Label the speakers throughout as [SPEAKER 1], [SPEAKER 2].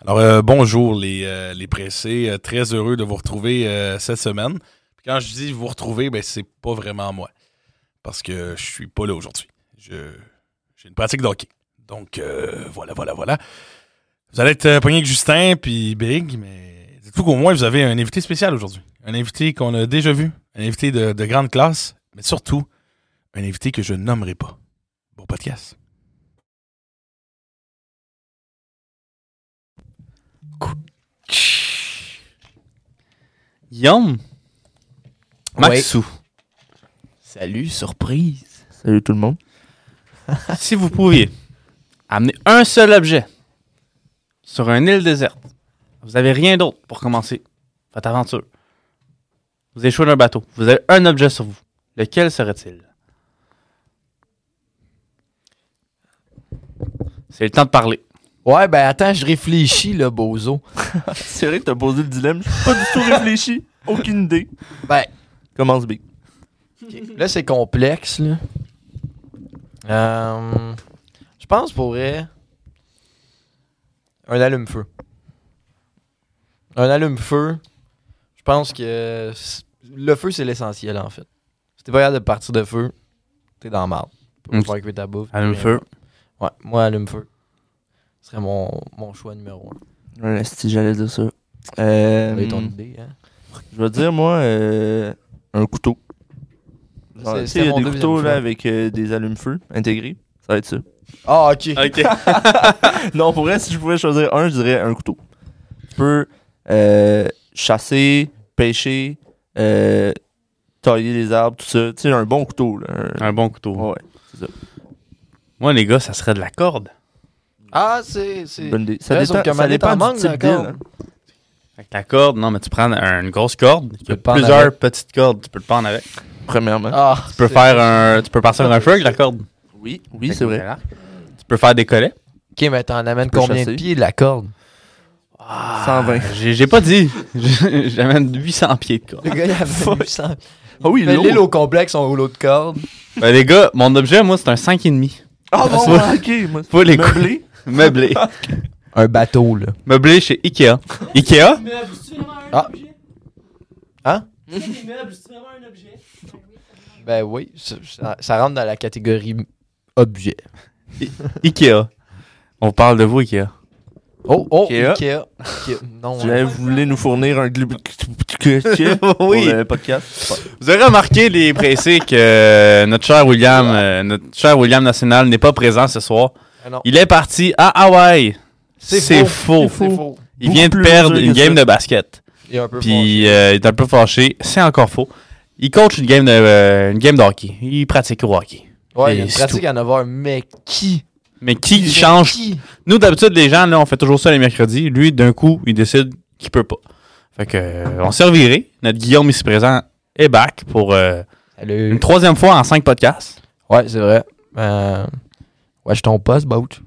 [SPEAKER 1] Alors, euh, bonjour les, euh, les pressés. Euh, très heureux de vous retrouver euh, cette semaine. Puis quand je dis vous retrouver, ben, c'est pas vraiment moi. Parce que je suis pas là aujourd'hui. Je- J'ai une pratique de hockey. Donc, euh, voilà, voilà, voilà. Vous allez être euh, pogné avec Justin puis Big, mais dites-vous qu'au moins, vous avez un invité spécial aujourd'hui. Un invité qu'on a déjà vu. Un invité de, de grande classe. Mais surtout, un invité que je nommerai pas. Bon podcast.
[SPEAKER 2] Yum! Maxou.
[SPEAKER 3] Salut, surprise.
[SPEAKER 2] Salut tout le monde.
[SPEAKER 3] Ah, si vous pouviez amener un seul objet sur une île déserte, vous n'avez rien d'autre pour commencer votre aventure. Vous échouez d'un bateau. Vous avez un objet sur vous. Lequel serait-il? C'est le temps de parler.
[SPEAKER 4] Ouais, ben attends, je réfléchis, le bozo.
[SPEAKER 2] C'est vrai que t'as posé le dilemme. J'ai pas du tout réfléchi. Aucune idée.
[SPEAKER 4] Ben,
[SPEAKER 2] Commence B.
[SPEAKER 4] là, c'est complexe, là. Euh, je pense pour vrai, un allume-feu. Un allume-feu, je pense que c- le feu, c'est l'essentiel, en fait. Si t'es pas capable de partir de feu, t'es dans le mal. Pour
[SPEAKER 3] Ok.
[SPEAKER 4] faire cuire ta bouffe.
[SPEAKER 3] Allume
[SPEAKER 4] Mais-
[SPEAKER 3] feu.
[SPEAKER 4] Ouais, moi, allume-feu. Ce serait mon, mon choix numéro un.
[SPEAKER 2] Ouais, si j'allais dire ça. Euh,
[SPEAKER 4] T'avais ton idée, hein?
[SPEAKER 2] je vais dire, moi, euh, un couteau. Genre,
[SPEAKER 4] C'est-
[SPEAKER 2] tu sais,
[SPEAKER 4] c'était
[SPEAKER 2] il y a
[SPEAKER 4] mon
[SPEAKER 2] des
[SPEAKER 4] deuxième
[SPEAKER 2] couteaux
[SPEAKER 4] choix.
[SPEAKER 2] là, avec euh, des allumes-feu intégrés. Ça va être ça.
[SPEAKER 4] Ah, ok.
[SPEAKER 2] non, pour vrai, si je pouvais choisir un, je dirais un couteau. Tu peux euh, chasser, pêcher, euh, tailler les arbres, tout ça. Tu sais, un bon couteau. Là. Un-
[SPEAKER 3] Un bon couteau.
[SPEAKER 2] Ouais,
[SPEAKER 3] Moi, les gars, ça serait de la corde.
[SPEAKER 4] Ah, c'est. c'est-
[SPEAKER 2] bonne idée. Ça
[SPEAKER 4] Ouais, sauf
[SPEAKER 2] dépend,
[SPEAKER 4] que
[SPEAKER 2] ça
[SPEAKER 4] Manet,
[SPEAKER 2] dépend
[SPEAKER 4] t'en
[SPEAKER 2] du
[SPEAKER 4] manques
[SPEAKER 2] type d'île.
[SPEAKER 4] encore.
[SPEAKER 2] hein.
[SPEAKER 3] Avec la corde, non, mais tu prends une grosse corde. qui
[SPEAKER 4] peux
[SPEAKER 3] a
[SPEAKER 4] te pendre
[SPEAKER 3] plusieurs
[SPEAKER 4] avec.
[SPEAKER 3] petites cordes. Tu peux te prendre avec.
[SPEAKER 2] Premièrement.
[SPEAKER 4] Ah,
[SPEAKER 3] Tu peux faire un. Tu peux partir un feu avec la corde.
[SPEAKER 2] Oui, oui, c'est vrai.
[SPEAKER 3] Tu peux faire des collets.
[SPEAKER 4] Ok, mais t'en amènes
[SPEAKER 2] peux
[SPEAKER 4] combien
[SPEAKER 2] chasser.
[SPEAKER 4] de pieds de la corde?
[SPEAKER 2] 120.
[SPEAKER 3] J'ai j'ai pas dit. J'ai- J'amène 800 pieds de corde.
[SPEAKER 4] Le gars, il a 800.
[SPEAKER 2] Ah oui,
[SPEAKER 4] Mais
[SPEAKER 2] l'eau.
[SPEAKER 4] l'île au complexe, on rouleau de corde.
[SPEAKER 3] Ben, les gars, mon objet, moi, c'est un 5,5.
[SPEAKER 2] Ah bon,
[SPEAKER 3] Soit-
[SPEAKER 2] ok. Moi,
[SPEAKER 3] Faut les
[SPEAKER 2] meublé.
[SPEAKER 3] Meublé.
[SPEAKER 4] Un bateau, là.
[SPEAKER 3] Meublé chez Ikea. Ikea?
[SPEAKER 4] Ah.
[SPEAKER 5] Ah.
[SPEAKER 4] Hein?
[SPEAKER 5] Les meubles, c'est vraiment un objet.
[SPEAKER 4] Ben oui, ça, ça- ça rentre dans la catégorie objet.
[SPEAKER 3] Ikea. On parle de vous, Ikea.
[SPEAKER 4] Oh, oh,
[SPEAKER 2] Ikea.
[SPEAKER 4] Ikea. Ikea. Non, hein.
[SPEAKER 2] Tu avais voulu nous fournir un glib... oui. pour
[SPEAKER 3] oui.
[SPEAKER 2] le podcast. Ouais.
[SPEAKER 3] Vous aurez remarqué, les pressés, que euh, notre cher William, euh, notre cher William National n'est pas présent ce soir.
[SPEAKER 4] ah non.
[SPEAKER 3] Il est parti à Hawaï.
[SPEAKER 4] C'est
[SPEAKER 3] faux.
[SPEAKER 4] C'est faux.
[SPEAKER 3] Il
[SPEAKER 2] Beaucoup
[SPEAKER 3] vient de
[SPEAKER 2] plus
[SPEAKER 3] perdre
[SPEAKER 2] dur que
[SPEAKER 3] une game
[SPEAKER 2] ça.
[SPEAKER 3] de basket.
[SPEAKER 4] Il est un peu fort.
[SPEAKER 3] Puis euh, il est un peu fâché. C'est encore faux. Il coach une game de, euh, une game de hockey. Il pratique au hockey.
[SPEAKER 4] Ouais, il y a une
[SPEAKER 3] c'est
[SPEAKER 4] pratique à 9h, mais qui?
[SPEAKER 3] Mais qui qui change
[SPEAKER 4] Qui?
[SPEAKER 3] Nous, d'habitude, les gens, là, on fait toujours ça les mercredis. Lui, d'un coup, il décide qu'il peut pas. Fait que, euh, on servirait. Notre Guillaume ici présent est back pour euh,
[SPEAKER 4] Salut.
[SPEAKER 3] une troisième fois en cinq podcasts.
[SPEAKER 4] Ouais, c'est vrai. Euh... Ouais, je ton poste, Bout.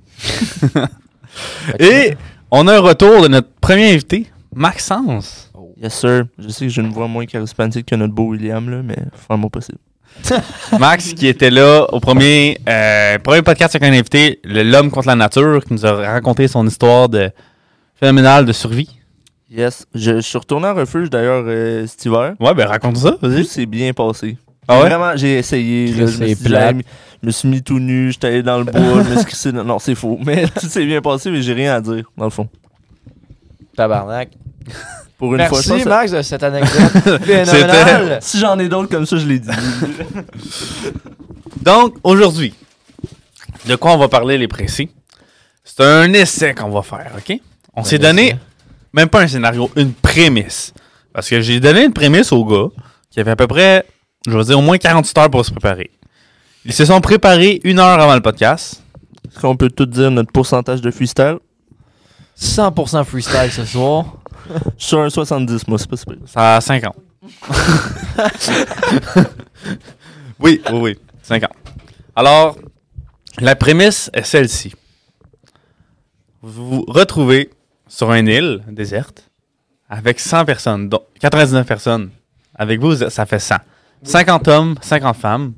[SPEAKER 3] Et on a un retour de notre premier invité, Maxence.
[SPEAKER 2] Yes, sir. Je sais que j'ai une voix moins charismatique que notre beau William, là, mais faut faire mon possible.
[SPEAKER 3] Max, qui était là au premier, euh, premier podcast avec un invité, le- l'homme contre la nature, qui nous a raconté son histoire de phénoménale de survie.
[SPEAKER 2] Yes. Je, je suis retourné en refuge, d'ailleurs, euh, cet hiver.
[SPEAKER 3] Ouais, ben raconte ça,
[SPEAKER 2] Tout
[SPEAKER 3] vas-y.
[SPEAKER 2] s'est bien passé.
[SPEAKER 3] Ah ouais?
[SPEAKER 2] Vraiment, j'ai essayé.
[SPEAKER 4] Chris,
[SPEAKER 2] là, je, me
[SPEAKER 4] c'est
[SPEAKER 2] suis dit,
[SPEAKER 4] plate.
[SPEAKER 2] j'allais- je me suis mis tout nu, j'étais allé dans le bois, je me suis crissé dans- Non, c'est faux. Mais tout s'est bien passé, mais j'ai rien à dire, dans le fond.
[SPEAKER 4] Tabarnak.
[SPEAKER 2] Pour une fois, je pense
[SPEAKER 4] Merci,
[SPEAKER 2] que-
[SPEAKER 4] Max, de cette anecdote phénoménale.
[SPEAKER 2] Si j'en ai d'autres comme ça, je l'ai dit.
[SPEAKER 3] Donc, aujourd'hui, de quoi on va parler, les précis? C'est un essai qu'on va faire, OK? On s'est donné, même pas un scénario, une prémisse. Parce que j'ai donné une prémisse au gars qui avait à peu près, je vais dire, au moins 48 heures pour se préparer. Ils se sont préparés une heure avant le podcast.
[SPEAKER 2] Est-ce qu'on peut tout dire notre pourcentage de freestyle?
[SPEAKER 4] 100% freestyle ce soir.
[SPEAKER 2] Je suis sur un 70, moi, c'est pas super.
[SPEAKER 3] Ça a 50. oui, oui, oui, 50. Alors, la prémisse est celle-ci. Vous vous retrouvez sur une île déserte avec 100 personnes, donc 99 personnes. Avec vous, ça fait 100. 50 hommes, 50 femmes.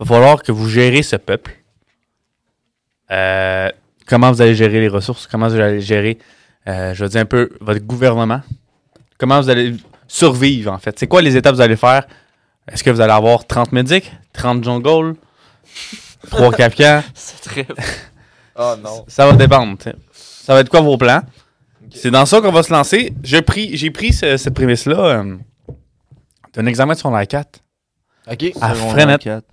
[SPEAKER 3] Il va falloir que vous gérez ce peuple. Euh, comment vous allez gérer les ressources, comment vous allez gérer euh, je dis un peu, votre gouvernement. Comment vous allez survivre, en fait? C'est quoi les étapes que vous allez faire? Est-ce que vous allez avoir 30 médics, 30 jungles, 3 capcans?
[SPEAKER 4] C'est très. oh non.
[SPEAKER 3] Ça va dépendre. t'sais. Ça va être quoi vos plans? C'est dans ça qu'on va se lancer. Je pris- J'ai pris, ce- cette prémisse-là euh, d'un examen de secondaire 4
[SPEAKER 4] Ok.
[SPEAKER 3] à
[SPEAKER 2] Secondaire
[SPEAKER 3] Frenette,
[SPEAKER 2] quatre.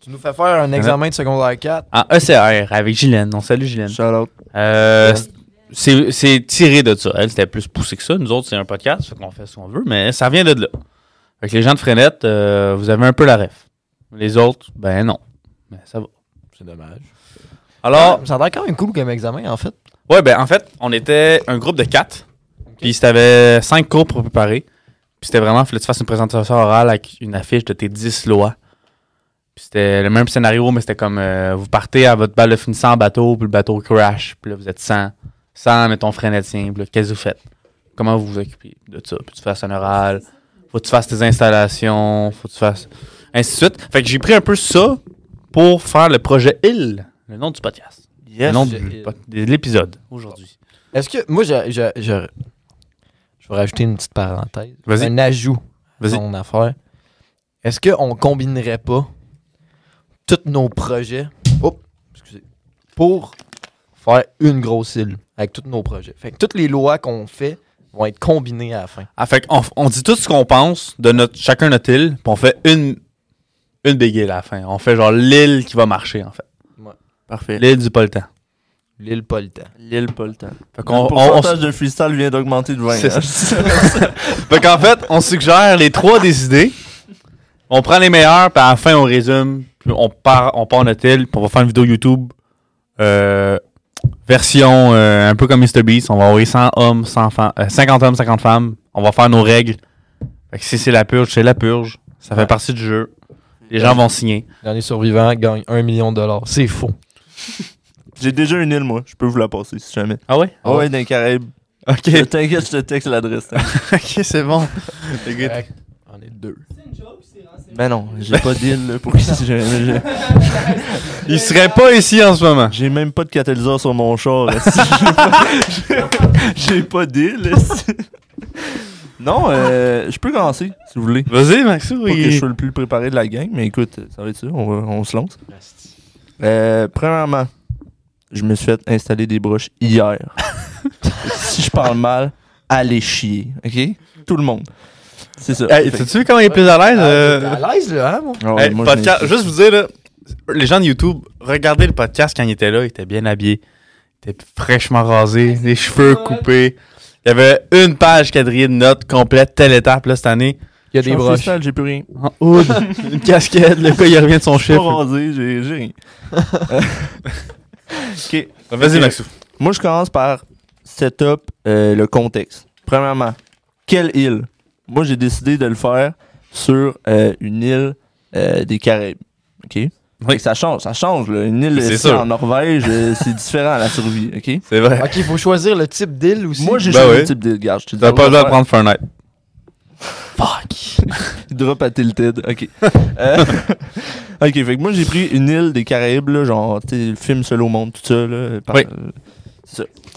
[SPEAKER 4] Tu nous fais faire un examen de secondaire 4.
[SPEAKER 3] en ECR, E avec Guylaine. On salue Guylaine.
[SPEAKER 2] Shout out.
[SPEAKER 3] Euh, c'est c'est tiré de ça. Elle, c'était plus poussé que ça. Nous autres, c'est un podcast, fait qu'on fait ce qu'on veut, mais ça vient de là. Fait que les gens de Frenette, euh, vous avez un peu la ref. Les autres, ben non. Mais ça va.
[SPEAKER 4] C'est dommage.
[SPEAKER 3] Alors,
[SPEAKER 4] ça a l'air quand même cool comme examen, en fait.
[SPEAKER 3] Ouais, ben en fait, on était un groupe de quatre. Puis t'avais cinq cours pour préparer. Puis c'était vraiment, fallait que tu fasses une présentation orale avec une affiche de tes 10 lois. Puis c'était le même scénario, mais c'était comme euh, vous partez à votre balle de finissant en bateau, puis le bateau crash, puis là vous êtes 100. 100, mettons, frenetien, puis là, qu'est-ce que vous faites? Comment vous vous occupez de ça? Puis tu fasses un oral, faut que tu fasses tes installations, faut que tu fasses. ainsi de suite. Fait que j'ai pris un peu ça pour faire le projet IL, le nom du podcast.
[SPEAKER 2] Yes.
[SPEAKER 3] Le nom
[SPEAKER 4] J'ai-
[SPEAKER 3] du pot- de l'épisode aujourd'hui.
[SPEAKER 4] Est-ce que. Moi, je, je, je, je vais rajouter une petite parenthèse.
[SPEAKER 3] Vas-y.
[SPEAKER 4] Un ajout à
[SPEAKER 3] Vas-y.
[SPEAKER 4] ton affaire. Est-ce qu'on combinerait pas tous nos projets oh, excusez, pour faire une grosse île avec tous nos projets? Fait que toutes les lois qu'on fait vont être combinées à la fin.
[SPEAKER 3] Ah, fait qu'on f- on dit tout ce qu'on pense de notre chacun notre île, puis on fait une une big île à la fin. On fait genre l'île qui va marcher en fait.
[SPEAKER 2] Parfait.
[SPEAKER 3] L'île du pas le temps.
[SPEAKER 4] L'île pas le temps.
[SPEAKER 2] L'île, pas le temps.
[SPEAKER 3] Fait
[SPEAKER 2] Le
[SPEAKER 3] qu'on on- on s-
[SPEAKER 2] pourcentage de freestyle vient d'augmenter de 20.
[SPEAKER 3] C'est
[SPEAKER 2] hein.
[SPEAKER 3] fait qu'en fait, on suggère les trois des idées. On prend les meilleurs, puis à la fin on résume, puis on part on part notre île, puis on va faire une vidéo YouTube euh, version euh, un peu comme MrBeast, on va envoyer 100 hommes, 100 femmes, euh, 50 hommes, 50 femmes, on va faire nos règles. Fait que si c'est la purge, c'est la purge. Ça fait partie du jeu. Les gens vont signer.
[SPEAKER 4] Dernier survivant gagne un million de dollars. C'est faux.
[SPEAKER 2] J'ai déjà une île, moi. Je peux vous la passer si jamais.
[SPEAKER 3] Ah ouais?
[SPEAKER 2] Ah ouais, dans les Caraïbes.
[SPEAKER 3] Ok.
[SPEAKER 2] Je T'inquiète, je te texte l'adresse. hein.
[SPEAKER 3] ok, c'est bon.
[SPEAKER 4] On
[SPEAKER 3] Euh,
[SPEAKER 4] est deux.
[SPEAKER 5] C'est une joke, c'est renseigné.
[SPEAKER 2] Mais Ben non, j'ai pas d'île là, pour qui si jamais j'ai-
[SPEAKER 3] Il serait pas ici en ce moment.
[SPEAKER 2] J'ai même pas de catalyseur sur mon char. esti. J'ai pas- j'ai- J'ai pas d'île. esti. Non, euh, je peux commencer, si vous voulez.
[SPEAKER 3] Vas-y, Maxou.
[SPEAKER 2] Pas que je sois le plus préparé de la gang, mais écoute, ça va être ça, on, va- on se lance. Euh, premièrement, je me suis fait installer des broches hier. si je parle mal, allez chier, ok? Tout le monde. C'est ça.
[SPEAKER 3] Hey,
[SPEAKER 2] Fait-
[SPEAKER 3] tu vu comment il est plus à l'aise?
[SPEAKER 4] Ah,
[SPEAKER 3] euh?
[SPEAKER 4] à l'aise, là, hein, moi?
[SPEAKER 2] Ah ouais,
[SPEAKER 3] Hey,
[SPEAKER 2] moi, je
[SPEAKER 3] podcast,
[SPEAKER 2] m'excuse.
[SPEAKER 3] juste vous dire, là, les gens de YouTube, regardez le podcast quand il était là, il était bien habillé, il était fraîchement rasé, les cheveux coupés. Il y avait une page quadrillée de notes complète, telle étape là, cette année.
[SPEAKER 4] Il y
[SPEAKER 2] Je
[SPEAKER 4] a
[SPEAKER 2] suis
[SPEAKER 4] des
[SPEAKER 2] en
[SPEAKER 4] broches.
[SPEAKER 2] freestyle, j'ai plus rien.
[SPEAKER 3] En hood, une casquette, le gars il revient de son
[SPEAKER 2] Je suis pas
[SPEAKER 3] chiffre.
[SPEAKER 2] rasé, j'ai j'ai rien. ok.
[SPEAKER 3] Vas-y,
[SPEAKER 2] Ok.
[SPEAKER 3] Maxou.
[SPEAKER 2] Moi, je commence par setup, euh, le contexte. Premièrement, quelle île? Moi, j'ai décidé de le faire sur euh, une île euh, des Caraïbes. OK? Fait que Ça change, ça change. là. Une île
[SPEAKER 3] C'est
[SPEAKER 2] ici,
[SPEAKER 3] sûr.
[SPEAKER 2] en Norvège, euh, c'est différent à la survie. OK?
[SPEAKER 3] C'est vrai.
[SPEAKER 4] Ok, il faut choisir le type d'île aussi.
[SPEAKER 2] Moi, j'ai
[SPEAKER 3] Ben
[SPEAKER 2] choisi
[SPEAKER 3] ouais.
[SPEAKER 2] le type d'île. Garde, je te dis.
[SPEAKER 3] Tu n'as pas le droit de prendre Fortnite.
[SPEAKER 2] Fuck! Drop à Tilted. OK. Euh, OK, fait que moi, j'ai pris une île des Caraïbes, là, genre, tu sais, le film Seul au monde, tout ça. Là, par-
[SPEAKER 3] Oui.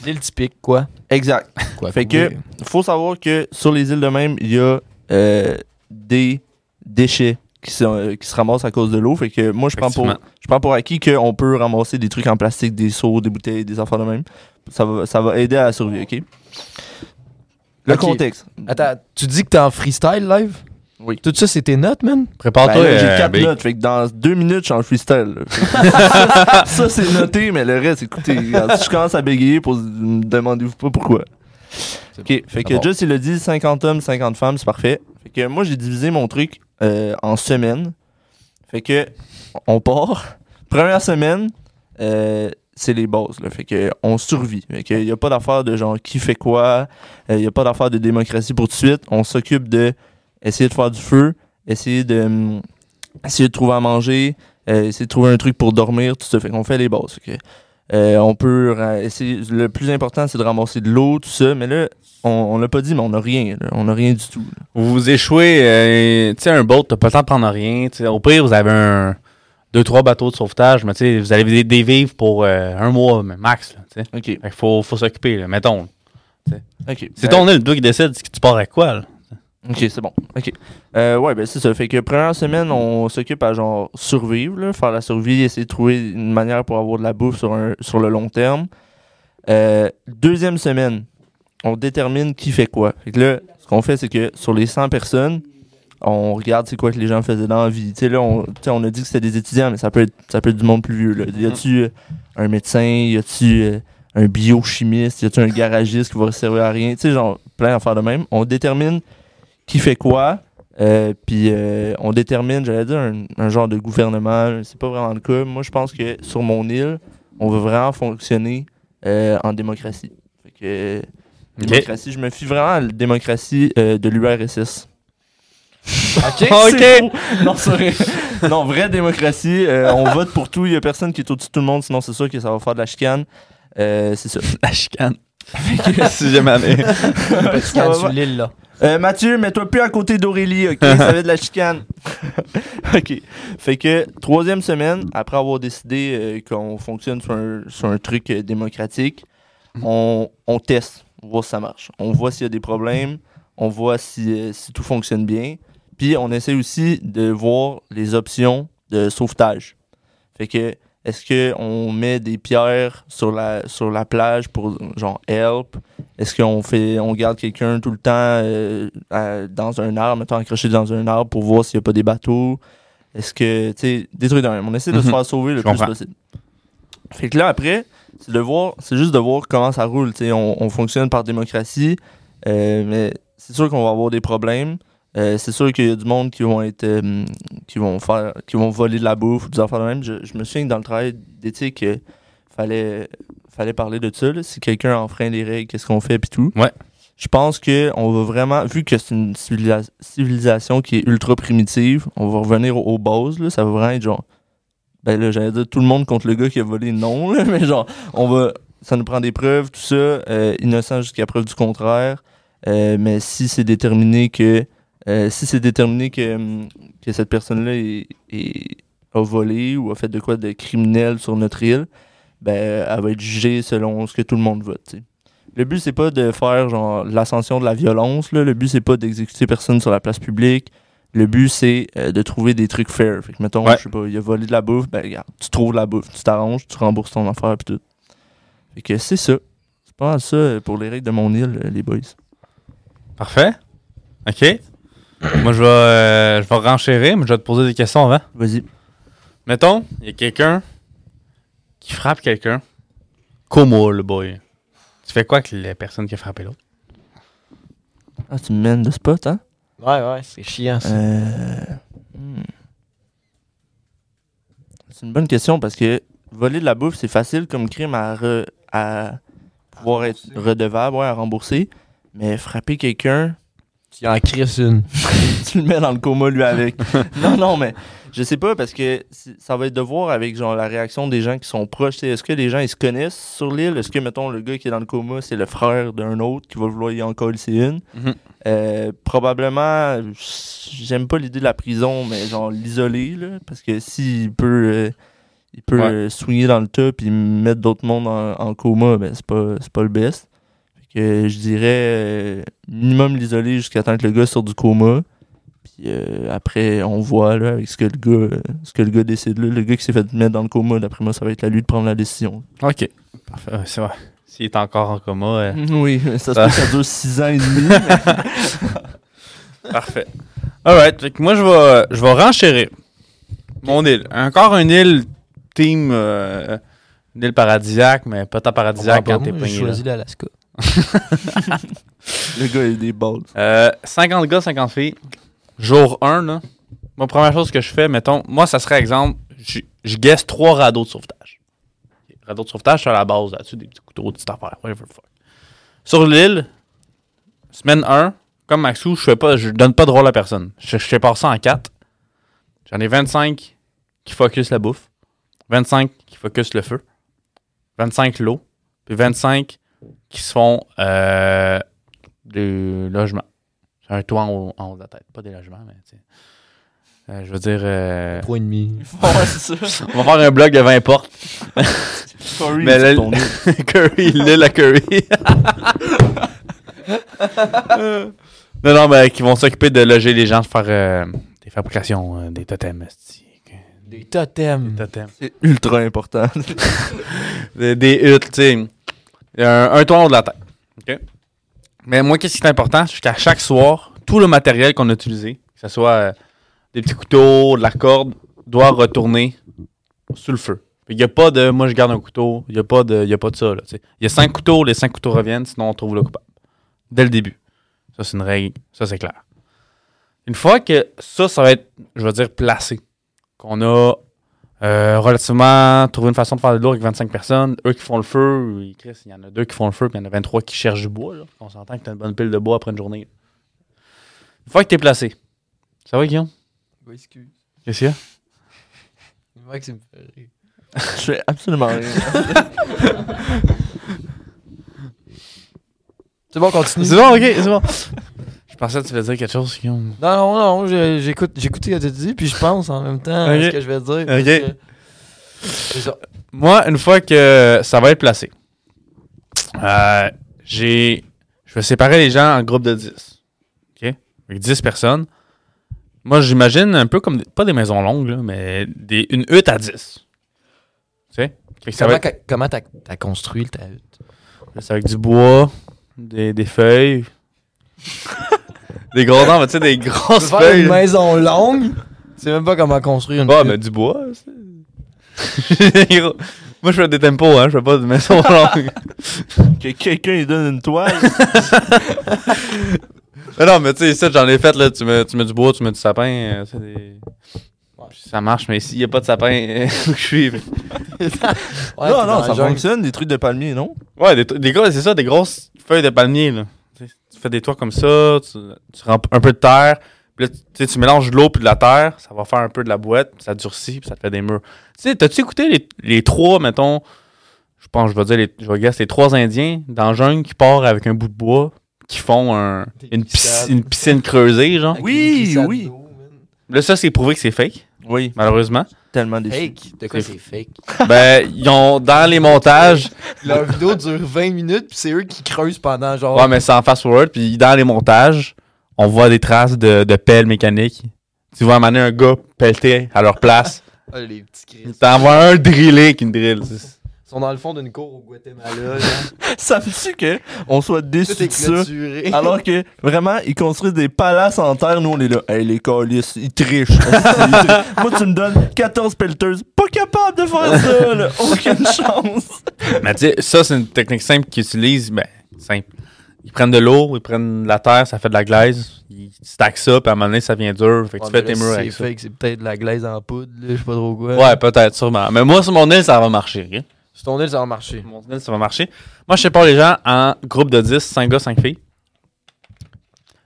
[SPEAKER 4] L'île typique, quoi.
[SPEAKER 2] Exact.
[SPEAKER 4] Quoi
[SPEAKER 2] Fait que- faut savoir que sur les îles de même, il y a euh, des déchets qui, sont, euh, qui se ramassent à cause de l'eau. Fait que moi, je prends pour,
[SPEAKER 3] Effectivement.
[SPEAKER 2] je prends pour acquis qu'on peut ramasser des trucs en plastique, des seaux, des bouteilles, des affaires de même. Ça va, ça va aider à la survie, OK? Le
[SPEAKER 4] Ok.
[SPEAKER 2] contexte.
[SPEAKER 4] Attends, tu dis que t'es en freestyle live?
[SPEAKER 2] Oui.
[SPEAKER 4] Tout ça, c'est tes notes, man?
[SPEAKER 2] Ben
[SPEAKER 3] Prépare-toi.
[SPEAKER 2] là, j'ai
[SPEAKER 3] euh,
[SPEAKER 2] 4
[SPEAKER 3] Big.
[SPEAKER 2] notes, fait que dans deux minutes, je suis en freestyle. là. ça, ça, c'est noté, mais le reste, écoutez, regarde, si je commence à bégayer, pour, me demandez-vous pas pourquoi. Ok, fait que Just, il a dit 50 hommes, 50 femmes, c'est parfait. Fait que moi, j'ai divisé mon truc euh, en semaines. Fait que, on part. Première semaine, euh, c'est les bases, là. Fait que, on survit. Fait que, y a pas d'affaire de genre qui fait quoi. Il y a pas d'affaire de démocratie pour tout de suite. On s'occupe de essayer de faire du feu, essayer de, hum, essayer de trouver à manger, euh, essayer de trouver un truc pour dormir, tout ça. Fait qu'on fait les bases. Fait que, euh, on peut ra- essayer. Le plus important, c'est de ramasser de l'eau, tout ça. Mais là, on, on l'a pas dit, mais on a rien. là. On a rien du tout. là.
[SPEAKER 3] Vous vous échouez, euh, tu sais, un boat, t'as pas le temps de prendre rien. tu sais. au pire, vous avez un, deux, trois bateaux de sauvetage, mais tu sais, vous avez des, des vivres pour euh, un mois mais max. Là, tu sais.
[SPEAKER 2] OK.
[SPEAKER 3] Fait qu'il faut, faut s'occuper, là, mettons.
[SPEAKER 2] Ok.
[SPEAKER 3] C'est ton île, toi qui décide tu pars à quoi, là.
[SPEAKER 2] Ok, c'est bon. Ok. Euh, ouais, ben c'est ça. Fait que première semaine, on s'occupe à genre survivre, là, faire la survie, essayer de trouver une manière pour avoir de la bouffe sur, un- sur le long terme. Euh, deuxième semaine, on détermine qui fait quoi. Fait que là, ce qu'on fait, c'est que sur les 100 personnes, on regarde c'est quoi que les gens faisaient dans la vie. Tu sais, là, on, tu sais, on a dit que c'était des étudiants, mais ça peut être, ça peut être du monde plus vieux. Là. Y a-tu euh, un médecin? Y a-tu euh, un biochimiste? Y a-tu un garagiste qui va servir à rien? Tu sais, genre, plein d'affaires de même. On détermine qui fait quoi. euh, puis euh, on détermine, j'allais dire, un, un genre de gouvernement. C'est pas vraiment le cas. Moi, je pense que sur mon île, on va vraiment fonctionner euh, en démocratie. Fait que, euh,
[SPEAKER 3] Ok.
[SPEAKER 2] démocratie, je me fie vraiment à la démocratie euh, de l'URSS.
[SPEAKER 4] Ok.
[SPEAKER 2] C'est faux. Non, c'est vrai. Ah, non, vraie démocratie. euh, on vote pour tout. Il n'y a personne qui est au-dessus de tout le monde, sinon c'est sûr que ça va faire de la chicane. Euh, c'est ça.
[SPEAKER 3] La chicane. si jamais aller.
[SPEAKER 4] Parce
[SPEAKER 2] Ça
[SPEAKER 4] qu'il
[SPEAKER 2] va
[SPEAKER 4] sur
[SPEAKER 2] pas.
[SPEAKER 4] l'île, là.
[SPEAKER 2] Euh, Mathieu, mets-toi plus à côté d'Aurélie, ok? ça va être de la chicane. ok. Fait que, troisième semaine, après avoir décidé euh, qu'on fonctionne sur un, sur un truc euh, démocratique,
[SPEAKER 3] Mhm.
[SPEAKER 2] on, on teste, on voit si ça marche. On voit s'il y a des problèmes, on voit si, euh, si tout fonctionne bien. Puis, on essaie aussi de voir les options de sauvetage. Fait que, est-ce qu'on met des pierres sur la, sur la plage pour, genre, help? Est-ce qu'on fait on garde quelqu'un tout le temps euh, à- dans un arbre, mettons accroché dans un arbre pour voir s'il n'y a pas des bateaux? Est-ce que, tu sais, des trucs d'un. On essaie de se
[SPEAKER 3] Mhm.
[SPEAKER 2] faire sauver le
[SPEAKER 3] Je
[SPEAKER 2] plus
[SPEAKER 3] comprends.
[SPEAKER 2] possible. Fait que là, après, c'est de voir, c'est juste de voir comment ça roule. tu sais. on, on fonctionne par démocratie, euh, mais c'est sûr qu'on va avoir des problèmes. Euh, c'est sûr qu'il y a du monde qui vont être euh, qui vont faire qui vont voler de la bouffe ou des affaires de même. Je, je me souviens que dans le travail d'éthique, euh, fallait fallait parler de ça. là. Si quelqu'un enfreint les règles, qu'est-ce qu'on fait puis tout.
[SPEAKER 3] Ouais.
[SPEAKER 2] Je pense que on va vraiment, vu que c'est une civilisa- civilisation qui est ultra primitive, on va revenir au- aux bases. Là. Ça va vraiment être genre, ben là, j'allais dire tout le monde contre le gars qui a volé, non, là, mais genre, on va, ça nous prend des preuves, tout ça, euh, innocent jusqu'à preuve du contraire. Euh, mais si c'est déterminé que, euh, si c'est déterminé que, hum, que cette personne-là est- est- a volé ou a fait de quoi de criminel sur notre île, ben, elle va être jugée selon ce que tout le monde vote. tu sais. Le but, c'est pas de faire genre l'ascension de la violence. Là. Le but, c'est pas d'exécuter personne sur la place publique. Le but, c'est euh, de trouver des trucs fair. Fait que, mettons,
[SPEAKER 3] Ouais.
[SPEAKER 2] je sais pas, il a volé de la bouffe, ben, regarde, tu trouves de la bouffe, tu t'arranges, tu rembourses ton affaire, puis tout. Fait que c'est ça. C'est pas mal ça euh, pour les règles de mon île, euh, les boys.
[SPEAKER 3] Parfait. OK. Moi, je vais, euh, je vais renchérir, mais je vais te poser des questions avant.
[SPEAKER 2] Vas-y.
[SPEAKER 3] Mettons, il y a quelqu'un qui frappe quelqu'un. Como, le boy. Tu fais quoi avec la personne qui a frappé l'autre?
[SPEAKER 2] Ah, tu me mènes de spot, hein?
[SPEAKER 4] Ouais, ouais, c'est chiant, ça.
[SPEAKER 2] Euh, hmm. C'est une bonne question parce que voler de la bouffe, c'est facile comme crime à, re- à pouvoir être redevable, ouais, à rembourser. Mais frapper quelqu'un,
[SPEAKER 4] Tu en crisses une.
[SPEAKER 2] tu le mets dans le coma lui avec. non, non, mais je sais pas parce que c'est- ça va être de voir avec genre la réaction des gens qui sont proches. Tu sais, Est-ce que les gens ils se connaissent sur l'île? Est-ce que mettons le gars qui est dans le coma, c'est le frère d'un autre qui va vouloir y encore c'est une?
[SPEAKER 3] Mhm.
[SPEAKER 2] Euh, probablement j'aime pas l'idée de la prison, mais genre l'isoler, là, parce que s'il peut euh, il peut
[SPEAKER 3] Ouais.
[SPEAKER 2] euh, swinguer dans le tas puis mettre d'autres mondes en, en coma, ben c'est pas c'est pas le best. Fait que je dirais euh, minimum l'isoler jusqu'à temps que le gars sorte du coma. Puis euh, après, on voit là, avec ce que le gars, euh, ce que le gars décide. là. Le gars qui s'est fait mettre dans le coma, d'après moi, ça va être à lui de prendre la décision.
[SPEAKER 3] OK. Parfait. Ouais, c'est vrai. S'il est encore en coma. euh,
[SPEAKER 2] Oui, ça se
[SPEAKER 3] Ça-
[SPEAKER 2] peut que ça dure 6 ans et demi. mais-
[SPEAKER 3] Parfait. Alright, fait que moi je vais je vais renchérir. Mon île. Encore une île team euh, une île paradisiaque, mais pas tant paradisiaque quand t'es
[SPEAKER 4] Ah, J'ai
[SPEAKER 3] pogné. là.
[SPEAKER 4] choisi l'Alaska.
[SPEAKER 2] le gars, il a des balles.
[SPEAKER 3] Euh, 50 gars, 50 filles. Jour 1, là. Ma première chose que je fais, mettons, moi ça serait exemple, je je guesse trois radeaux de sauvetage. Radeaux de sauvetage, c'est à la base là-dessus, des petits couteaux, des petites affaires, whatever the fuck. Sur l'île, semaine 1, comme Maxou, je fais pas, je donne pas de rôle à personne. Je, je sépare ça en 4. J'en ai 25 qui focus la bouffe, 25 qui focus le feu, 25 l'eau, puis 25 qui se font euh, des logements. J'ai un toit en haut, en haut de la tête, pas des logements, mais tu sais. Euh, je veux dire, euh,
[SPEAKER 4] 3,5.
[SPEAKER 2] Ouais, c'est ça.
[SPEAKER 3] on va faire un blog de 20 portes.
[SPEAKER 2] Sorry,
[SPEAKER 3] Mais là-
[SPEAKER 2] c'est ton nom.
[SPEAKER 3] curry, l'île à curry. non, non, mais qui vont s'occuper de loger les gens, de faire euh, des fabrications, euh, des totems. esti.
[SPEAKER 4] Des totems.
[SPEAKER 3] Des totems.
[SPEAKER 2] C'est ultra important.
[SPEAKER 3] Des, des huttes, tu sais. Un, un toit en haut de la tête. OK? Mais moi, qu'est-ce qui est important? C'est qu'à chaque soir, tout le matériel qu'on a utilisé, que ce soit euh, des petits couteaux, de la corde, doit retourner sous le feu. Il n'y a pas de moi je garde un couteau, il n'y a, pas de- y a pas de ça. Il y a cinq couteaux, les cinq couteaux reviennent, sinon on trouve le coupable. Dès le début. Ça, c'est une règle, ça, c'est clair. Une fois que ça, ça va être, je vais dire, placé, qu'on a euh, relativement trouvé une façon de faire de lourd avec 25 personnes, eux qui font le feu, ils- Chris, il y en a deux qui font le feu, puis il y en a 23 qui cherchent du bois. là. On s'entend que tu as une bonne pile de bois après une journée. Une fois que tu es placé, ça va, Guillaume?
[SPEAKER 4] Oui, excuse.
[SPEAKER 3] Qu'est-ce qu'il y a?
[SPEAKER 4] Moi, que ça me fait rire.
[SPEAKER 2] Je fais absolument rien.
[SPEAKER 4] C'est bon, continue.
[SPEAKER 3] C'est bon, ok, c'est bon. Je pensais que tu voulais dire quelque chose, Guillaume.
[SPEAKER 4] Non, non, non, je- j'écoute j'écoute ce que tu dis, puis je pense en même temps à
[SPEAKER 3] Ok.
[SPEAKER 4] ce que je vais dire. parce
[SPEAKER 3] Ok.
[SPEAKER 4] que- C'est ça.
[SPEAKER 3] Moi, une fois que ça va être placé, euh, j'ai. Je vais séparer les gens en groupes de 10. OK? Avec 10 personnes. Moi, j'imagine un peu comme. des- pas des maisons longues, là, mais des, une hutte à 10. Tu sais? Fait que ça va
[SPEAKER 4] Comment
[SPEAKER 3] être-
[SPEAKER 4] qu'a- Comment t'as t'as construit le ta hutte?
[SPEAKER 3] c'est avec du bois, des, des feuilles. des gros non, mais tu sais, des grosses
[SPEAKER 4] Faire
[SPEAKER 3] feuilles.
[SPEAKER 4] une maison longue, c'est même pas comment construire une
[SPEAKER 3] Ouais,
[SPEAKER 4] hutte.
[SPEAKER 3] mais du bois. c'est- Gros. Moi, je fais des tempos, hein. Je fais pas de maisons longues.
[SPEAKER 2] que quelqu'un lui donne une toile.
[SPEAKER 3] Mais non, mais tu sais, ça, j'en ai fait, là. Tu mets, tu mets du bois, tu mets du sapin. euh, c'est des- Puis Ça marche, mais s'il n'y a pas de sapin, euh, où je suis. mais-
[SPEAKER 2] non,
[SPEAKER 4] Ouais, t'es
[SPEAKER 2] non,
[SPEAKER 4] dans la
[SPEAKER 2] ça
[SPEAKER 4] jungle.
[SPEAKER 2] fonctionne, des trucs de palmier, non?
[SPEAKER 3] Ouais, des, des gros- c'est ça, des grosses feuilles de palmier, là. Tu sais, tu fais des toits comme ça, tu, tu rends un peu de terre, puis là, tu sais, tu mélanges de l'eau puis de la terre, ça va faire un peu de la boîte, puis ça durcit, puis ça te fait des murs. Tu sais, t'as-tu écouté les, les trois, mettons, je pense, je vais dire, les, je vais guess, les trois Indiens dans la jungle qui partent avec un bout de bois, qui font un-
[SPEAKER 4] Des
[SPEAKER 3] une,
[SPEAKER 4] glissades.
[SPEAKER 3] piscine, une piscine creusée, genre.
[SPEAKER 4] Avec
[SPEAKER 2] Oui,
[SPEAKER 4] des glissades
[SPEAKER 2] oui.
[SPEAKER 4] d'eau, man.
[SPEAKER 3] Là, ça, c'est prouvé que c'est fake,
[SPEAKER 2] Oui.
[SPEAKER 3] malheureusement.
[SPEAKER 2] Tellement déçu.
[SPEAKER 4] Fake. De quoi
[SPEAKER 3] C'est-
[SPEAKER 4] c'est fake?
[SPEAKER 3] ben, ils ont, dans les montages,
[SPEAKER 4] Leur vidéo dure 20 minutes, puis c'est eux qui creusent pendant genre.
[SPEAKER 3] Ouais, mais c'est en fast-forward. Puis dans les montages, on voit des traces de, de pelles mécaniques. Tu vois amener un gars pelleter à leur place.
[SPEAKER 4] Ah, les petits
[SPEAKER 3] Il
[SPEAKER 4] Chris.
[SPEAKER 3] t'envoie un driller qu'une drill. C'est-
[SPEAKER 4] Ils sont dans le fond d'une cour au Guatemala. là.
[SPEAKER 2] Ça me dit que on soit
[SPEAKER 4] Tout
[SPEAKER 2] déçu
[SPEAKER 4] est
[SPEAKER 2] de ça.
[SPEAKER 4] clôturé.
[SPEAKER 2] Alors que vraiment, ils construisent des palaces en terre, nous on est là. Hey les colis, ils trichent. Ils trichent. Moi tu me donnes 14 pelleteuses. Pas capable de faire ça, là. Aucune chance.
[SPEAKER 3] Mais tu sais, ça, c'est une technique simple qu'ils utilisent. Ben, simple. Ils prennent de l'eau, ils prennent de la terre, ça fait de la glaise. Ils stackent ça, puis à un moment donné, ça vient dur. Fait que
[SPEAKER 4] Ouais,
[SPEAKER 3] tu fais
[SPEAKER 4] mais
[SPEAKER 3] tes
[SPEAKER 4] là,
[SPEAKER 3] murs
[SPEAKER 4] si
[SPEAKER 3] avec
[SPEAKER 4] C'est
[SPEAKER 3] ça.
[SPEAKER 4] fake, c'est peut-être de la glaise en poudre, là, je sais pas trop quoi.
[SPEAKER 3] Ouais, peut-être, sûrement. Mais moi, sur mon île, ça va marcher. ok?
[SPEAKER 4] Sur ton île, ça va marcher.
[SPEAKER 3] Mon tunnel, ça va marcher. Moi, je sépare les gens en groupe de 10, 5 gars, 5 filles.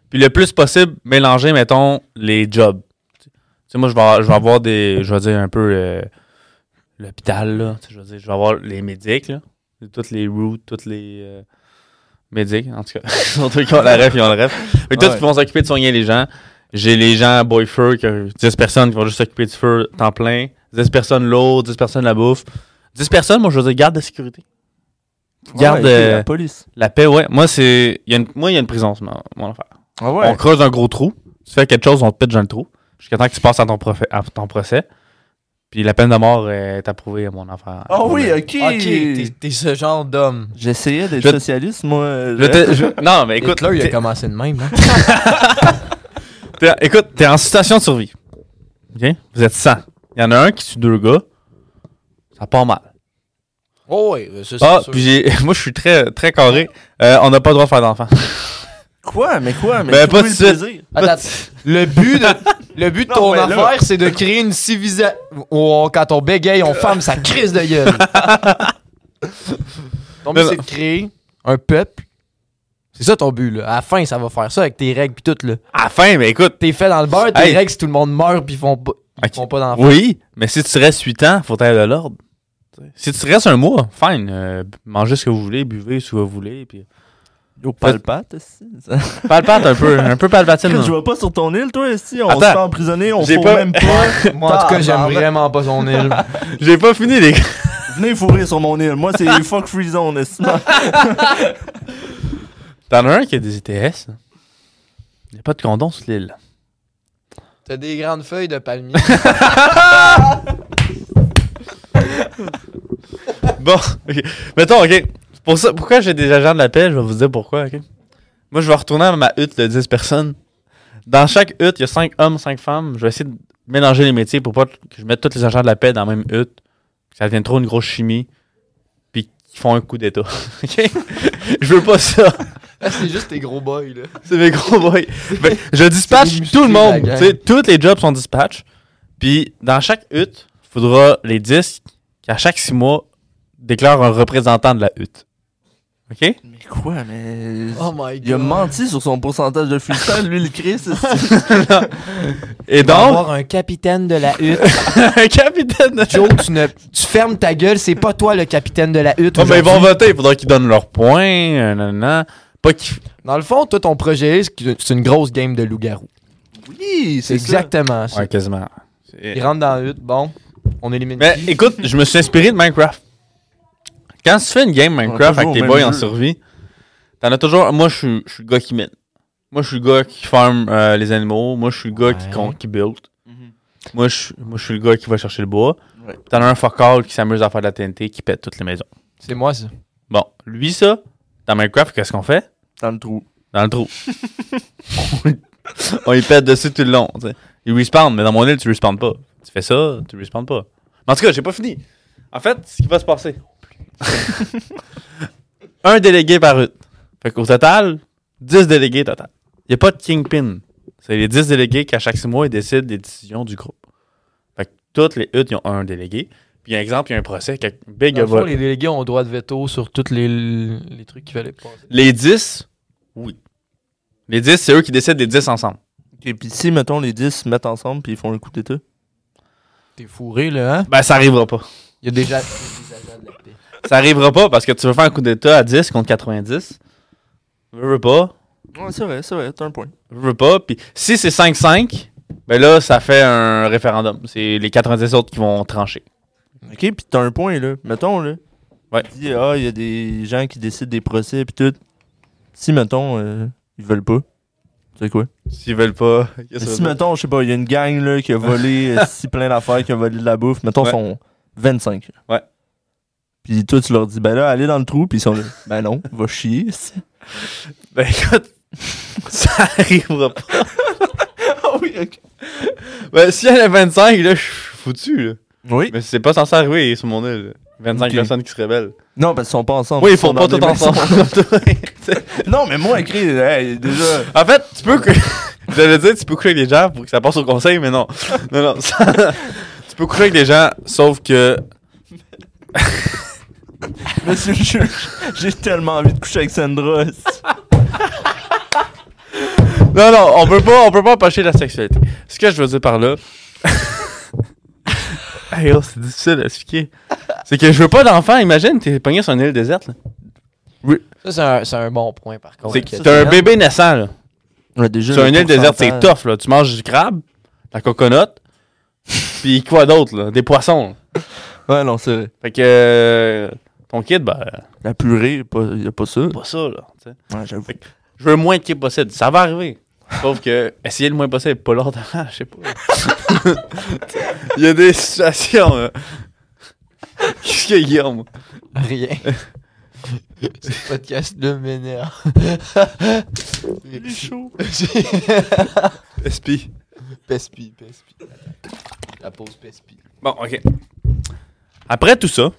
[SPEAKER 3] Puis le plus possible, mélanger, mettons, les jobs. Tu sais, moi, je vais, je vais avoir des. Je vais dire un peu euh, l'hôpital, là. Tu sais, je vais dire, je vais avoir les médics, là. Toutes les routes, toutes les. euh, médics, en tout cas. ils ont tous qui ont la ref, ils ont le ref. Fait que tous
[SPEAKER 2] Ouais.
[SPEAKER 3] qui vont s'occuper de soigner les gens. J'ai les gens boy feu, que 10 personnes qui vont juste s'occuper du feu temps plein. 10 personnes l'eau, 10 personnes la bouffe. 10 personnes, moi, je veux dire garde de sécurité. Garde
[SPEAKER 2] Ouais,
[SPEAKER 3] euh,
[SPEAKER 2] la police.
[SPEAKER 3] la paix, ouais. Moi, c'est. il y a une- Moi, il y a une prison, c'est mon, mon affaire.
[SPEAKER 2] Ah
[SPEAKER 3] On creuse un gros trou. Tu fais quelque chose, on te pitche dans le trou. Jusqu'à temps que tu passes à ton, profe- à ton procès. Puis la peine de mort est approuvée à mon affaire.
[SPEAKER 2] Ah oui, ok.
[SPEAKER 4] Ok, t'es- t'es ce genre d'homme.
[SPEAKER 2] J'essayais d'être
[SPEAKER 3] Je-
[SPEAKER 2] socialiste, moi. euh,
[SPEAKER 3] Je te- je- Non, mais écoute,
[SPEAKER 4] là, il a
[SPEAKER 3] t'es-
[SPEAKER 4] commencé de même. hein.
[SPEAKER 3] t'es- écoute, t'es en situation de survie. OK? Vous êtes 100. Il y en a un qui tue deux gars. Ça part mal.
[SPEAKER 4] Oh, ouais, ça, c'est
[SPEAKER 3] Ah,
[SPEAKER 4] sûr.
[SPEAKER 3] puis j'ai- moi, je suis très, très carré. Euh, on n'a pas le droit de faire d'enfants.
[SPEAKER 2] Quoi? Mais quoi? Mais
[SPEAKER 3] Ben,
[SPEAKER 2] tu
[SPEAKER 3] pas
[SPEAKER 2] peux
[SPEAKER 3] de
[SPEAKER 2] le
[SPEAKER 3] suite.
[SPEAKER 2] plaisir.
[SPEAKER 4] Attends, le but de, le but de
[SPEAKER 2] Non,
[SPEAKER 4] ton
[SPEAKER 2] mais là-
[SPEAKER 4] affaire, c'est de créer une civilisation. quand on bégaye, on ferme sa crise de gueule. ton but,
[SPEAKER 3] Mais-
[SPEAKER 4] c'est de créer un peuple. C'est ça ton but, là. À la fin, ça va faire ça avec tes règles pis tout, là.
[SPEAKER 3] À la fin, mais écoute.
[SPEAKER 4] T'es fait dans le beurre, tes
[SPEAKER 3] Hey.
[SPEAKER 4] règles, si tout le monde meurt pis ils font pas, ils
[SPEAKER 3] Ok.
[SPEAKER 4] font pas d'enfants.
[SPEAKER 3] Oui, mais si tu restes 8 ans, faut être de l'ordre. Si tu restes un mois, fine. euh, mangez ce que vous voulez, buvez ce que vous voulez. Puis...
[SPEAKER 2] Yo, palpate, aussi.
[SPEAKER 3] Palpate un peu, un peu palpatine.
[SPEAKER 2] Je
[SPEAKER 3] hein.
[SPEAKER 2] vois pas sur ton île, toi, si. On
[SPEAKER 3] Attends.
[SPEAKER 2] se fait emprisonner, on
[SPEAKER 3] J'ai
[SPEAKER 2] fourre
[SPEAKER 3] pas-
[SPEAKER 2] même pas.
[SPEAKER 4] Moi, en tout cas, j'aime
[SPEAKER 2] Tabarnak.
[SPEAKER 4] vraiment pas son île.
[SPEAKER 3] J'ai pas fini, les gars.
[SPEAKER 2] Venez fourrer sur mon île. Moi, c'est fuck free zone, esti.
[SPEAKER 3] T'en as un qui a des E ITS. Il n'y hein. a pas de condom sur l'île.
[SPEAKER 4] T'as des grandes feuilles de palmier.
[SPEAKER 3] Bon, ok. Mettons, ok. Pour ça, pourquoi j'ai des agents de la paix, je vais vous dire pourquoi, ok. Moi, je vais retourner à ma hutte de 10 personnes. Dans chaque hutte, il y a 5 hommes, 5 femmes. Je vais essayer de mélanger les métiers pour pas que je mette tous les agents de la paix dans la même hutte. Que ça devienne trop une grosse chimie. Puis qu'ils font un coup d'état. ok? je veux pas ça.
[SPEAKER 4] Ah, c'est juste tes gros boys, là.
[SPEAKER 3] C'est mes gros boys. Ben, je
[SPEAKER 4] C'est les
[SPEAKER 3] dispatche tout le
[SPEAKER 4] musclés de la
[SPEAKER 3] monde.
[SPEAKER 4] gang.
[SPEAKER 3] Tu sais, tous les jobs sont dispatch. Puis dans chaque hutte, il faudra les 10 qui, à chaque 6 mois, déclarent un représentant de la hutte. OK?
[SPEAKER 2] Mais quoi, mais.
[SPEAKER 4] Oh my god.
[SPEAKER 2] il a menti sur son pourcentage de freestyle, lui, le Chris. c'est-
[SPEAKER 3] Et donc,
[SPEAKER 4] un capitaine de la hutte.
[SPEAKER 3] un capitaine de
[SPEAKER 4] Joe, tu, ne... tu fermes ta gueule, c'est pas toi le capitaine de la hutte.
[SPEAKER 3] Oh, mais ils vont
[SPEAKER 4] aujourd'hui.
[SPEAKER 3] voter. Il faudra qu'ils donnent leurs points. euh, nan, nan. Pas qu'ils.
[SPEAKER 4] Dans le fond, toi, ton projet, c'est que- c'est une grosse game de loup-garou.
[SPEAKER 2] Oui, c'est
[SPEAKER 4] C'est
[SPEAKER 2] ça.
[SPEAKER 4] exactement ça.
[SPEAKER 3] Ouais, quasiment.
[SPEAKER 4] Il rentre dans la hutte, bon, on élimine.
[SPEAKER 3] Mais
[SPEAKER 4] qui?
[SPEAKER 3] écoute, je me suis inspiré de Minecraft. Quand tu fais une game Minecraft
[SPEAKER 2] toujours
[SPEAKER 3] avec tes
[SPEAKER 2] au même
[SPEAKER 3] boys
[SPEAKER 2] jeu.
[SPEAKER 3] en survie, t'en as toujours. Moi, je suis- je suis le gars qui mène. Moi, je suis le gars qui farm euh, les animaux. Moi, je suis le gars qui,
[SPEAKER 4] Ouais.
[SPEAKER 3] con- qui build.
[SPEAKER 2] Mhm.
[SPEAKER 3] Moi, je suis- moi, je suis le gars qui va chercher le bois.
[SPEAKER 2] Ouais.
[SPEAKER 3] T'en as un fuck all qui s'amuse à faire de la TNT qui pète toutes les maisons.
[SPEAKER 4] C'est moi, ça.
[SPEAKER 3] Bon, lui, ça, dans Minecraft, qu'est-ce qu'on fait
[SPEAKER 2] Dans le trou.
[SPEAKER 3] Dans le trou. On y pète dessus tout le long. tu sais. Il respawn, mais dans mon île, tu respawns pas. Tu fais ça, tu respawns pas. Mais en tout cas, j'ai pas fini. En fait, ce qui va se passer. Un délégué par route. Fait qu'au total, 10 délégués total. Il n'y a pas de kingpin. C'est les 10 délégués qui, à chaque 6 mois, ils décident des décisions du groupe. Fait que toutes les huttes, ils ont un délégué. Puis, un exemple, il y a un procès. quelque- Big
[SPEAKER 4] Dans le fond,
[SPEAKER 3] vote.
[SPEAKER 4] les délégués ont droit de veto sur tous les, les trucs qu'il fallait passer.
[SPEAKER 3] Les 10, oui. Les 10, c'est eux qui décident les 10 ensemble.
[SPEAKER 2] Et puis si, mettons, les 10 se mettent ensemble puis ils font un coup d'état.
[SPEAKER 4] T'es fourré, là, hein?
[SPEAKER 3] Ben, ça arrivera pas.
[SPEAKER 4] Il y a déjà des agents de la paix.
[SPEAKER 3] Ça arrivera pas parce que tu veux faire un coup d'état à 10 contre 90. Veux, veux pas.
[SPEAKER 2] Ouais, c'est vrai, c'est vrai, t'as un point.
[SPEAKER 3] Veux, veux pas. Puis si c'est 5-5, ben là, ça fait un référendum. C'est les 90 autres qui vont trancher.
[SPEAKER 2] Ok, puis t'as un point, là. Mettons, là.
[SPEAKER 3] Ouais.
[SPEAKER 2] Tu dis, ah, il y a des gens qui décident des procès puis tout. Si, mettons, euh, ils veulent pas. Tu sais quoi?
[SPEAKER 3] S'ils veulent pas.
[SPEAKER 2] Si, mettons, je sais pas, il y a une gang, là, qui a volé euh, si plein d'affaires, qui a volé de la bouffe. Mettons,
[SPEAKER 3] Ouais.
[SPEAKER 2] ils sont 25.
[SPEAKER 3] Ouais.
[SPEAKER 2] Puis toi, tu leur dis, ben là, allez dans le trou, puis ils sont là. Ben non, va chier. esti.
[SPEAKER 3] Ben écoute, ça arrivera pas. Ben si elle a 25, là, je suis foutu. là.
[SPEAKER 2] Oui.
[SPEAKER 3] Mais c'est pas censé arriver sur mon île. 25
[SPEAKER 2] Ok.
[SPEAKER 3] personnes qui se rébellent.
[SPEAKER 2] Non, parce qu'ils sont pas ensemble.
[SPEAKER 3] Oui, ils
[SPEAKER 2] Ils
[SPEAKER 3] font
[SPEAKER 2] sont
[SPEAKER 3] pas
[SPEAKER 2] dans
[SPEAKER 3] tout
[SPEAKER 2] des maisons.
[SPEAKER 3] ensemble.
[SPEAKER 2] non, mais moi, écrit, hey, déjà.
[SPEAKER 3] En fait, tu peux. cou- J'allais dire, tu peux coucher avec des gens pour que ça passe au conseil, mais non. Non, non. ça- tu peux coucher avec des gens, sauf que.
[SPEAKER 2] Monsieur le juge, j'ai tellement envie de coucher avec Sandra.
[SPEAKER 3] Non, non, on peut pas, on peut pas empêcher la sexualité. Ce que je veux dire par là. Hey, oh, c'est difficile à expliquer. C'est que je veux pas d'enfant, imagine, t'es pogné sur une île déserte. là.
[SPEAKER 4] Ça, c'est un, c'est un bon point, par contre.
[SPEAKER 3] C'est
[SPEAKER 4] Ça,
[SPEAKER 3] que T'as un
[SPEAKER 4] bien.
[SPEAKER 3] bébé naissant, là.
[SPEAKER 2] Ouais, déjà,
[SPEAKER 3] Sur
[SPEAKER 2] le
[SPEAKER 3] une île déserte, c'est
[SPEAKER 2] pourcentage.
[SPEAKER 3] tough, là. Tu manges du crabe, la coconote, puis quoi d'autre, là Des poissons. là.
[SPEAKER 2] Ouais, non, c'est vrai.
[SPEAKER 3] Fait que. euh, Ton kid, ben,
[SPEAKER 2] La purée, pas- y a pas ça.
[SPEAKER 3] pas ça, là. tu sais.
[SPEAKER 2] Ouais, j'avoue.
[SPEAKER 3] Je veux le moins qu'il possible. Ça va arriver. Sauf que essayer le moins possible, pas longtemps, je sais pas. Il y a des situations. là. Qu'est-ce qu'il y a, Guillaume?
[SPEAKER 4] Rien. Ce podcast-là m'énerve. Il est chaud.
[SPEAKER 3] Espi.
[SPEAKER 4] pespi, pespi. La pause pespi.
[SPEAKER 3] Bon, ok. Après tout ça,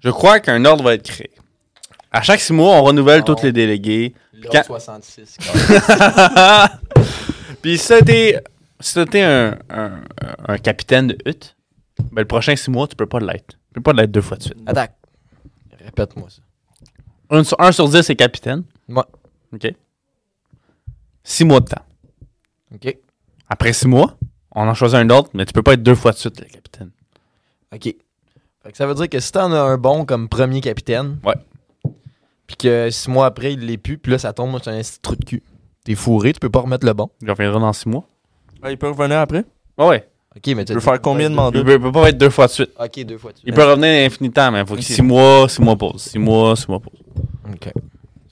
[SPEAKER 3] je crois qu'un ordre va être créé. À chaque six mois, on renouvelle
[SPEAKER 4] Non.
[SPEAKER 3] tous les délégués.
[SPEAKER 4] L'ordre
[SPEAKER 3] Quand-
[SPEAKER 4] 66.
[SPEAKER 3] Puis si t'es, si t'es un, un, un capitaine de hutte, ben le prochain six mois, tu peux pas l'être. Tu peux pas l'être deux fois de suite.
[SPEAKER 4] Attaque. Répète-moi ça.
[SPEAKER 3] Un sur, un sur dix, c'est capitaine.
[SPEAKER 4] Ouais.
[SPEAKER 3] OK. Six mois de temps.
[SPEAKER 4] OK.
[SPEAKER 3] Après six mois, on en choisit un autre, mais tu peux pas être deux fois de suite le capitaine.
[SPEAKER 4] OK. Fait que ça veut dire que si t'en as un bon comme premier capitaine.
[SPEAKER 3] Ouais.
[SPEAKER 4] Puis que six mois après, il l'est plus. Puis là, ça tombe, moi, c'est un petit trou de cul. T'es fourré, tu peux pas remettre le bon.
[SPEAKER 3] Il reviendra dans six mois.
[SPEAKER 2] Ah, il peut revenir après?
[SPEAKER 3] Ouais, Ah ouais.
[SPEAKER 4] OK, mais tu
[SPEAKER 2] Je veux faire combien de mandats?
[SPEAKER 3] Il peut, peut pas être deux fois de suite.
[SPEAKER 4] OK, deux
[SPEAKER 3] Euh.
[SPEAKER 4] fois. Tu...
[SPEAKER 3] Il peut revenir infiniment, mais il faut que
[SPEAKER 2] Ok.
[SPEAKER 3] six mois, six mois pause. Six mois, six mois pause.
[SPEAKER 4] OK.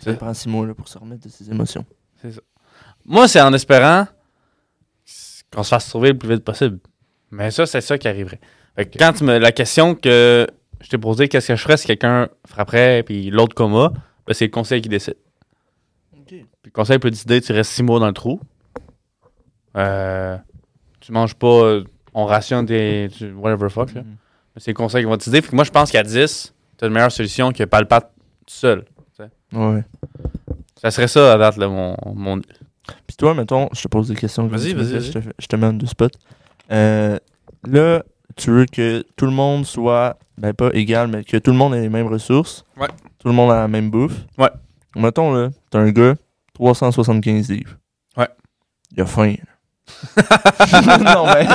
[SPEAKER 2] Ça prend six mois là, pour se remettre de ses émotions.
[SPEAKER 3] Moi, c'est en espérant qu'on se fasse trouver le plus vite possible. Mais ça, c'est ça qui arriverait. Fait que Quand tu me, la question que je t'ai posée, qu'est-ce que je ferais si quelqu'un frapperait puis l'autre coma, ben, c'est le conseil qui décide. Puis le conseil peut décider, tu restes six mois dans le trou. Euh, tu manges pas, euh, on rationne tes. tu- whatever fuck. là.
[SPEAKER 2] Mhm.
[SPEAKER 3] Mais C'est le conseil qui va décider. Fait que moi, je pense qu'à 10, t'as une meilleure solution que Palpat tout seul.
[SPEAKER 2] Ouais.
[SPEAKER 3] Ça serait ça à date, là, mon, mon
[SPEAKER 2] Puis toi, mettons, je te pose des questions.
[SPEAKER 3] Vas-y,
[SPEAKER 2] Tu me
[SPEAKER 3] vas-y,
[SPEAKER 2] dis,
[SPEAKER 3] vas-y.
[SPEAKER 2] Je te, fais- je te mets en deux spots. Euh, là, tu veux que tout le monde soit, ben pas égal, mais que tout le monde ait les mêmes ressources.
[SPEAKER 3] Ouais.
[SPEAKER 2] Tout le monde a la même bouffe.
[SPEAKER 3] Ouais.
[SPEAKER 2] Mettons, là, t'as un gars, 375 livres.
[SPEAKER 3] Ouais.
[SPEAKER 2] Il a faim. là. non, mais,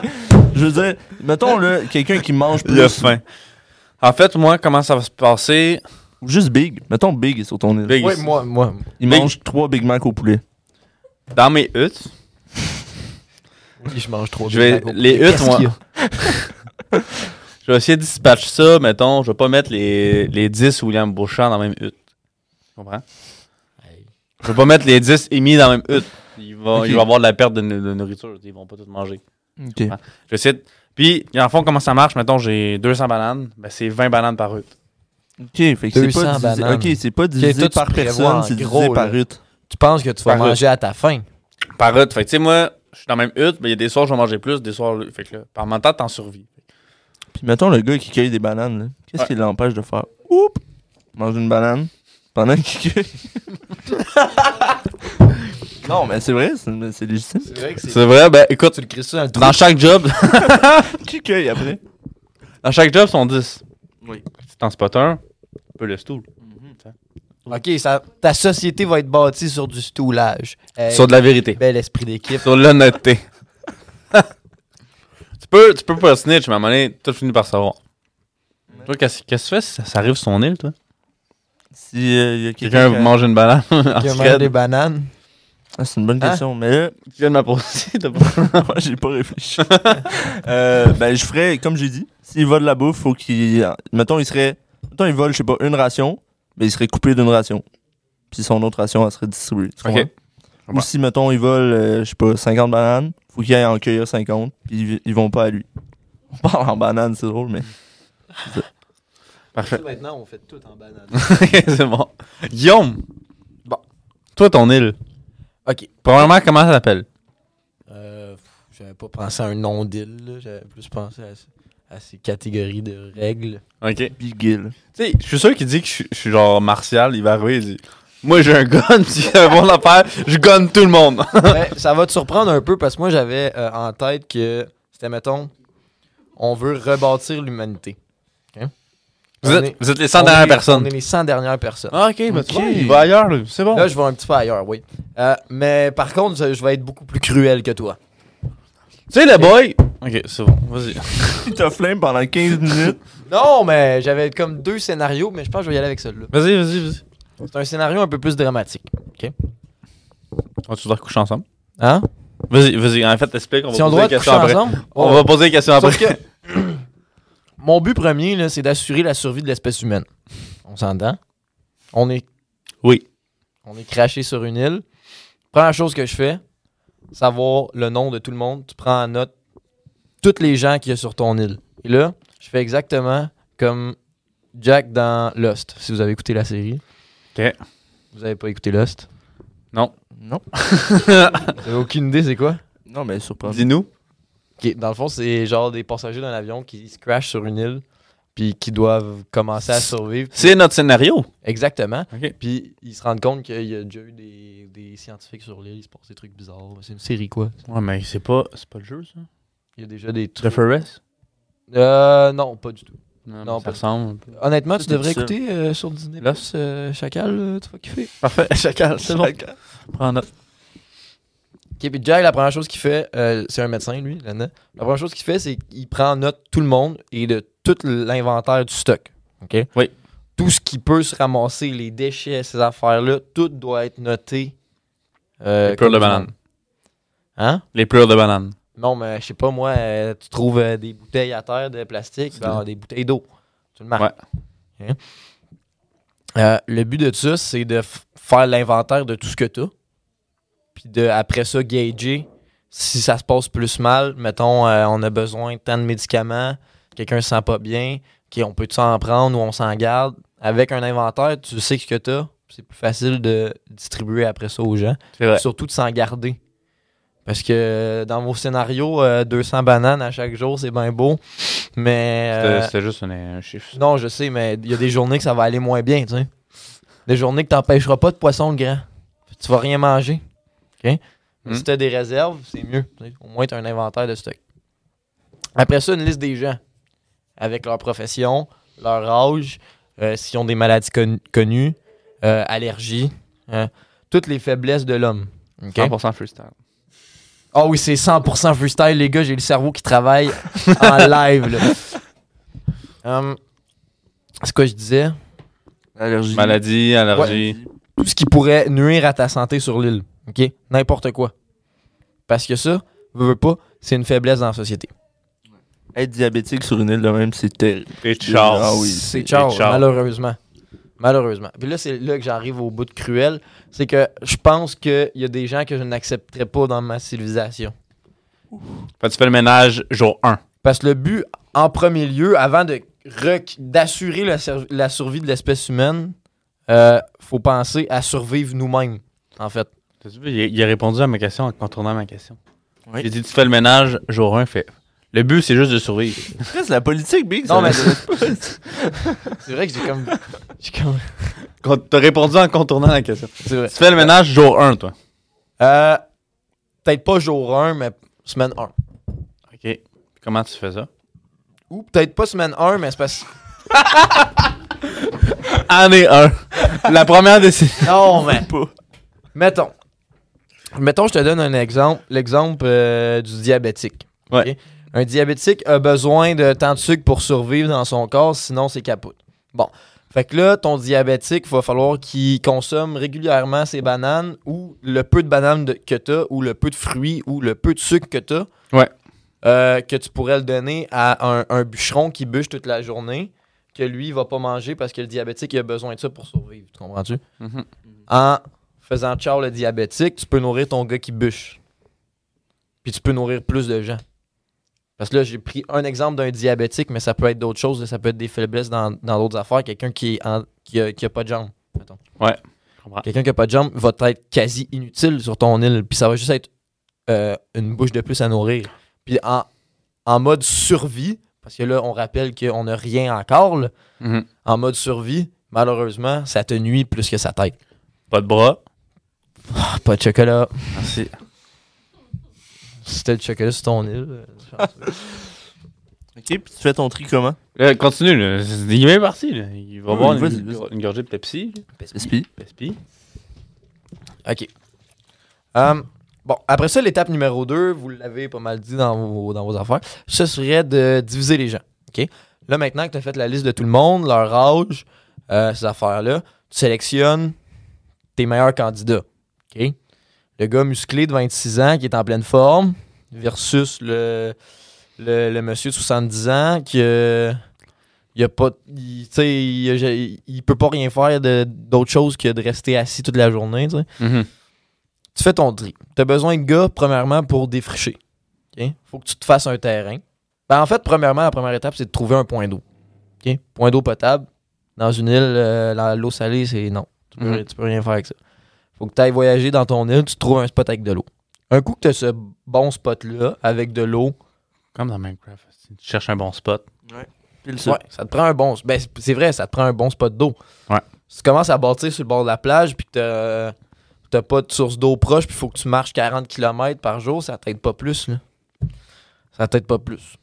[SPEAKER 2] je veux dire, mettons, là, quelqu'un qui mange plus.
[SPEAKER 3] En fait, moi, comment ça va se passer?
[SPEAKER 2] Ou juste Big. Mettons, Big est sur ton île.
[SPEAKER 3] Big,
[SPEAKER 4] Oui, moi, moi.
[SPEAKER 2] Il
[SPEAKER 3] Big.
[SPEAKER 2] mange trois Big Mac au poulet.
[SPEAKER 3] Dans mes huttes,
[SPEAKER 4] Oui, je mange trop
[SPEAKER 3] Je vais- les huttes, moi. je vais essayer de dispatcher ça, mettons, je vais pas mettre les, les 10 William Beauchamp dans la même hutte. Tu comprends? Je vais pas mettre les 10 Amy dans la même hutte. Il va,
[SPEAKER 2] Ok.
[SPEAKER 3] il va avoir de la perte de, nu- de nourriture, ils vont pas tout manger.
[SPEAKER 2] Ok.
[SPEAKER 3] Je vais essayer de- Puis, dans le fond, comment ça marche? Mettons, j'ai 200 bananes, ben c'est 20 bananes par hutte.
[SPEAKER 2] Ok, fait que c'est
[SPEAKER 4] 200
[SPEAKER 2] pas divisé,
[SPEAKER 4] bananes.
[SPEAKER 2] ok, c'est pas
[SPEAKER 4] Ok,
[SPEAKER 2] divisé
[SPEAKER 4] toi, tu
[SPEAKER 2] par
[SPEAKER 4] prévois en
[SPEAKER 2] personne, c'est divisé
[SPEAKER 4] gros,
[SPEAKER 2] par
[SPEAKER 4] là.
[SPEAKER 2] hutte.
[SPEAKER 4] Tu penses que tu vas
[SPEAKER 3] Par hutte.
[SPEAKER 4] manger à ta faim.
[SPEAKER 3] Par hutte. Fait que, tu sais, moi, je suis dans la même hutte, mais il y a des soirs, je vais manger plus, des soirs, fait que là, par mon temps, t'en survis.
[SPEAKER 2] Puis mettons le gars qui cueille des bananes, là. qu'est-ce
[SPEAKER 3] Ouais.
[SPEAKER 2] qui l'empêche de faire Oup Mange une banane pendant qu'il cueille. non, mais c'est vrai, c'est mais c'est légitime.
[SPEAKER 4] C'est vrai que
[SPEAKER 3] C'est vrai, ben, écoute,
[SPEAKER 4] Tu le cries ça dans le trou.
[SPEAKER 3] dans chaque job,
[SPEAKER 2] Qui cueille après
[SPEAKER 3] Dans chaque job, sont 10.
[SPEAKER 2] Oui.
[SPEAKER 3] Si t'en spot un, peu le stool.
[SPEAKER 4] Ok, ça- ta société va être bâtie sur du stoulage. Hey,
[SPEAKER 3] Sur de la vérité.
[SPEAKER 4] Bel esprit d'équipe.
[SPEAKER 3] Sur l'honnêteté. tu, peux, tu peux pas snitch, mais à un moment donné, tout finit par savoir. Toi, qu'est-ce qu'est-ce que tu fais si ça, ça arrive sur son île, toi?
[SPEAKER 2] Si euh, il y a quelqu'un.
[SPEAKER 3] Quelqu'un
[SPEAKER 2] qui a-
[SPEAKER 3] mange une banane en
[SPEAKER 4] Qui a mangé
[SPEAKER 3] secret.
[SPEAKER 4] des bananes.
[SPEAKER 2] Ah, c'est une bonne
[SPEAKER 4] Hein?
[SPEAKER 2] question, mais là,
[SPEAKER 3] Tu viens de m'apposer, t'as pas...
[SPEAKER 2] moi j'ai pas réfléchi. Euh, ben je ferais, comme j'ai dit, s'il vole la bouffe, faut qu'il. Mettons, il serait. Mettons, il vole, je sais pas, une ration, mais il serait coupé d'une ration. Puis son autre ration, elle serait distribuée. Tu comprends? Ou
[SPEAKER 3] Ouais.
[SPEAKER 2] si, mettons, ils volent, euh, je sais pas, 50 bananes, faut qu'ils aillent en cueillir 50, puis ils, ils vont pas à lui. On parle en banane, c'est drôle, mais.
[SPEAKER 3] Parfait.
[SPEAKER 4] Maintenant, on fait tout en bananes.
[SPEAKER 3] C'est bon. Guillaume!
[SPEAKER 4] Bon.
[SPEAKER 3] Toi, ton île.
[SPEAKER 4] Ok.
[SPEAKER 3] Premièrement, comment ça s'appelle?
[SPEAKER 4] Euh, pff, J'avais pas pensé à un nom d'île. là. J'avais plus pensé à, ce- à ces catégories de règles.
[SPEAKER 3] Ok.
[SPEAKER 2] Big Gill.
[SPEAKER 3] Tu sais, je suis sûr qu'il dit que je suis- je suis genre martial, il va arriver, il dit Moi j'ai un gun, si un bon affaire, je gonne tout le monde.
[SPEAKER 4] Ouais, ça va te surprendre un peu parce que moi, j'avais euh, en tête que c'était, mettons, on veut rebâtir l'humanité. Ok?
[SPEAKER 3] Vous
[SPEAKER 4] On
[SPEAKER 3] êtes,
[SPEAKER 4] est-
[SPEAKER 3] vous êtes les 100
[SPEAKER 4] on
[SPEAKER 3] dernières
[SPEAKER 4] est- On
[SPEAKER 3] personnes.
[SPEAKER 4] est les 100 dernières personnes.
[SPEAKER 3] Ah, ok,
[SPEAKER 2] bah, tu vois, il
[SPEAKER 3] va ailleurs, c'est bon.
[SPEAKER 4] Là, je vais un petit peu ailleurs, oui. Euh, mais par contre, je, je vais être beaucoup plus cruel que toi.
[SPEAKER 3] Tu sais, le boy. Ok, c'est bon, vas-y.
[SPEAKER 2] Il t'a flame pendant 15 minutes.
[SPEAKER 4] Non, mais j'avais comme deux scénarios, mais je pense que je vais y aller avec celui-là.
[SPEAKER 3] Vas-y, vas-y, vas-y.
[SPEAKER 4] C'est un scénario un peu plus dramatique.
[SPEAKER 3] On va tout leur coucher ensemble.
[SPEAKER 4] Hein?
[SPEAKER 3] Vas-y, vas-y, en fait, explique, on va
[SPEAKER 4] Si on
[SPEAKER 3] poser
[SPEAKER 4] doit
[SPEAKER 3] des
[SPEAKER 4] être
[SPEAKER 3] questions
[SPEAKER 4] coucher
[SPEAKER 3] après.
[SPEAKER 4] ensemble,
[SPEAKER 3] On
[SPEAKER 4] ouais.
[SPEAKER 3] va poser des questions après.
[SPEAKER 4] Sauf que mon but premier, là, c'est d'assurer la survie de l'espèce humaine. On s'entend? On est.
[SPEAKER 3] Oui.
[SPEAKER 4] On est craché sur une île. Première chose que je fais, savoir le nom de tout le monde. Tu prends en note toutes les gens qu'il y a sur ton île. Et là, je fais exactement comme Jack dans Lost. Si vous avez écouté la série.
[SPEAKER 3] Ok.
[SPEAKER 4] Vous avez pas écouté Lost?
[SPEAKER 2] Non.
[SPEAKER 4] Vous avez aucune idée, c'est quoi?
[SPEAKER 2] Non, mais surprenant.
[SPEAKER 3] Dis-nous.
[SPEAKER 4] Ok, Dans le fond, c'est genre des passagers d'un avion qui se crashent sur une île puis qui doivent commencer à survivre.
[SPEAKER 3] C'est notre scénario.
[SPEAKER 4] Exactement.
[SPEAKER 3] Ok.
[SPEAKER 4] Puis ils se rendent compte qu'il y a déjà eu des, des scientifiques sur l'île, il se passe des trucs bizarres. C'est une série quoi?
[SPEAKER 3] Ouais, mais c'est pas, c'est pas le jeu, ça.
[SPEAKER 4] Il y a déjà des
[SPEAKER 3] The
[SPEAKER 4] trucs.
[SPEAKER 3] Forest
[SPEAKER 4] Euh, non, pas du tout. Non,
[SPEAKER 3] mais
[SPEAKER 4] pas-
[SPEAKER 3] ça ressemble.
[SPEAKER 4] Honnêtement, tu
[SPEAKER 2] C'était
[SPEAKER 4] devrais
[SPEAKER 2] ça.
[SPEAKER 4] écouter euh, sur Disney
[SPEAKER 3] Là.
[SPEAKER 4] Plus euh, Chacal, euh, tu vas kiffer.
[SPEAKER 3] Parfait, chacal, c'est bon. Prends note.
[SPEAKER 4] Ok, puis Jack, la première chose qu'il fait, euh, c'est un médecin lui, là-dedans. La première chose qu'il fait, c'est qu'il prend en note tout le monde et de tout l'inventaire du stock. OK?
[SPEAKER 3] Oui.
[SPEAKER 4] Tout ce qui peut se ramasser, les déchets, ces affaires-là, tout doit être noté. euh,
[SPEAKER 3] Les pleurs de
[SPEAKER 4] comme du
[SPEAKER 3] banane.
[SPEAKER 4] monde. Hein?
[SPEAKER 3] Les pleurs de banane.
[SPEAKER 4] Non, mais je sais pas, moi, euh, tu trouves euh, des bouteilles à terre de plastique, ben, des bouteilles d'eau. Tu le marques. Hein? Euh, le but de ça, c'est de f- faire l'inventaire de tout ce que tu as. Puis de, après ça, gager si ça se passe plus mal. Mettons, euh, on a besoin de tant de médicaments, quelqu'un se sent pas bien, OK, on peut s'en prendre ou on s'en garde. Avec un inventaire, tu sais ce que tu as. C'est plus facile de distribuer après ça aux gens.
[SPEAKER 3] C'est vrai.
[SPEAKER 4] Surtout de s'en garder. Parce que euh, dans vos scénarios, euh, 200 bananes à chaque jour, c'est bien beau. Mais. euh,
[SPEAKER 3] C'était c'était juste un, un chiffre.
[SPEAKER 4] non, je sais, mais il y a des journées que ça va aller moins bien, tu sais. Des journées que t'empêcheras pas de poisson le grand. Tu vas rien manger. OK? Mais
[SPEAKER 3] Hmm.
[SPEAKER 4] Si t'as des réserves, c'est mieux. tu sais. Au moins, t'as un inventaire de stock. Après ça, une liste des gens. Avec leur profession, leur âge, euh, s'ils ont des maladies con- connues, euh, allergies, hein. toutes les faiblesses de l'homme. OK?
[SPEAKER 3] 100% freestyle.
[SPEAKER 4] Ah oui, c'est 100% freestyle, les gars. J'ai le cerveau qui travaille en live. là. Hum, c'est quoi je disais?
[SPEAKER 2] Allergie.
[SPEAKER 3] Maladie, allergie.
[SPEAKER 4] Tout ce qui pourrait nuire à ta santé sur l'île. OK? N'importe quoi. Parce que ça, veux, veux pas, c'est une faiblesse dans la société.
[SPEAKER 2] Être diabétique sur une île de même, c'est terrible.
[SPEAKER 3] Et Charles.
[SPEAKER 2] Ah oui.
[SPEAKER 4] c'est
[SPEAKER 3] c'est
[SPEAKER 4] Charles,
[SPEAKER 3] Charles.
[SPEAKER 4] malheureusement. Malheureusement. Puis là, c'est là que j'arrive au bout de cruel. C'est que je pense qu'il y a des gens que je n'accepterais pas dans ma civilisation.
[SPEAKER 3] Fait que tu fais le ménage jour 1.
[SPEAKER 4] Parce que le but, en premier lieu, avant de rec- d'assurer la, serv- la survie de l'espèce humaine, euh, faut penser à survivre nous-mêmes, en fait.
[SPEAKER 3] T'as-tu vu, il, a- il a répondu à ma question en contournant ma question.
[SPEAKER 2] Oui.
[SPEAKER 3] J'ai dit, tu fais le ménage jour 1, fait. Le but, c'est juste de survivre.
[SPEAKER 2] Après, c'est la politique, Big.
[SPEAKER 4] Non, mais
[SPEAKER 2] c'est
[SPEAKER 4] c'est c'est vrai que j'ai comme... j'ai comme-
[SPEAKER 3] Quand T'as répondu en contournant la question.
[SPEAKER 4] C'est vrai.
[SPEAKER 3] Tu fais le ménage jour 1, toi.
[SPEAKER 4] Euh, peut-être pas jour 1, mais semaine 1.
[SPEAKER 3] OK. Comment tu fais ça?
[SPEAKER 4] Ou peut-être pas semaine 1, mais c'est parce
[SPEAKER 3] Année 1. la première décennie.
[SPEAKER 4] Non, mais... Mettons. Mettons, je te donne un exemple. L'exemple euh, du diabétique.
[SPEAKER 3] Ouais.
[SPEAKER 4] Ok? Un diabétique a besoin de tant de sucre pour survivre dans son corps, sinon c'est capote. Bon. Fait que là, ton diabétique, il va falloir qu'il consomme régulièrement ses bananes ou le peu de bananes de- que tu ou le peu de fruits ou le peu de sucre que tu
[SPEAKER 3] Ouais.
[SPEAKER 4] que tu pourrais le donner à un, un bûcheron qui bûche toute la journée, que lui, il va pas manger parce que le diabétique, il a besoin de ça pour survivre. Tu comprends-tu?
[SPEAKER 3] Mhm.
[SPEAKER 4] en faisant ciao le diabétique, tu peux nourrir ton gars qui bûche. Puis tu peux nourrir plus de gens. Parce que là, j'ai pris un exemple d'un diabétique, mais ça peut être d'autres choses. là. Ça peut être des faiblesses dans dans d'autres affaires. Quelqu'un qui, est en- qui, a, qui a pas de jambes, mettons.
[SPEAKER 3] Ouais, je comprends.
[SPEAKER 4] Quelqu'un qui a pas de jambes va être quasi inutile sur ton île. Puis ça va juste être euh, une bouche de plus à nourrir. Puis en, en mode survie, parce que là, on rappelle qu'on n'a rien encore, là.
[SPEAKER 3] Mhm.
[SPEAKER 4] en mode survie, malheureusement, ça te nuit plus que ça t'aide.
[SPEAKER 3] Pas de bras.
[SPEAKER 4] Pas de chocolat.
[SPEAKER 3] Merci.
[SPEAKER 4] Si t'as du chocolat sur ton île. euh,
[SPEAKER 2] Ok, puis tu fais ton tri comment
[SPEAKER 3] Là, Euh, continue, là. Il est bien parti, là. Il va
[SPEAKER 2] Oui,
[SPEAKER 3] boire
[SPEAKER 2] vas-y,
[SPEAKER 3] une,
[SPEAKER 2] vas-y.
[SPEAKER 3] une gorgée de Pepsi.
[SPEAKER 2] Espi.
[SPEAKER 3] Pepsi.
[SPEAKER 4] OK. Hum, bon, après ça, l'étape numéro 2, vous l'avez pas mal dit dans vos, dans vos affaires, ce serait de diviser les gens. OK? Là, maintenant que tu as fait la liste de tout le monde, leur âge, euh, ces affaires-là, tu sélectionnes tes meilleurs candidats. OK? Le gars musclé de 26 ans qui est en pleine forme versus le, le, le monsieur de 70 ans qui euh, il a pas il, tu sais, il, a- il peut pas rien faire de- d'autre chose que de rester assis toute la journée, tu sais
[SPEAKER 3] Mhm.
[SPEAKER 4] tu fais ton tri. Tu as besoin de gars, premièrement, pour défricher. Il Faut que tu te fasses un terrain. Ben, en fait, premièrement, la première étape, c'est de trouver un point d'eau. OK? Point d'eau potable. Dans une île, euh, la- l'eau salée, c'est non. Tu peux,
[SPEAKER 3] Mhm.
[SPEAKER 4] tu peux rien faire avec ça. Faut que tu ailles voyager dans ton île, tu trouves un spot avec de l'eau. Un coup que tu as ce bon spot-là, avec de l'eau,
[SPEAKER 3] Comme dans Minecraft. Tu cherches un bon spot.
[SPEAKER 2] Pile
[SPEAKER 4] Ouais, ça te prend un bon. Ben, c'est- c'est vrai, ça te prend un bon spot d'eau.
[SPEAKER 3] Ouais.
[SPEAKER 4] Si tu commences à bâtir sur le bord de la plage, puis que t'as- t'as pas de source d'eau proche, puis il faut que tu marches 40 km par jour, ça t'aide pas plus. Là. Ça t'aide pas plus.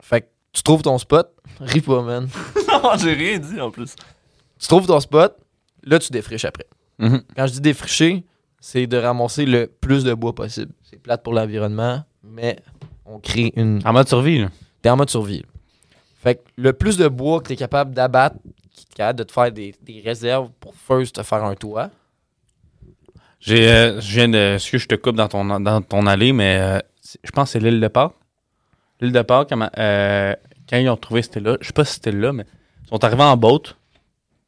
[SPEAKER 4] Fait que tu trouves ton spot, ris pas, man.
[SPEAKER 2] Non, j'ai rien dit en plus.
[SPEAKER 4] Tu trouves ton spot, là, tu défriches après.
[SPEAKER 3] Mhm.
[SPEAKER 4] Quand je dis défricher, c'est de ramasser le plus de bois possible. C'est plate pour l'environnement, mais on crée une
[SPEAKER 3] En mode survie, là.
[SPEAKER 4] T'es en mode survie. Fait que le plus de bois que t'es capable d'abattre, qui est capable de te faire des, des réserves pour first te faire un toit.
[SPEAKER 3] J'ai, euh, je viens de. Excuse, je te coupe dans ton, dans ton allée, mais euh, c'est- je pense que c'est l'île de Pâques. L'île de Pâques, quand, ma- euh, quand ils ont trouvé c'était là, je sais pas si c'était là, mais ils sont arrivés en boat.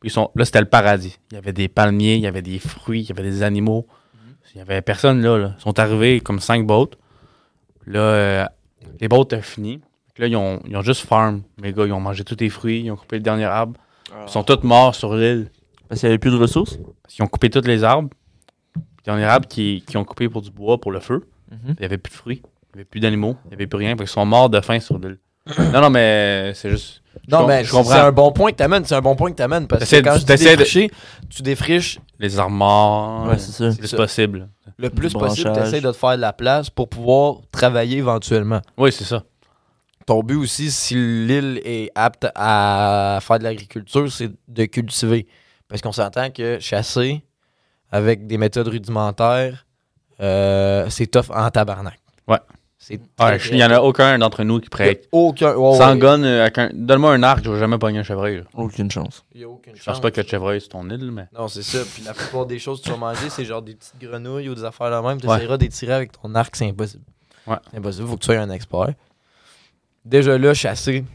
[SPEAKER 3] Ils sont, là, c'était le paradis. Il y avait des palmiers, il y avait des fruits, il y avait des animaux. Il y avait personne là. là. Ils sont arrivés comme cinq boats. Là, euh, les boats étaient finis. Là, ils ont, ils ont juste farm, mes gars. Ils ont mangé tous les fruits, ils ont coupé le dernier arbre. Ils sont tous morts sur l'île.
[SPEAKER 2] Parce qu'il n'y avait plus de ressources.
[SPEAKER 3] Ils ont coupé tous les arbres. Puis les arbres qui, qui ont coupé pour du bois, pour le feu.
[SPEAKER 2] Mhm.
[SPEAKER 3] Il n'y avait plus de fruits. Il n'y avait plus d'animaux. Il n'y avait plus rien. Fait qu'ils sont morts de faim sur l'île. non, non, mais c'est juste.
[SPEAKER 4] Non,
[SPEAKER 3] com-
[SPEAKER 4] mais
[SPEAKER 3] je
[SPEAKER 4] c'est
[SPEAKER 3] comprends.
[SPEAKER 4] un bon point que t'amènes. C'est un bon point que t'amènes parce que
[SPEAKER 3] T'essaies
[SPEAKER 4] quand
[SPEAKER 3] de-
[SPEAKER 4] tu
[SPEAKER 3] t'essaies de-
[SPEAKER 4] défriches, tu défriches
[SPEAKER 3] Les arbres morts.
[SPEAKER 2] Ouais, c'est ça.
[SPEAKER 3] le plus
[SPEAKER 4] ça.
[SPEAKER 3] possible.
[SPEAKER 4] le plus
[SPEAKER 2] Du
[SPEAKER 4] possible.
[SPEAKER 2] branchage.
[SPEAKER 4] T'essaies de te faire de la place pour pouvoir travailler éventuellement.
[SPEAKER 3] Oui, c'est ça.
[SPEAKER 4] Ton but aussi, si l'île est apte à faire de l'agriculture, c'est de cultiver. Parce qu'on s'entend que chasser avec des méthodes rudimentaires, euh, c'est tough en tabarnak.
[SPEAKER 3] Ouais.
[SPEAKER 4] C'est
[SPEAKER 3] Ouais,
[SPEAKER 4] très,
[SPEAKER 3] je-
[SPEAKER 4] très-
[SPEAKER 3] il n'y en a aucun d'entre nous qui
[SPEAKER 4] Il y a
[SPEAKER 3] pourrait être.
[SPEAKER 4] aucun.
[SPEAKER 2] Oh,
[SPEAKER 4] ouais, ouais.
[SPEAKER 3] Sans gun, euh, avec un- donne-moi un arc, je vais jamais pogner un chevreuil. là.
[SPEAKER 2] Aucune chance.
[SPEAKER 4] Il y a aucune
[SPEAKER 3] Je
[SPEAKER 4] chance.
[SPEAKER 3] pense pas que le chevreuil, c'est ton île, mais.
[SPEAKER 4] Non, c'est ça. Puis la plupart des choses que tu vas manger, c'est genre des petites grenouilles ou des affaires là même. Tu
[SPEAKER 3] Ouais.
[SPEAKER 4] essaieras d'étirer avec ton arc, c'est impossible.
[SPEAKER 3] Ouais.
[SPEAKER 4] C'est impossible, faut que tu sois un expert. Déjà là, chasser.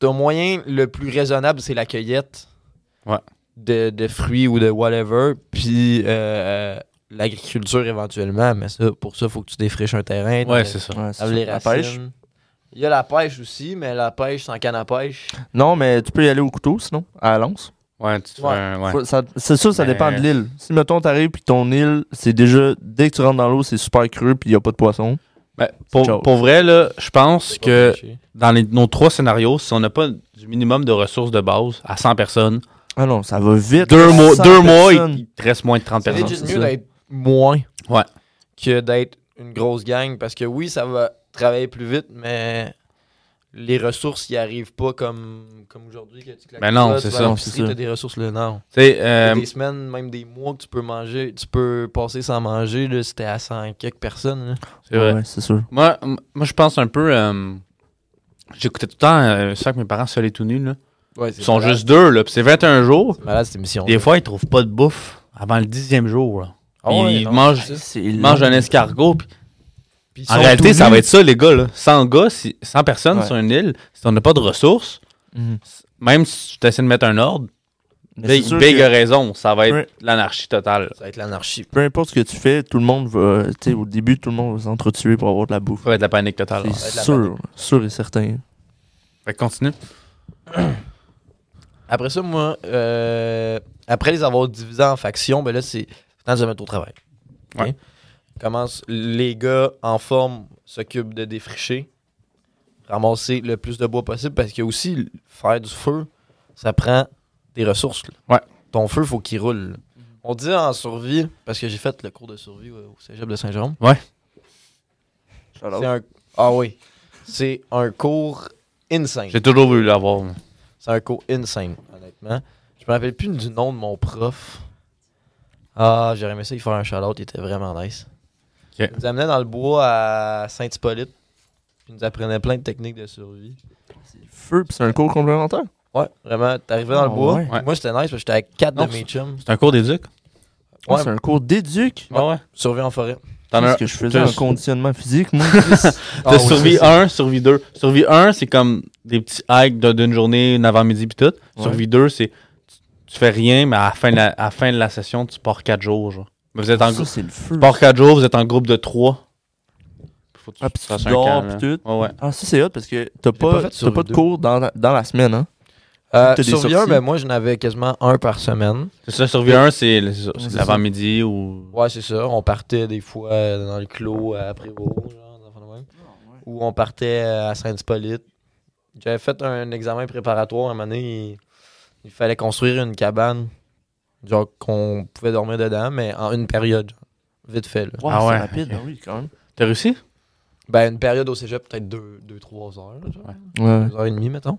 [SPEAKER 4] Ton moyen le plus raisonnable, c'est la cueillette
[SPEAKER 3] Ouais.
[SPEAKER 4] de, de fruits ou de whatever. Puis euh, l'agriculture éventuellement. Mais ça, pour ça, faut que tu défriches un terrain.
[SPEAKER 3] Ouais,
[SPEAKER 4] t'en-
[SPEAKER 3] c'est ça.
[SPEAKER 2] Ouais, c'est
[SPEAKER 4] t'enlèves les
[SPEAKER 2] ça. La
[SPEAKER 4] racines. Il y a la pêche aussi, mais la pêche sans canne à pêche.
[SPEAKER 2] Non, mais tu peux y aller au couteau, sinon, à la lance.
[SPEAKER 3] Ouais, tu te fais
[SPEAKER 4] Ouais.
[SPEAKER 3] un- ouais.
[SPEAKER 2] Faut- ça- C'est sûr, ça
[SPEAKER 3] Mais-
[SPEAKER 2] dépend de l'île. Si, mettons, t'arrives puis ton île, c'est déjà. Dès que tu rentres dans l'eau, c'est super creux puis il n'y a pas de poisson.
[SPEAKER 3] Ben,
[SPEAKER 2] Ciao.
[SPEAKER 3] pour, pour vrai, là, je pense que
[SPEAKER 4] Pêcher.
[SPEAKER 3] dans les- nos trois scénarios, si on n'a pas du minimum de ressources de base à 100 personnes,
[SPEAKER 2] Ah non, ça va vite.
[SPEAKER 3] deux, mois,
[SPEAKER 2] 100
[SPEAKER 3] deux mois,
[SPEAKER 2] personnes.
[SPEAKER 3] il, il te reste moins de 30
[SPEAKER 4] C'est
[SPEAKER 3] personnes.
[SPEAKER 4] juste
[SPEAKER 2] c'est
[SPEAKER 4] mieux
[SPEAKER 2] ça.
[SPEAKER 4] d'être moins
[SPEAKER 3] Ouais.
[SPEAKER 4] que d'être une grosse gang parce que oui, ça va travailler plus vite, mais les ressources n'y arrivent pas comme, comme aujourd'hui que tu claques
[SPEAKER 3] Ben non,
[SPEAKER 4] ça, tu
[SPEAKER 3] c'est
[SPEAKER 4] vas à
[SPEAKER 3] ça,
[SPEAKER 4] l'épicerie,
[SPEAKER 2] c'est ça.
[SPEAKER 4] t'as des ressources le non.
[SPEAKER 3] Tu sais, euh,
[SPEAKER 4] T'as des semaines, même des mois que tu peux manger, tu peux passer sans manger là, si t'es à 100 quelques personnes. là.
[SPEAKER 3] c'est vrai.
[SPEAKER 2] Ouais, c'est sûr.
[SPEAKER 3] Moi, m- moi je pense un peu. euh, J'écoutais tout le temps euh, ça que mes parents seuls et tout nus. Là. Ils sont juste deux, là. Puis c'est 21 jours.
[SPEAKER 4] malade cette émission.
[SPEAKER 3] Des fois, ils trouvent pas de bouffe avant le dixième jour. là.
[SPEAKER 4] Ah ouais,
[SPEAKER 3] ils
[SPEAKER 4] non,
[SPEAKER 3] mangent,
[SPEAKER 4] c'est ça.
[SPEAKER 3] ils mangent un escargot. puis
[SPEAKER 4] Puis ils
[SPEAKER 3] en
[SPEAKER 4] sont
[SPEAKER 3] réalité,
[SPEAKER 4] tout
[SPEAKER 3] ça
[SPEAKER 4] nus.
[SPEAKER 3] va être ça, les gars. Là. 100 gars, si- 100 personnes
[SPEAKER 2] Ouais.
[SPEAKER 3] sur une île, si on n'a pas de ressources,
[SPEAKER 2] Mhm.
[SPEAKER 3] même si tu essaies de mettre un ordre, ben,
[SPEAKER 2] Mais
[SPEAKER 3] Big,
[SPEAKER 2] c'est sûr
[SPEAKER 3] Big
[SPEAKER 2] que
[SPEAKER 3] a raison. Ça va être
[SPEAKER 2] Ouais.
[SPEAKER 3] l'anarchie totale.
[SPEAKER 4] Ça va être l'anarchie.
[SPEAKER 2] Peu importe ce que tu fais, tout le monde va. Tu sais, au début, tout le monde va s'entretuer pour avoir de la bouffe.
[SPEAKER 3] Ça va être la panique totale.
[SPEAKER 2] C'est
[SPEAKER 4] va être la
[SPEAKER 2] sûr, sûr et certain.
[SPEAKER 3] Fait que continue.
[SPEAKER 4] Après ça, moi, euh, après les avoir divisés en factions, ben là, c'est c'est temps de se mettre au travail. OK?
[SPEAKER 3] Ouais.
[SPEAKER 4] Commence, les gars en forme s'occupent de défricher, ramasser le plus de bois possible parce que aussi, l- faire du feu, ça prend des ressources. là.
[SPEAKER 3] Ouais.
[SPEAKER 4] Ton feu, faut qu'il roule. là. On dit en survie, parce que j'ai fait le cours de survie euh, au cégep de Saint-Jérôme. C'est un- Ah oui. C'est un cours insane.
[SPEAKER 3] J'ai toujours voulu l'avoir. moi.
[SPEAKER 4] C'est un cours insane, honnêtement. Je me rappelle plus du nom de mon prof. Ah, j'aurais aimé ça y faire un shout-out, il était vraiment nice.
[SPEAKER 3] Ok.
[SPEAKER 4] Il nous amenait dans le bois à Saint-Hippolyte. puis Il nous apprenait plein de techniques de survie.
[SPEAKER 2] Feu, puis c'est un cours complémentaire.
[SPEAKER 4] Ouais, vraiment, t'arrivais dans le
[SPEAKER 2] Ah
[SPEAKER 4] bois.
[SPEAKER 2] ouais.
[SPEAKER 4] puis Moi, j'étais nice parce que j'étais avec quatre
[SPEAKER 3] Non,
[SPEAKER 4] de mes chums.
[SPEAKER 3] C'est un cours d'éduc.
[SPEAKER 2] Ouais,
[SPEAKER 4] Ouais.
[SPEAKER 2] c'est un cours d'éduc.
[SPEAKER 3] Ah ouais.
[SPEAKER 4] Survie en forêt.
[SPEAKER 3] T'en as
[SPEAKER 2] Qu'est-ce
[SPEAKER 3] un.
[SPEAKER 2] que je faisais
[SPEAKER 3] t'as-
[SPEAKER 2] en conditionnement physique, moi.
[SPEAKER 4] Ah
[SPEAKER 3] T'as
[SPEAKER 4] oui,
[SPEAKER 3] survie
[SPEAKER 4] c'est ça.
[SPEAKER 3] 1, survie 2. Survie 1, c'est comme des petits hikes de- d'une journée, une avant-midi, puis tout. Survie 2, c'est tu- tu fais rien, mais à la fin de la, à la fin de la session, tu pars 4 jours. Genre. Mais vous êtes en
[SPEAKER 2] ça,
[SPEAKER 3] groupe.
[SPEAKER 2] c'est le feu.
[SPEAKER 3] Tu pars 4 jours, vous êtes en groupe de 3. Faut que
[SPEAKER 2] Ah, puis tu
[SPEAKER 3] fasses
[SPEAKER 2] dors,
[SPEAKER 3] camp,
[SPEAKER 2] puis
[SPEAKER 3] là.
[SPEAKER 2] tout.
[SPEAKER 3] Ouais, ouais.
[SPEAKER 2] Ah, ça, c'est hot parce que t'as
[SPEAKER 4] pas
[SPEAKER 2] pas,
[SPEAKER 4] fait
[SPEAKER 2] t'as
[SPEAKER 4] sur
[SPEAKER 2] pas
[SPEAKER 4] les
[SPEAKER 2] de
[SPEAKER 4] deux.
[SPEAKER 2] cours dans la, dans la semaine, hein.
[SPEAKER 4] Euh,
[SPEAKER 2] T'as des
[SPEAKER 4] survie 1,
[SPEAKER 2] sorties.
[SPEAKER 4] ben, moi, j'en avais quasiment un par semaine.
[SPEAKER 3] C'est ça, survie 1, c'est le- c'est
[SPEAKER 2] c'est ça.
[SPEAKER 3] l'avant-midi ou.
[SPEAKER 4] Ouais, c'est ça. On partait des fois euh, dans le clos à Prévost, genre, des affaires de même.
[SPEAKER 3] Ah,
[SPEAKER 4] Ou on partait euh, à Saint-Hippolyte. J'avais fait un examen préparatoire à un moment donné. Il, il fallait construire une cabane. Genre qu'on pouvait dormir dedans, mais en une période. genre. Vite fait, là.
[SPEAKER 2] Wow,
[SPEAKER 3] Ah ouais.
[SPEAKER 2] c'est rapide, ah oui, quand même.
[SPEAKER 3] T'as réussi?
[SPEAKER 4] Ben, une période au cégep, peut-être 2-3 deux, deux, trois heures. Genre.
[SPEAKER 2] Ouais.
[SPEAKER 4] Deux heures et demie, mettons.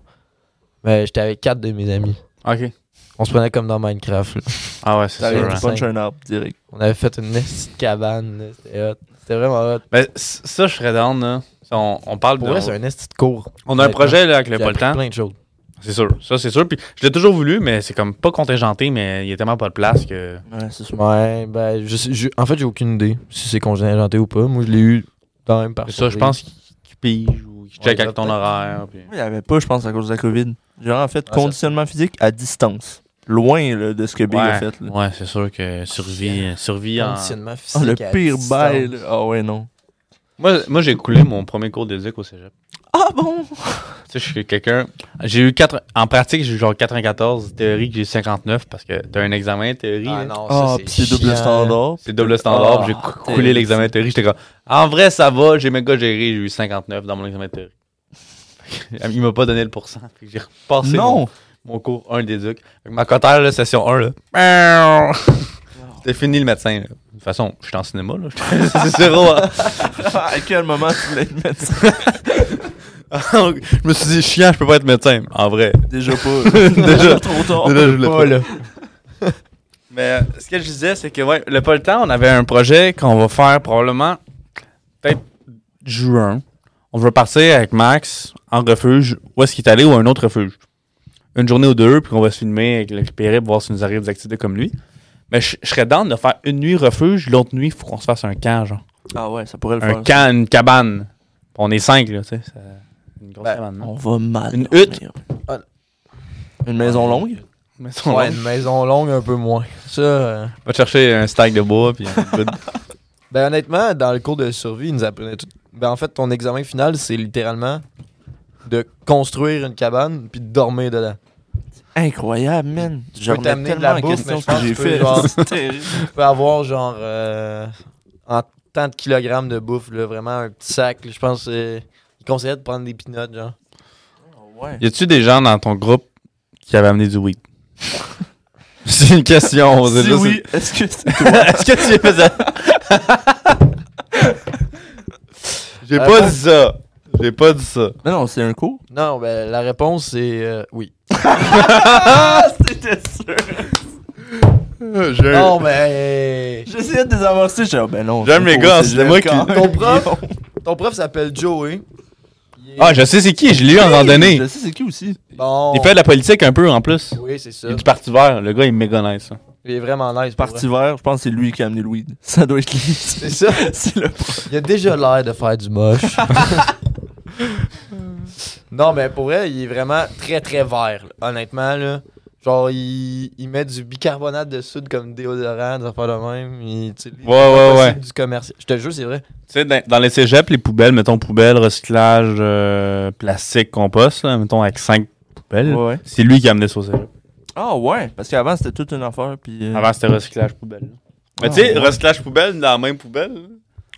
[SPEAKER 4] Mais j'étais avec quatre de mes amis.
[SPEAKER 3] Ok.
[SPEAKER 4] On se prenait comme dans Minecraft, là.
[SPEAKER 3] Ah ouais, c'est
[SPEAKER 4] T'as
[SPEAKER 3] sûr.
[SPEAKER 4] réussi.
[SPEAKER 3] hein.
[SPEAKER 2] Tu punches un arbre direct.
[SPEAKER 4] On avait fait une petite cabane, là. C'était hot. C'était vraiment hot.
[SPEAKER 3] Ben, c- ça, je serais down, là. Ça, On, on parle
[SPEAKER 4] Pour
[SPEAKER 3] de.
[SPEAKER 4] vrai, c'est un esti de cours.
[SPEAKER 3] on a un projet, là, avec le
[SPEAKER 4] J'ai
[SPEAKER 3] pas le
[SPEAKER 4] appris
[SPEAKER 3] temps.
[SPEAKER 4] plein de choses.
[SPEAKER 3] C'est sûr. Ça, c'est sûr. Puis, je l'ai toujours voulu, mais c'est comme pas contingenté, mais il y a tellement pas de place que.
[SPEAKER 2] Ouais, c'est sûr.
[SPEAKER 4] Ouais, ben, je sais- je- en fait, j'ai aucune idée si c'est congénienté ou pas. Moi, je l'ai eu dans la même
[SPEAKER 3] C'est
[SPEAKER 4] partie.
[SPEAKER 3] ça, je pense qu'il qu'il pige ou ou qui check
[SPEAKER 4] Ouais,
[SPEAKER 3] avec ton
[SPEAKER 4] peut-être.
[SPEAKER 3] horaire. puis-
[SPEAKER 2] Moi, Il n'y avait pas, je pense, à cause de la COVID. Genre, en fait,
[SPEAKER 4] Ah, ça-
[SPEAKER 2] conditionnement physique à distance. Loin là, de ce que Big a
[SPEAKER 3] Ouais,
[SPEAKER 2] fait. là.
[SPEAKER 3] ouais, c'est sûr que survie, survie en...
[SPEAKER 4] Conditionnement
[SPEAKER 2] Ah,
[SPEAKER 4] physique.
[SPEAKER 2] le
[SPEAKER 4] à
[SPEAKER 2] pire
[SPEAKER 4] distance.
[SPEAKER 2] bail. là. Ah ouais, non.
[SPEAKER 3] Moi, moi j'ai coulé mon premier cours d'éduc au cégep.
[SPEAKER 2] Ah bon?
[SPEAKER 3] Tu sais, je suis quelqu'un. J'ai eu 4. En pratique, j'ai eu genre 94. Théorie, j'ai eu 59 parce que t'as un examen théorie. là.
[SPEAKER 4] Ah non, ça,
[SPEAKER 2] Ah,
[SPEAKER 4] c'est
[SPEAKER 2] pis c'est double
[SPEAKER 4] chiant.
[SPEAKER 2] standard.
[SPEAKER 3] C'est double standard.
[SPEAKER 2] Ah,
[SPEAKER 3] j'ai cou-
[SPEAKER 2] t'es-
[SPEAKER 3] coulé l'examen théorie. J'étais comme. En vrai, ça va. J'ai méga géré. J'ai eu 59 dans mon examen théorie. Il m'a pas donné le pourcent. Fait que J'ai repassé mon,
[SPEAKER 2] Non!
[SPEAKER 3] mon cours 1 d'éduc. Fait que Ma cotère, là, session 1, là. C'était fini le médecin. là. De toute façon, je suis en cinéma, là. C'est zéro. hein.
[SPEAKER 2] à quel moment tu voulais être médecin?
[SPEAKER 3] je me suis dit, chiant, je peux pas être médecin. En vrai.
[SPEAKER 2] Déjà pas.
[SPEAKER 3] Déjà.
[SPEAKER 2] trop tard.
[SPEAKER 3] Déjà, je voulais pas.
[SPEAKER 4] Pas là.
[SPEAKER 3] Mais euh, ce que je disais, c'est que ouais, le pas le temps, on avait un projet qu'on va faire probablement peut-être juin. On veut partir avec Max en refuge. Où est-ce qu'il est allé ou à un autre refuge? Une journée ou deux, puis qu'on va se filmer avec le périple, voir si nous arrive des activités comme lui. Mais je, je serais down de faire une nuit refuge, l'autre nuit, il faut qu'on se fasse un camp, genre.
[SPEAKER 2] Ah ouais, ça pourrait le
[SPEAKER 3] Un
[SPEAKER 2] faire.
[SPEAKER 3] camp, une cabane. On est cinq, là, tu sais. ça- Une grosse
[SPEAKER 4] Ben,
[SPEAKER 3] cabane,
[SPEAKER 2] On
[SPEAKER 3] non?
[SPEAKER 2] va mal.
[SPEAKER 3] Une
[SPEAKER 2] dormir.
[SPEAKER 4] Ah.
[SPEAKER 2] Une maison longue?
[SPEAKER 3] Mais ça, on
[SPEAKER 4] Ouais, une maison longue un peu moins. Ça. euh,
[SPEAKER 3] va te chercher un stack de bois, puis un bout de-
[SPEAKER 4] Ben honnêtement, dans le cours de survie, ils nous apprenaient tout. Ben en fait, ton examen final, c'est littéralement de construire une cabane puis de dormir dedans.
[SPEAKER 2] Incroyable, man. Je remets
[SPEAKER 4] t'amener de
[SPEAKER 2] tellement
[SPEAKER 4] la
[SPEAKER 2] en
[SPEAKER 4] bouffe,
[SPEAKER 2] question
[SPEAKER 4] mais
[SPEAKER 2] ce
[SPEAKER 4] je
[SPEAKER 2] que
[SPEAKER 4] pense
[SPEAKER 2] j'ai
[SPEAKER 4] que tu
[SPEAKER 2] fait.
[SPEAKER 4] peux, genre-
[SPEAKER 2] C'est terrible.
[SPEAKER 4] Tu peux avoir genre euh, en tant de kilogrammes de bouffe, là, vraiment un petit sac. là, Je pense que ils conseillaient de prendre des pinottes, genre.
[SPEAKER 2] Ouais.
[SPEAKER 3] Y a-tu des gens dans ton groupe qui avaient amené du weed? c'est une question. c'est
[SPEAKER 2] Si
[SPEAKER 3] là,
[SPEAKER 2] oui, est-ce que c'est
[SPEAKER 3] c'est- Est-ce que tu les faisais? J'ai
[SPEAKER 4] Euh,
[SPEAKER 3] pas
[SPEAKER 4] bon.
[SPEAKER 3] dit ça. J'ai pas dit ça.
[SPEAKER 2] Non, non, c'est un cours.
[SPEAKER 4] Non, ben la réponse c'est euh, oui.
[SPEAKER 2] C'était sûr.
[SPEAKER 3] J'ai
[SPEAKER 4] Non, ben, mais
[SPEAKER 2] J'essayais de désamorcer. J'ai dit, ah, ben non.
[SPEAKER 3] J'aime
[SPEAKER 2] c'est
[SPEAKER 3] les
[SPEAKER 2] cours,
[SPEAKER 3] gars,
[SPEAKER 2] c'est
[SPEAKER 3] c'est
[SPEAKER 2] le
[SPEAKER 3] moi qui-
[SPEAKER 2] camp.
[SPEAKER 4] ton prof, ton prof s'appelle Joey. Il est-
[SPEAKER 3] Ah, je sais c'est qui, je l'ai eu en randonnée.
[SPEAKER 2] Je sais c'est qui aussi.
[SPEAKER 4] bon.
[SPEAKER 3] Il fait de la politique un peu en plus.
[SPEAKER 4] Oui, c'est ça.
[SPEAKER 3] Il est du parti vert, le gars il est méga nice. hein.
[SPEAKER 4] Il est vraiment nice. pour
[SPEAKER 2] Parti vert, je pense que c'est lui qui a amené le weed. Ça doit être lui.
[SPEAKER 4] vrai. C'est ça.
[SPEAKER 2] c'est le
[SPEAKER 4] Il a déjà l'air de faire du moche. non, mais pour vrai, il est vraiment très très vert, là. honnêtement. Là. Genre, il, il met du bicarbonate de soude comme déodorant, des affaires de même. Il utilise
[SPEAKER 3] Ouais, ouais, ouais.
[SPEAKER 4] du commercial. Je te jure, c'est vrai.
[SPEAKER 3] Tu sais, dans, dans les cégeps, les poubelles, mettons poubelle, recyclage, euh, plastique, compost, là, mettons avec 5 poubelles.
[SPEAKER 2] Ouais.
[SPEAKER 3] C'est lui qui a amené ça au cégep.
[SPEAKER 2] Ah ouais, parce qu'avant c'était toute une affaire. Puis,
[SPEAKER 4] Mm.
[SPEAKER 2] euh,
[SPEAKER 3] Avant, c'était recyclage poubelle. Mais
[SPEAKER 2] Ah,
[SPEAKER 3] tu sais,
[SPEAKER 2] ouais.
[SPEAKER 3] recyclage poubelle dans la même poubelle. là.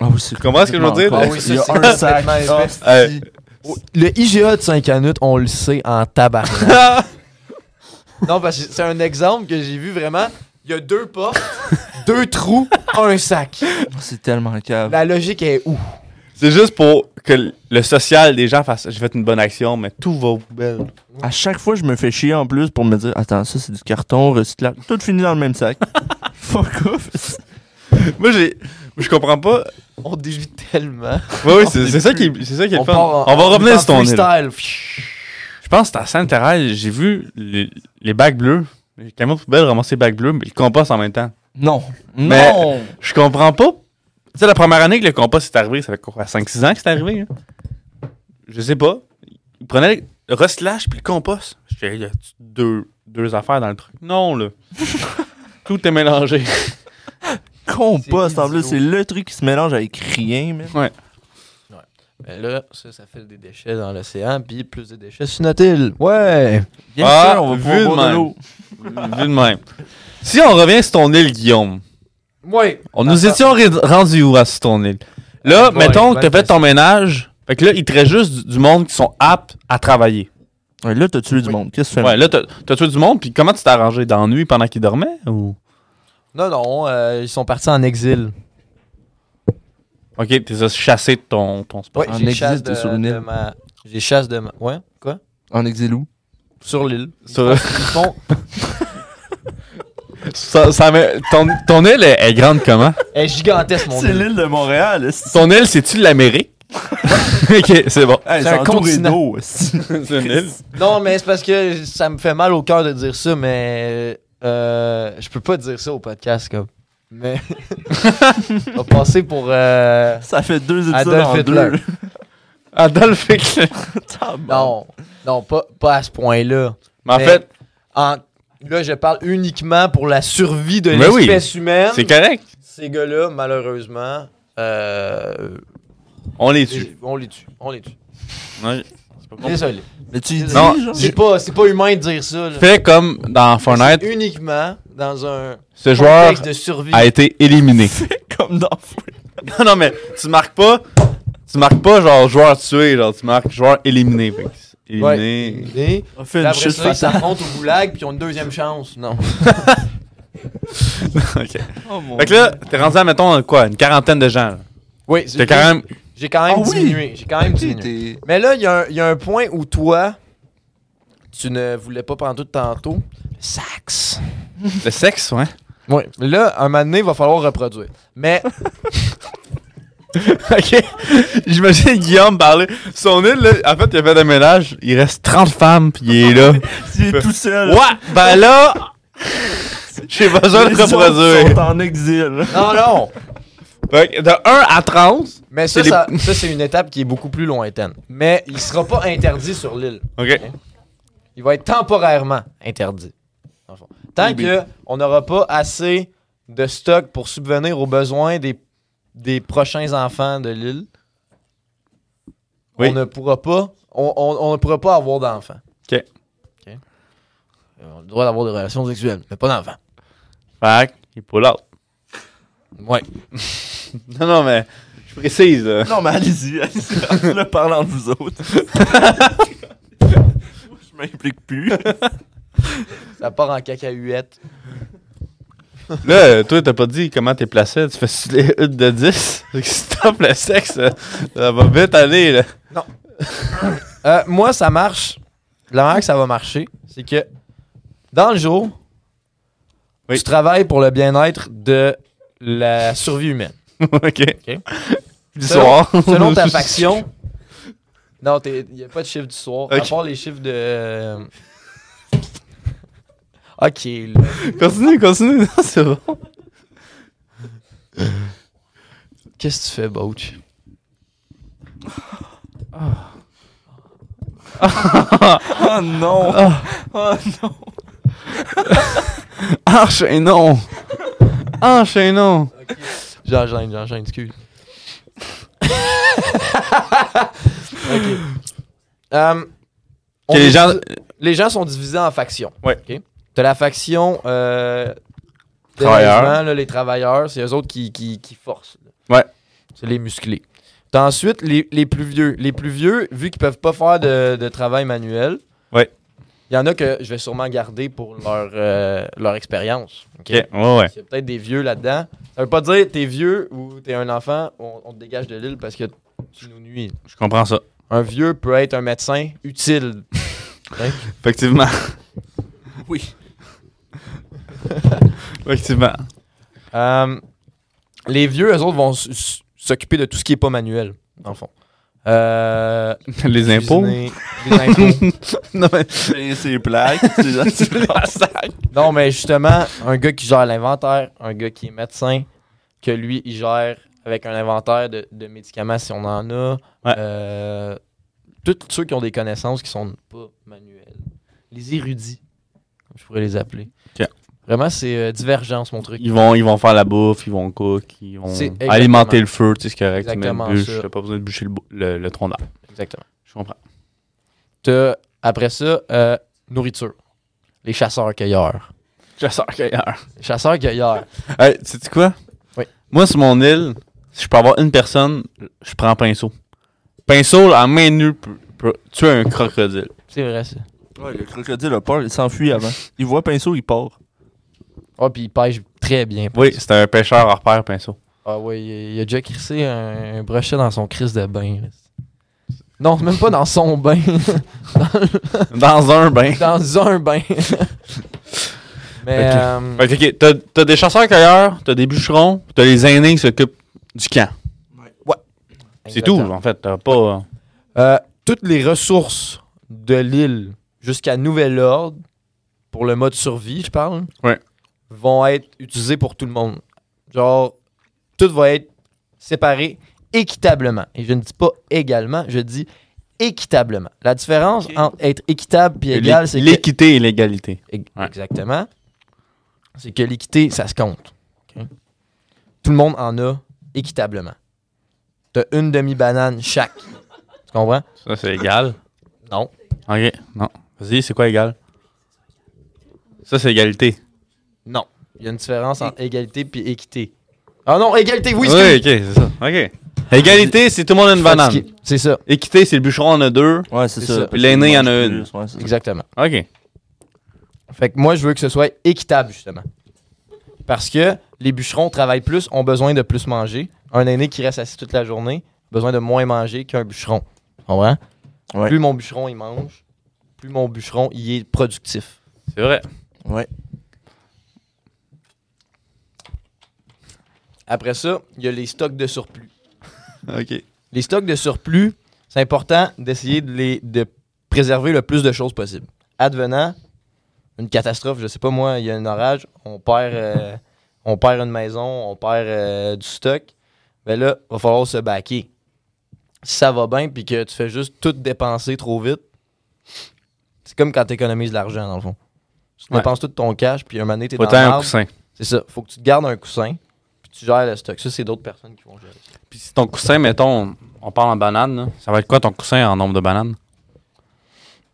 [SPEAKER 2] Ah oui, c'est
[SPEAKER 3] Tu comprends ce que je veux dire?
[SPEAKER 2] complètement
[SPEAKER 3] Ah
[SPEAKER 4] oui, ça,
[SPEAKER 2] Il y a
[SPEAKER 4] c'est
[SPEAKER 2] un sac.
[SPEAKER 4] complètement
[SPEAKER 2] Ah,
[SPEAKER 4] épais.
[SPEAKER 2] c'est-
[SPEAKER 4] Le IGA de 5 minutes, on le sait en tabac. non, parce que c'est un exemple que j'ai vu vraiment. Il y a deux portes, deux trous, un sac.
[SPEAKER 2] Ah, C'est tellement cave.
[SPEAKER 4] La logique est où?
[SPEAKER 3] C'est juste pour que l- le social des gens fasse. J'ai fait une bonne action, mais tout va aux poubelles.
[SPEAKER 4] Ben,
[SPEAKER 2] À chaque fois, je me fais chier en plus pour me dire Attends, ça c'est du carton recyclable. Tout finit dans le même sac. Fuck off.
[SPEAKER 3] Moi, j'ai. moi, Je comprends pas.
[SPEAKER 4] On dévie tellement.
[SPEAKER 3] Oui, oui, c'est c'est ça qui est, c'est ça qui est le fun.
[SPEAKER 4] part en-
[SPEAKER 3] on va revenir
[SPEAKER 4] part
[SPEAKER 3] sur ton île.
[SPEAKER 4] freestyle. Pfiou.
[SPEAKER 3] Je pense que c'était à Sainte-Thérèse, j'ai vu les, les bacs bleus. Les camions de poubelle ramasser les bacs bleus, mais le compost en même temps.
[SPEAKER 2] Non.
[SPEAKER 3] Mais-
[SPEAKER 2] Non.
[SPEAKER 3] Je comprends pas. Tu sais, la première année que le compost est arrivé, ça fait quoi, 5-6 ans que c'est arrivé? hein? Je sais pas. Ils prenaient le recyclage puis le compost. Je disais, y a deux, deux affaires dans le truc. Non, là. Tout est mélangé.
[SPEAKER 2] Compost
[SPEAKER 4] C'est
[SPEAKER 2] en plus,
[SPEAKER 4] idiot.
[SPEAKER 2] c'est le truc qui se mélange avec rien. man.
[SPEAKER 4] Mais là, ça, ça fait des déchets dans l'océan, puis plus de déchets sur notre île. Ouais!
[SPEAKER 2] Bien
[SPEAKER 3] Ah,
[SPEAKER 2] sûr, on va
[SPEAKER 3] vu
[SPEAKER 2] pouvoir boire
[SPEAKER 3] de
[SPEAKER 2] de l'eau.
[SPEAKER 3] Vu de même. Si on revient sur ton île, Guillaume,
[SPEAKER 4] Ouais!
[SPEAKER 3] on nous
[SPEAKER 4] Attends.
[SPEAKER 3] étions ri- rendus où à sur ton île? Là,
[SPEAKER 4] Ah, bon,
[SPEAKER 3] mettons que
[SPEAKER 4] bonne
[SPEAKER 3] t'as fait ton
[SPEAKER 4] question.
[SPEAKER 3] ménage. Fait que là, il te reste juste du, du monde qui sont aptes à travailler.
[SPEAKER 2] Ouais, là, t'as tué du
[SPEAKER 4] Oui.
[SPEAKER 2] monde. Qu'est-ce que tu fais
[SPEAKER 3] Ouais, là, t'as t'as tué du monde, puis comment tu t'es arrangé? D'ennui pendant qu'ils dormaient? Ou...
[SPEAKER 4] Non, non, euh, ils sont partis en exil.
[SPEAKER 3] Ok, t'es as chassé de ton, ton spot.
[SPEAKER 4] Ouais,
[SPEAKER 2] En
[SPEAKER 4] j'ai
[SPEAKER 2] exil,
[SPEAKER 4] chasse
[SPEAKER 2] t'es
[SPEAKER 4] de,
[SPEAKER 2] sur une
[SPEAKER 4] de
[SPEAKER 2] île.
[SPEAKER 4] ma- J'ai chasse de ma... Ouais? Quoi?
[SPEAKER 2] En exil où
[SPEAKER 4] Sur l'île. Ils
[SPEAKER 3] Sur-
[SPEAKER 4] font- Ils font...
[SPEAKER 3] Ça, ça me- ton, ton île est, est grande comment?
[SPEAKER 4] Elle est Eh, gigantesque, mon
[SPEAKER 2] C'est
[SPEAKER 4] île.
[SPEAKER 2] l'île de Montréal. est-ce que-
[SPEAKER 3] Ton île, c'est-tu de l'Amérique? ok, c'est bon.
[SPEAKER 2] Hey,
[SPEAKER 4] c'est un
[SPEAKER 2] entouré
[SPEAKER 4] continent.
[SPEAKER 2] d'eau, est-ce que-
[SPEAKER 3] c'est une île.
[SPEAKER 4] Non, mais c'est parce que ça me fait mal au cœur de dire ça, mais euh, je peux pas dire ça au podcast, comme. Mais. On va passer pour. euh,
[SPEAKER 2] Ça fait deux épisodes
[SPEAKER 4] Adolf
[SPEAKER 2] en
[SPEAKER 4] Hitler.
[SPEAKER 2] deux.
[SPEAKER 3] Adolphe Hitler.
[SPEAKER 4] Non, non, pas, pas à ce point-là.
[SPEAKER 3] Mais en
[SPEAKER 4] Mais-
[SPEAKER 3] fait,
[SPEAKER 4] En- Là, je parle uniquement pour la survie de
[SPEAKER 3] Mais oui.
[SPEAKER 4] l'espèce humaine.
[SPEAKER 3] c'est correct.
[SPEAKER 4] Ces gars-là, malheureusement, euh,
[SPEAKER 3] On les tue.
[SPEAKER 4] on les tue. On les tue.
[SPEAKER 3] Ouais.
[SPEAKER 4] Désolé.
[SPEAKER 2] Mais tu dis,
[SPEAKER 3] Non,
[SPEAKER 2] genre?
[SPEAKER 4] C'est pas, c'est pas humain de dire ça. là.
[SPEAKER 3] Fait comme dans
[SPEAKER 4] C'est
[SPEAKER 3] Fortnite,
[SPEAKER 4] uniquement dans un
[SPEAKER 3] ce joueur
[SPEAKER 4] contexte de survie.
[SPEAKER 3] a été éliminé.
[SPEAKER 2] comme dans
[SPEAKER 3] non, non, mais tu marques pas. Tu marques pas genre joueur tué, genre tu marques joueur éliminé. Fait que c'est éliminé.
[SPEAKER 4] Et
[SPEAKER 2] On fait
[SPEAKER 4] puis
[SPEAKER 2] une
[SPEAKER 4] après
[SPEAKER 2] chute
[SPEAKER 4] ça, ils
[SPEAKER 2] fatale.
[SPEAKER 4] s'affrontent au goulag puis ils ont une deuxième chance. Non.
[SPEAKER 3] ok.
[SPEAKER 2] Oh,
[SPEAKER 3] Fait que là, t'es rendu à, mettons, quoi, une quarantaine de gens. là.
[SPEAKER 4] Oui,
[SPEAKER 3] T'as quand même.
[SPEAKER 4] j'ai quand même
[SPEAKER 2] Ah oui!
[SPEAKER 4] diminué. J'ai quand même diminué. Mais là, il y, a un- il y a un point où toi, tu ne voulais pas prendre tout tantôt. Sax.
[SPEAKER 3] Le sexe, ouais.
[SPEAKER 4] Oui. Là, un moment donné, il va falloir reproduire. Mais
[SPEAKER 3] ok. J'imagine Guillaume parler. Son île, là, en fait, il a fait un ménage. Il reste 30 femmes, puis il est là.
[SPEAKER 2] Il est tout seul.
[SPEAKER 3] ouais, ben là. J'ai besoin
[SPEAKER 2] Les
[SPEAKER 3] de
[SPEAKER 2] autres
[SPEAKER 3] reproduire.
[SPEAKER 2] sont en exil.
[SPEAKER 4] non, non.
[SPEAKER 3] Fait que de 1 à 30.
[SPEAKER 4] Mais ça,
[SPEAKER 3] C'est les-
[SPEAKER 4] ça, ça, c'est une étape qui est beaucoup plus lointaine. Mais il sera pas interdit sur l'île.
[SPEAKER 3] Ok.
[SPEAKER 4] Il va être temporairement interdit. dans le fond. Tant
[SPEAKER 2] Oui,
[SPEAKER 4] qu'on n'aura pas assez de stock pour subvenir aux besoins des, des prochains enfants de l'île,
[SPEAKER 3] Oui.
[SPEAKER 4] on ne pourra pas on, on- on ne pourra pas avoir d'enfants.
[SPEAKER 3] OK.
[SPEAKER 4] OK. Euh, On a le droit d'avoir des relations sexuelles, mais pas d'enfants.
[SPEAKER 3] Fait qu'il pull out.
[SPEAKER 4] Ouais.
[SPEAKER 3] Non, non, mais je précise. là.
[SPEAKER 2] Non, mais allez-y, allez-y. Le parlant de vous autres. Je m'implique plus.
[SPEAKER 4] Ça part en cacahuète.
[SPEAKER 3] Là, toi, t'as pas dit comment t'es placé. Tu fais sur les huttes de 10. Fait que Stop le sexe. là. Ça va vite aller, là.
[SPEAKER 4] Euh, moi, ça marche. La manière que ça va marcher, c'est que dans le jour,
[SPEAKER 3] Oui.
[SPEAKER 4] tu travailles pour le bien-être de la survie humaine.
[SPEAKER 3] ok.
[SPEAKER 4] Ok.
[SPEAKER 3] Du
[SPEAKER 4] Selon-
[SPEAKER 3] soir.
[SPEAKER 4] Selon ta faction. Non, il n'y a pas de chiffre du soir. À
[SPEAKER 3] Ok.
[SPEAKER 4] part les chiffres de. euh, Ok, là.
[SPEAKER 3] Continue, continue. Non, c'est bon.
[SPEAKER 4] Qu'est-ce que tu fais, Boach?
[SPEAKER 2] Ah, Oh non.
[SPEAKER 3] Ah,
[SPEAKER 2] Oh non.
[SPEAKER 3] Enchaînons. Enchaînons.
[SPEAKER 4] J'enchaîne, j'enchaîne, excuse. ok. Hum, on
[SPEAKER 3] Que les
[SPEAKER 4] est-
[SPEAKER 3] gens.
[SPEAKER 4] les gens sont divisés en factions.
[SPEAKER 3] Ouais.
[SPEAKER 4] OK? T'as la faction euh,
[SPEAKER 3] Travailleurs.
[SPEAKER 4] dernièrement, là, les travailleurs, c'est eux autres qui, qui, qui forcent. là.
[SPEAKER 3] Ouais.
[SPEAKER 4] C'est les musclés. T'as ensuite les, les plus vieux. Les plus vieux, vu qu'ils peuvent pas faire de, de travail manuel,
[SPEAKER 3] Ouais.
[SPEAKER 4] il y en a que je vais sûrement garder pour leur, euh, leur expérience. OK?
[SPEAKER 3] Ok, ouais, ouais.
[SPEAKER 4] Il y a peut-être des vieux là-dedans. Ça veut pas dire t'es vieux ou t'es un enfant, on, on te dégage de l'île parce que tu nous nuis.
[SPEAKER 3] Je comprends ça.
[SPEAKER 4] Un vieux peut être un médecin utile.
[SPEAKER 3] Effectivement.
[SPEAKER 2] Oui.
[SPEAKER 3] Effectivement.
[SPEAKER 4] Euh, les vieux, eux autres, vont s- s- s'occuper de tout ce qui est pas manuel, dans le fond. Euh,
[SPEAKER 3] Les impôts.
[SPEAKER 4] cuisiner, les impôts.
[SPEAKER 3] Non, mais.
[SPEAKER 2] C'est c'est plaques. C'est la
[SPEAKER 4] non, mais justement, un gars qui gère l'inventaire, un gars qui est médecin, que lui, il gère avec un inventaire de, de médicaments si on en a.
[SPEAKER 3] Ouais.
[SPEAKER 4] Euh, tous ceux qui ont des connaissances qui sont pas manuelles. Les érudits, comme je pourrais les appeler.
[SPEAKER 3] Ok.
[SPEAKER 4] Vraiment, c'est euh, divergence, mon truc.
[SPEAKER 3] Ils vont, ils vont faire la bouffe, ils vont cook, ils vont
[SPEAKER 4] C'est exactement-
[SPEAKER 3] alimenter le feu, tu sais, c'est correct. Tu mets
[SPEAKER 4] Exactement
[SPEAKER 3] une bûche,
[SPEAKER 4] ça.
[SPEAKER 3] t'as pas besoin de bûcher le, bou- le, le tronc d'arbre.
[SPEAKER 4] Exactement.
[SPEAKER 3] Je comprends.
[SPEAKER 4] T'as, après ça, euh, nourriture. Les chasseurs-cueilleurs.
[SPEAKER 3] Chasseur cueilleur.
[SPEAKER 4] Les chasseurs-cueilleurs.
[SPEAKER 3] Hey, tu sais quoi?
[SPEAKER 4] Oui.
[SPEAKER 3] Moi, sur mon île, si je peux avoir une personne, je prends pinceau. Pinceau, à main nue, peut, peut tuer un crocodile.
[SPEAKER 4] C'est vrai, ça.
[SPEAKER 2] Ouais, le crocodile a peur, il s'enfuit avant. Il voit pinceau, il part.
[SPEAKER 4] Ah, puis ils pêchent très bien.
[SPEAKER 3] Oui, c'est un pêcheur hors pair, pinceau.
[SPEAKER 4] Ah ouais, il, il a déjà crissé un, un brochet dans son crisse de bain. là. Non, c'est même pas dans son bain.
[SPEAKER 3] Dans un bain.
[SPEAKER 4] dans un bain. Mais...
[SPEAKER 3] Ok.
[SPEAKER 4] euh,
[SPEAKER 3] Fait que, ok, t'as, t'as des chasseurs-cueilleurs, t'as des bûcherons, t'as les aînés qui s'occupent du camp. C'est tout,
[SPEAKER 4] exactement.
[SPEAKER 3] en fait. T'as pas.
[SPEAKER 4] Euh, toutes les ressources de l'île jusqu'à nouvel ordre, pour le mode survie, je parle,
[SPEAKER 3] Ouais.
[SPEAKER 4] vont être utilisées pour tout le monde. Genre, tout va être séparé équitablement. Et je ne dis pas également, je dis équitablement. La différence entre être équitable et égal, c'est que...
[SPEAKER 3] L'équité et l'égalité.
[SPEAKER 4] Ex-
[SPEAKER 3] Ouais.
[SPEAKER 4] Exactement. C'est que l'équité, ça se compte. Tout le monde en a équitablement. T'as une demi-banane chaque. Tu comprends?
[SPEAKER 3] Ça, c'est égal.
[SPEAKER 4] Non.
[SPEAKER 3] OK. Non. Vas-y, c'est quoi égal? Ça, c'est égalité.
[SPEAKER 4] Non. Il y a une différence entre égalité puis équité. Ah non, égalité, oui,
[SPEAKER 3] oui,
[SPEAKER 4] excuse.
[SPEAKER 3] OK, c'est ça. OK. Égalité, c'est tout le monde a une banane.
[SPEAKER 4] Fatigué. C'est ça,
[SPEAKER 3] Équité, c'est le bûcheron en a deux.
[SPEAKER 2] Ouais, c'est
[SPEAKER 4] C'est
[SPEAKER 2] ça.
[SPEAKER 4] ça.
[SPEAKER 3] Puis l'aîné, il y en a une.
[SPEAKER 2] Ouais, c'est ça.
[SPEAKER 4] exactement.
[SPEAKER 3] OK.
[SPEAKER 4] Fait que moi, je veux que ce soit équitable, justement. Parce que les bûcherons travaillent plus, ont besoin de plus manger. Un aîné qui reste assis toute la journée a besoin de moins manger qu'un bûcheron. Tu comprends?
[SPEAKER 2] Ouais.
[SPEAKER 4] Plus mon bûcheron, il mange, plus mon bûcheron, il est productif.
[SPEAKER 3] C'est vrai.
[SPEAKER 2] Ouais.
[SPEAKER 4] Après ça, il y a les stocks de surplus.
[SPEAKER 3] OK.
[SPEAKER 4] Les stocks de surplus, c'est important d'essayer de, les, de préserver le plus de choses possible. Advenant une catastrophe, je sais pas moi, il y a un orage, on perd, euh, on perd une maison, on perd euh, du stock, ben là, va falloir se baquer. Si ça va bien puis que tu fais juste tout dépenser trop vite, c'est comme quand tu économises de l'argent dans le fond. Tu
[SPEAKER 3] Ouais.
[SPEAKER 4] dépenses tout ton cash puis un moment donné, t'es
[SPEAKER 3] Faut
[SPEAKER 4] dans
[SPEAKER 3] t'en un
[SPEAKER 4] l'arbre.
[SPEAKER 3] coussin.
[SPEAKER 4] C'est ça, faut que tu te gardes un coussin puis tu gères le stock. Ça, c'est d'autres personnes qui vont gérer.
[SPEAKER 3] Puis si ton coussin, mettons, on parle en banane, là, ça va être quoi ton coussin en nombre de bananes?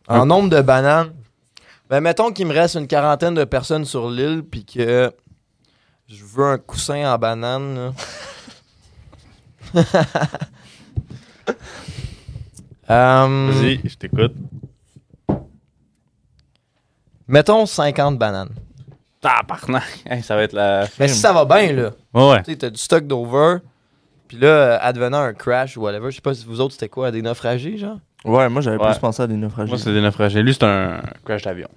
[SPEAKER 4] En nombre de bananes, ben mettons qu'il me reste une quarantaine de personnes sur l'île puis que je veux un coussin en banane. là. Hum,
[SPEAKER 3] je t'écoute.
[SPEAKER 4] mettons 50 bananes.
[SPEAKER 3] Tabarnak! Hey, ça va être la...
[SPEAKER 4] Mais si ça va bien, là,
[SPEAKER 3] Ouais, ouais.
[SPEAKER 4] tu sais, t'as du stock d'over, puis là, euh, advenant un crash ou whatever, je sais pas si vous autres, c'était quoi, des naufragés, genre?
[SPEAKER 2] Ouais, moi j'avais
[SPEAKER 3] Ouais.
[SPEAKER 2] plus pensé à des naufragés.
[SPEAKER 3] Moi, c'est des naufragés. Lui, c'est un crash d'avion.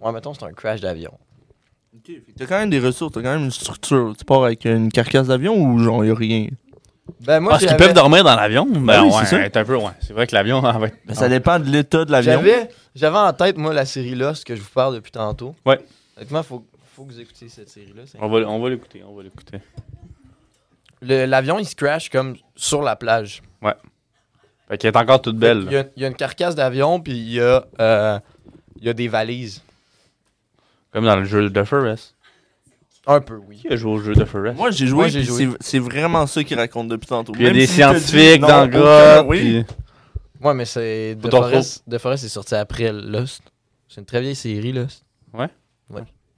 [SPEAKER 4] Ouais, mettons, c'est un crash d'avion.
[SPEAKER 2] T'as quand même des ressources, t'as quand même une structure. Tu pars avec une carcasse d'avion ou genre y a rien?
[SPEAKER 4] Ben moi,
[SPEAKER 3] Parce qu'ils
[SPEAKER 4] j'avais-
[SPEAKER 3] peuvent dormir dans l'avion? Ben
[SPEAKER 2] oui,
[SPEAKER 3] ouais,
[SPEAKER 2] c'est ça.
[SPEAKER 3] un peu, ouais. C'est vrai que l'avion, va être...
[SPEAKER 2] Mais Ben, ça dépend de l'état de l'avion.
[SPEAKER 4] J'avais, j'avais en tête, moi, la série Lost que je vous parle depuis tantôt.
[SPEAKER 3] Ouais. Oh.
[SPEAKER 4] Honnêtement, faut, faut que vous écoutiez cette série-là. c'est-
[SPEAKER 3] on va, on va l'écouter, on va l'écouter.
[SPEAKER 4] Le- L'avion, il se crash comme sur la plage.
[SPEAKER 3] Fait qu'elle est encore toute belle.
[SPEAKER 4] Il y, a, il y a une carcasse d'avion, puis il y, a, euh, il y a des valises.
[SPEAKER 2] euh,
[SPEAKER 3] Comme dans le jeu de Forest.
[SPEAKER 4] Un peu, oui.
[SPEAKER 3] Qui a joué au jeu de Forest?
[SPEAKER 2] Moi j'ai
[SPEAKER 4] Moi,
[SPEAKER 2] joué,
[SPEAKER 4] j'ai
[SPEAKER 2] puis
[SPEAKER 4] joué.
[SPEAKER 2] c'est- c'est vraiment ça qu'ils racontent depuis tantôt.
[SPEAKER 3] Puis il y a
[SPEAKER 2] Même
[SPEAKER 3] des
[SPEAKER 2] s'ils te disent
[SPEAKER 3] scientifiques
[SPEAKER 2] non,
[SPEAKER 3] dans le
[SPEAKER 2] aucun-
[SPEAKER 3] grotte.
[SPEAKER 2] oui.
[SPEAKER 3] puis-
[SPEAKER 4] Ouais, mais c'est.
[SPEAKER 3] Faut
[SPEAKER 4] De
[SPEAKER 3] t'en
[SPEAKER 4] Forest, De Forest est sorti après Lost. C'est une très vieille série, Lost.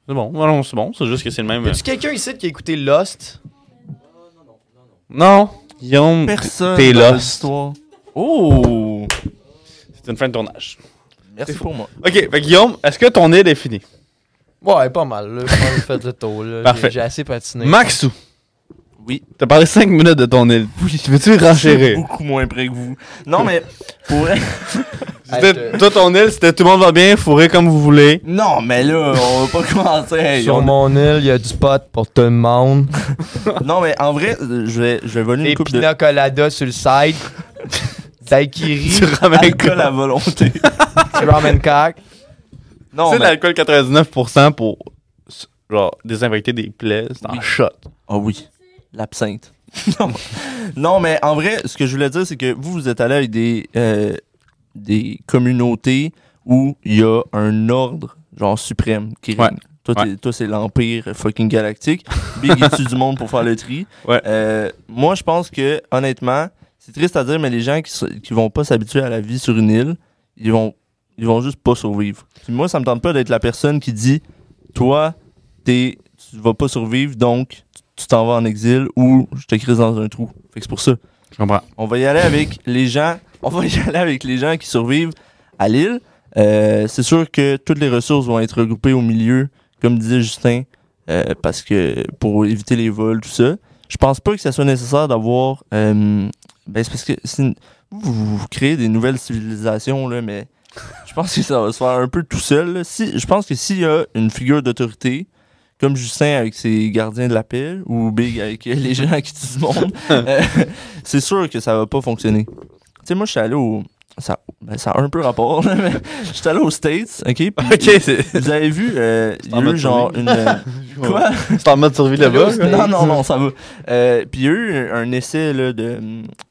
[SPEAKER 3] C'est bon, ouais, non, c'est bon. C'est juste que c'est le même... euh,
[SPEAKER 4] Y a-tu quelqu'un ici qui a écouté Lost
[SPEAKER 3] Non! Guillaume,
[SPEAKER 2] Personne.
[SPEAKER 3] T'es
[SPEAKER 2] dans
[SPEAKER 3] lost.
[SPEAKER 2] l'histoire. Oh!
[SPEAKER 3] c'est une fin de tournage.
[SPEAKER 2] Merci pour moi.
[SPEAKER 3] OK, fait que Guillaume, est-ce que ton île est finie?
[SPEAKER 4] Ouais, pas mal, là. Je pense que j'ai fait le tour, là.
[SPEAKER 3] Parfait.
[SPEAKER 4] J'ai- J'ai assez patiné.
[SPEAKER 3] Maxou,
[SPEAKER 2] Oui.
[SPEAKER 3] t'as parlé 5 minutes de ton île. Veux-tu renchérir?
[SPEAKER 2] beaucoup moins près que vous. Non, mais. Pour...
[SPEAKER 4] Hey, euh,
[SPEAKER 3] C'était- Toi, ton île, c'était tout le monde va bien, fourré comme vous voulez.
[SPEAKER 2] non, mais là, on va pas commencer. Hey,
[SPEAKER 4] Sur
[SPEAKER 2] on-
[SPEAKER 4] mon île, il y a du pot pour tout le monde.
[SPEAKER 2] Non, mais en vrai, euh, je vais, je vais voler
[SPEAKER 4] Les
[SPEAKER 2] une coupe de
[SPEAKER 4] pina colada sur le side. Daiquiri,
[SPEAKER 3] Tu ramènes quoi?
[SPEAKER 2] alcool à volonté.
[SPEAKER 4] du ramen cock.
[SPEAKER 2] non,
[SPEAKER 3] C'est
[SPEAKER 2] mais...
[SPEAKER 3] l'alcool 99% pour genre, désinfecter des plaies, c'est en
[SPEAKER 2] Oui.
[SPEAKER 3] shot.
[SPEAKER 2] Ah oui, l'absinthe. non. non, mais en vrai, ce que je voulais dire, c'est que vous, vous êtes allé avec des, euh, des communautés où il y a un ordre, genre suprême, qui
[SPEAKER 3] Ouais.
[SPEAKER 2] règne. Toi, t'es- toi, c'est l'Empire fucking galactique. Big issu du monde pour faire le tri.
[SPEAKER 3] Ouais.
[SPEAKER 2] Euh, moi, je pense que, honnêtement, c'est triste à dire, mais les gens qui, se- qui vont pas s'habituer à la vie sur une île, ils vont, ils vont juste pas survivre. Puis moi, ça me tente pas d'être la personne qui dit Toi, t'es, tu vas pas survivre, donc tu t'en vas en exil ou je te crise dans un trou. Fait que c'est pour ça.
[SPEAKER 3] Je comprends.
[SPEAKER 2] On va y aller avec les gens. On va y aller avec les gens qui survivent à l'île. Euh, c'est sûr que toutes les ressources vont être regroupées au milieu, comme disait Justin, euh, parce que pour éviter les vols, tout ça. Je pense pas que ça soit nécessaire d'avoir. euh, ben c'est parce que c'est une- vous, vous- vous créez des nouvelles civilisations là, mais je pense que ça va se faire un peu tout seul. là. Si, je pense que s'il y a une figure d'autorité, comme Justin avec ses gardiens de la paix ou Big avec euh, les gens qui tuent le monde, euh, c'est sûr que ça va pas fonctionner. Tu sais, moi, je suis allé au, Ça, ben, ça a un peu rapport. là, mais J'étais allé aux States, OK? puis
[SPEAKER 3] Ok, c'est
[SPEAKER 2] Vous avez vu, euh, il y
[SPEAKER 3] en
[SPEAKER 2] a eu
[SPEAKER 3] mode
[SPEAKER 2] genre une. euh, Quoi?
[SPEAKER 3] c'est en mode survie là-bas.
[SPEAKER 2] Non, non, non, ça va. Euh, Puis il y a eu un essai là, de,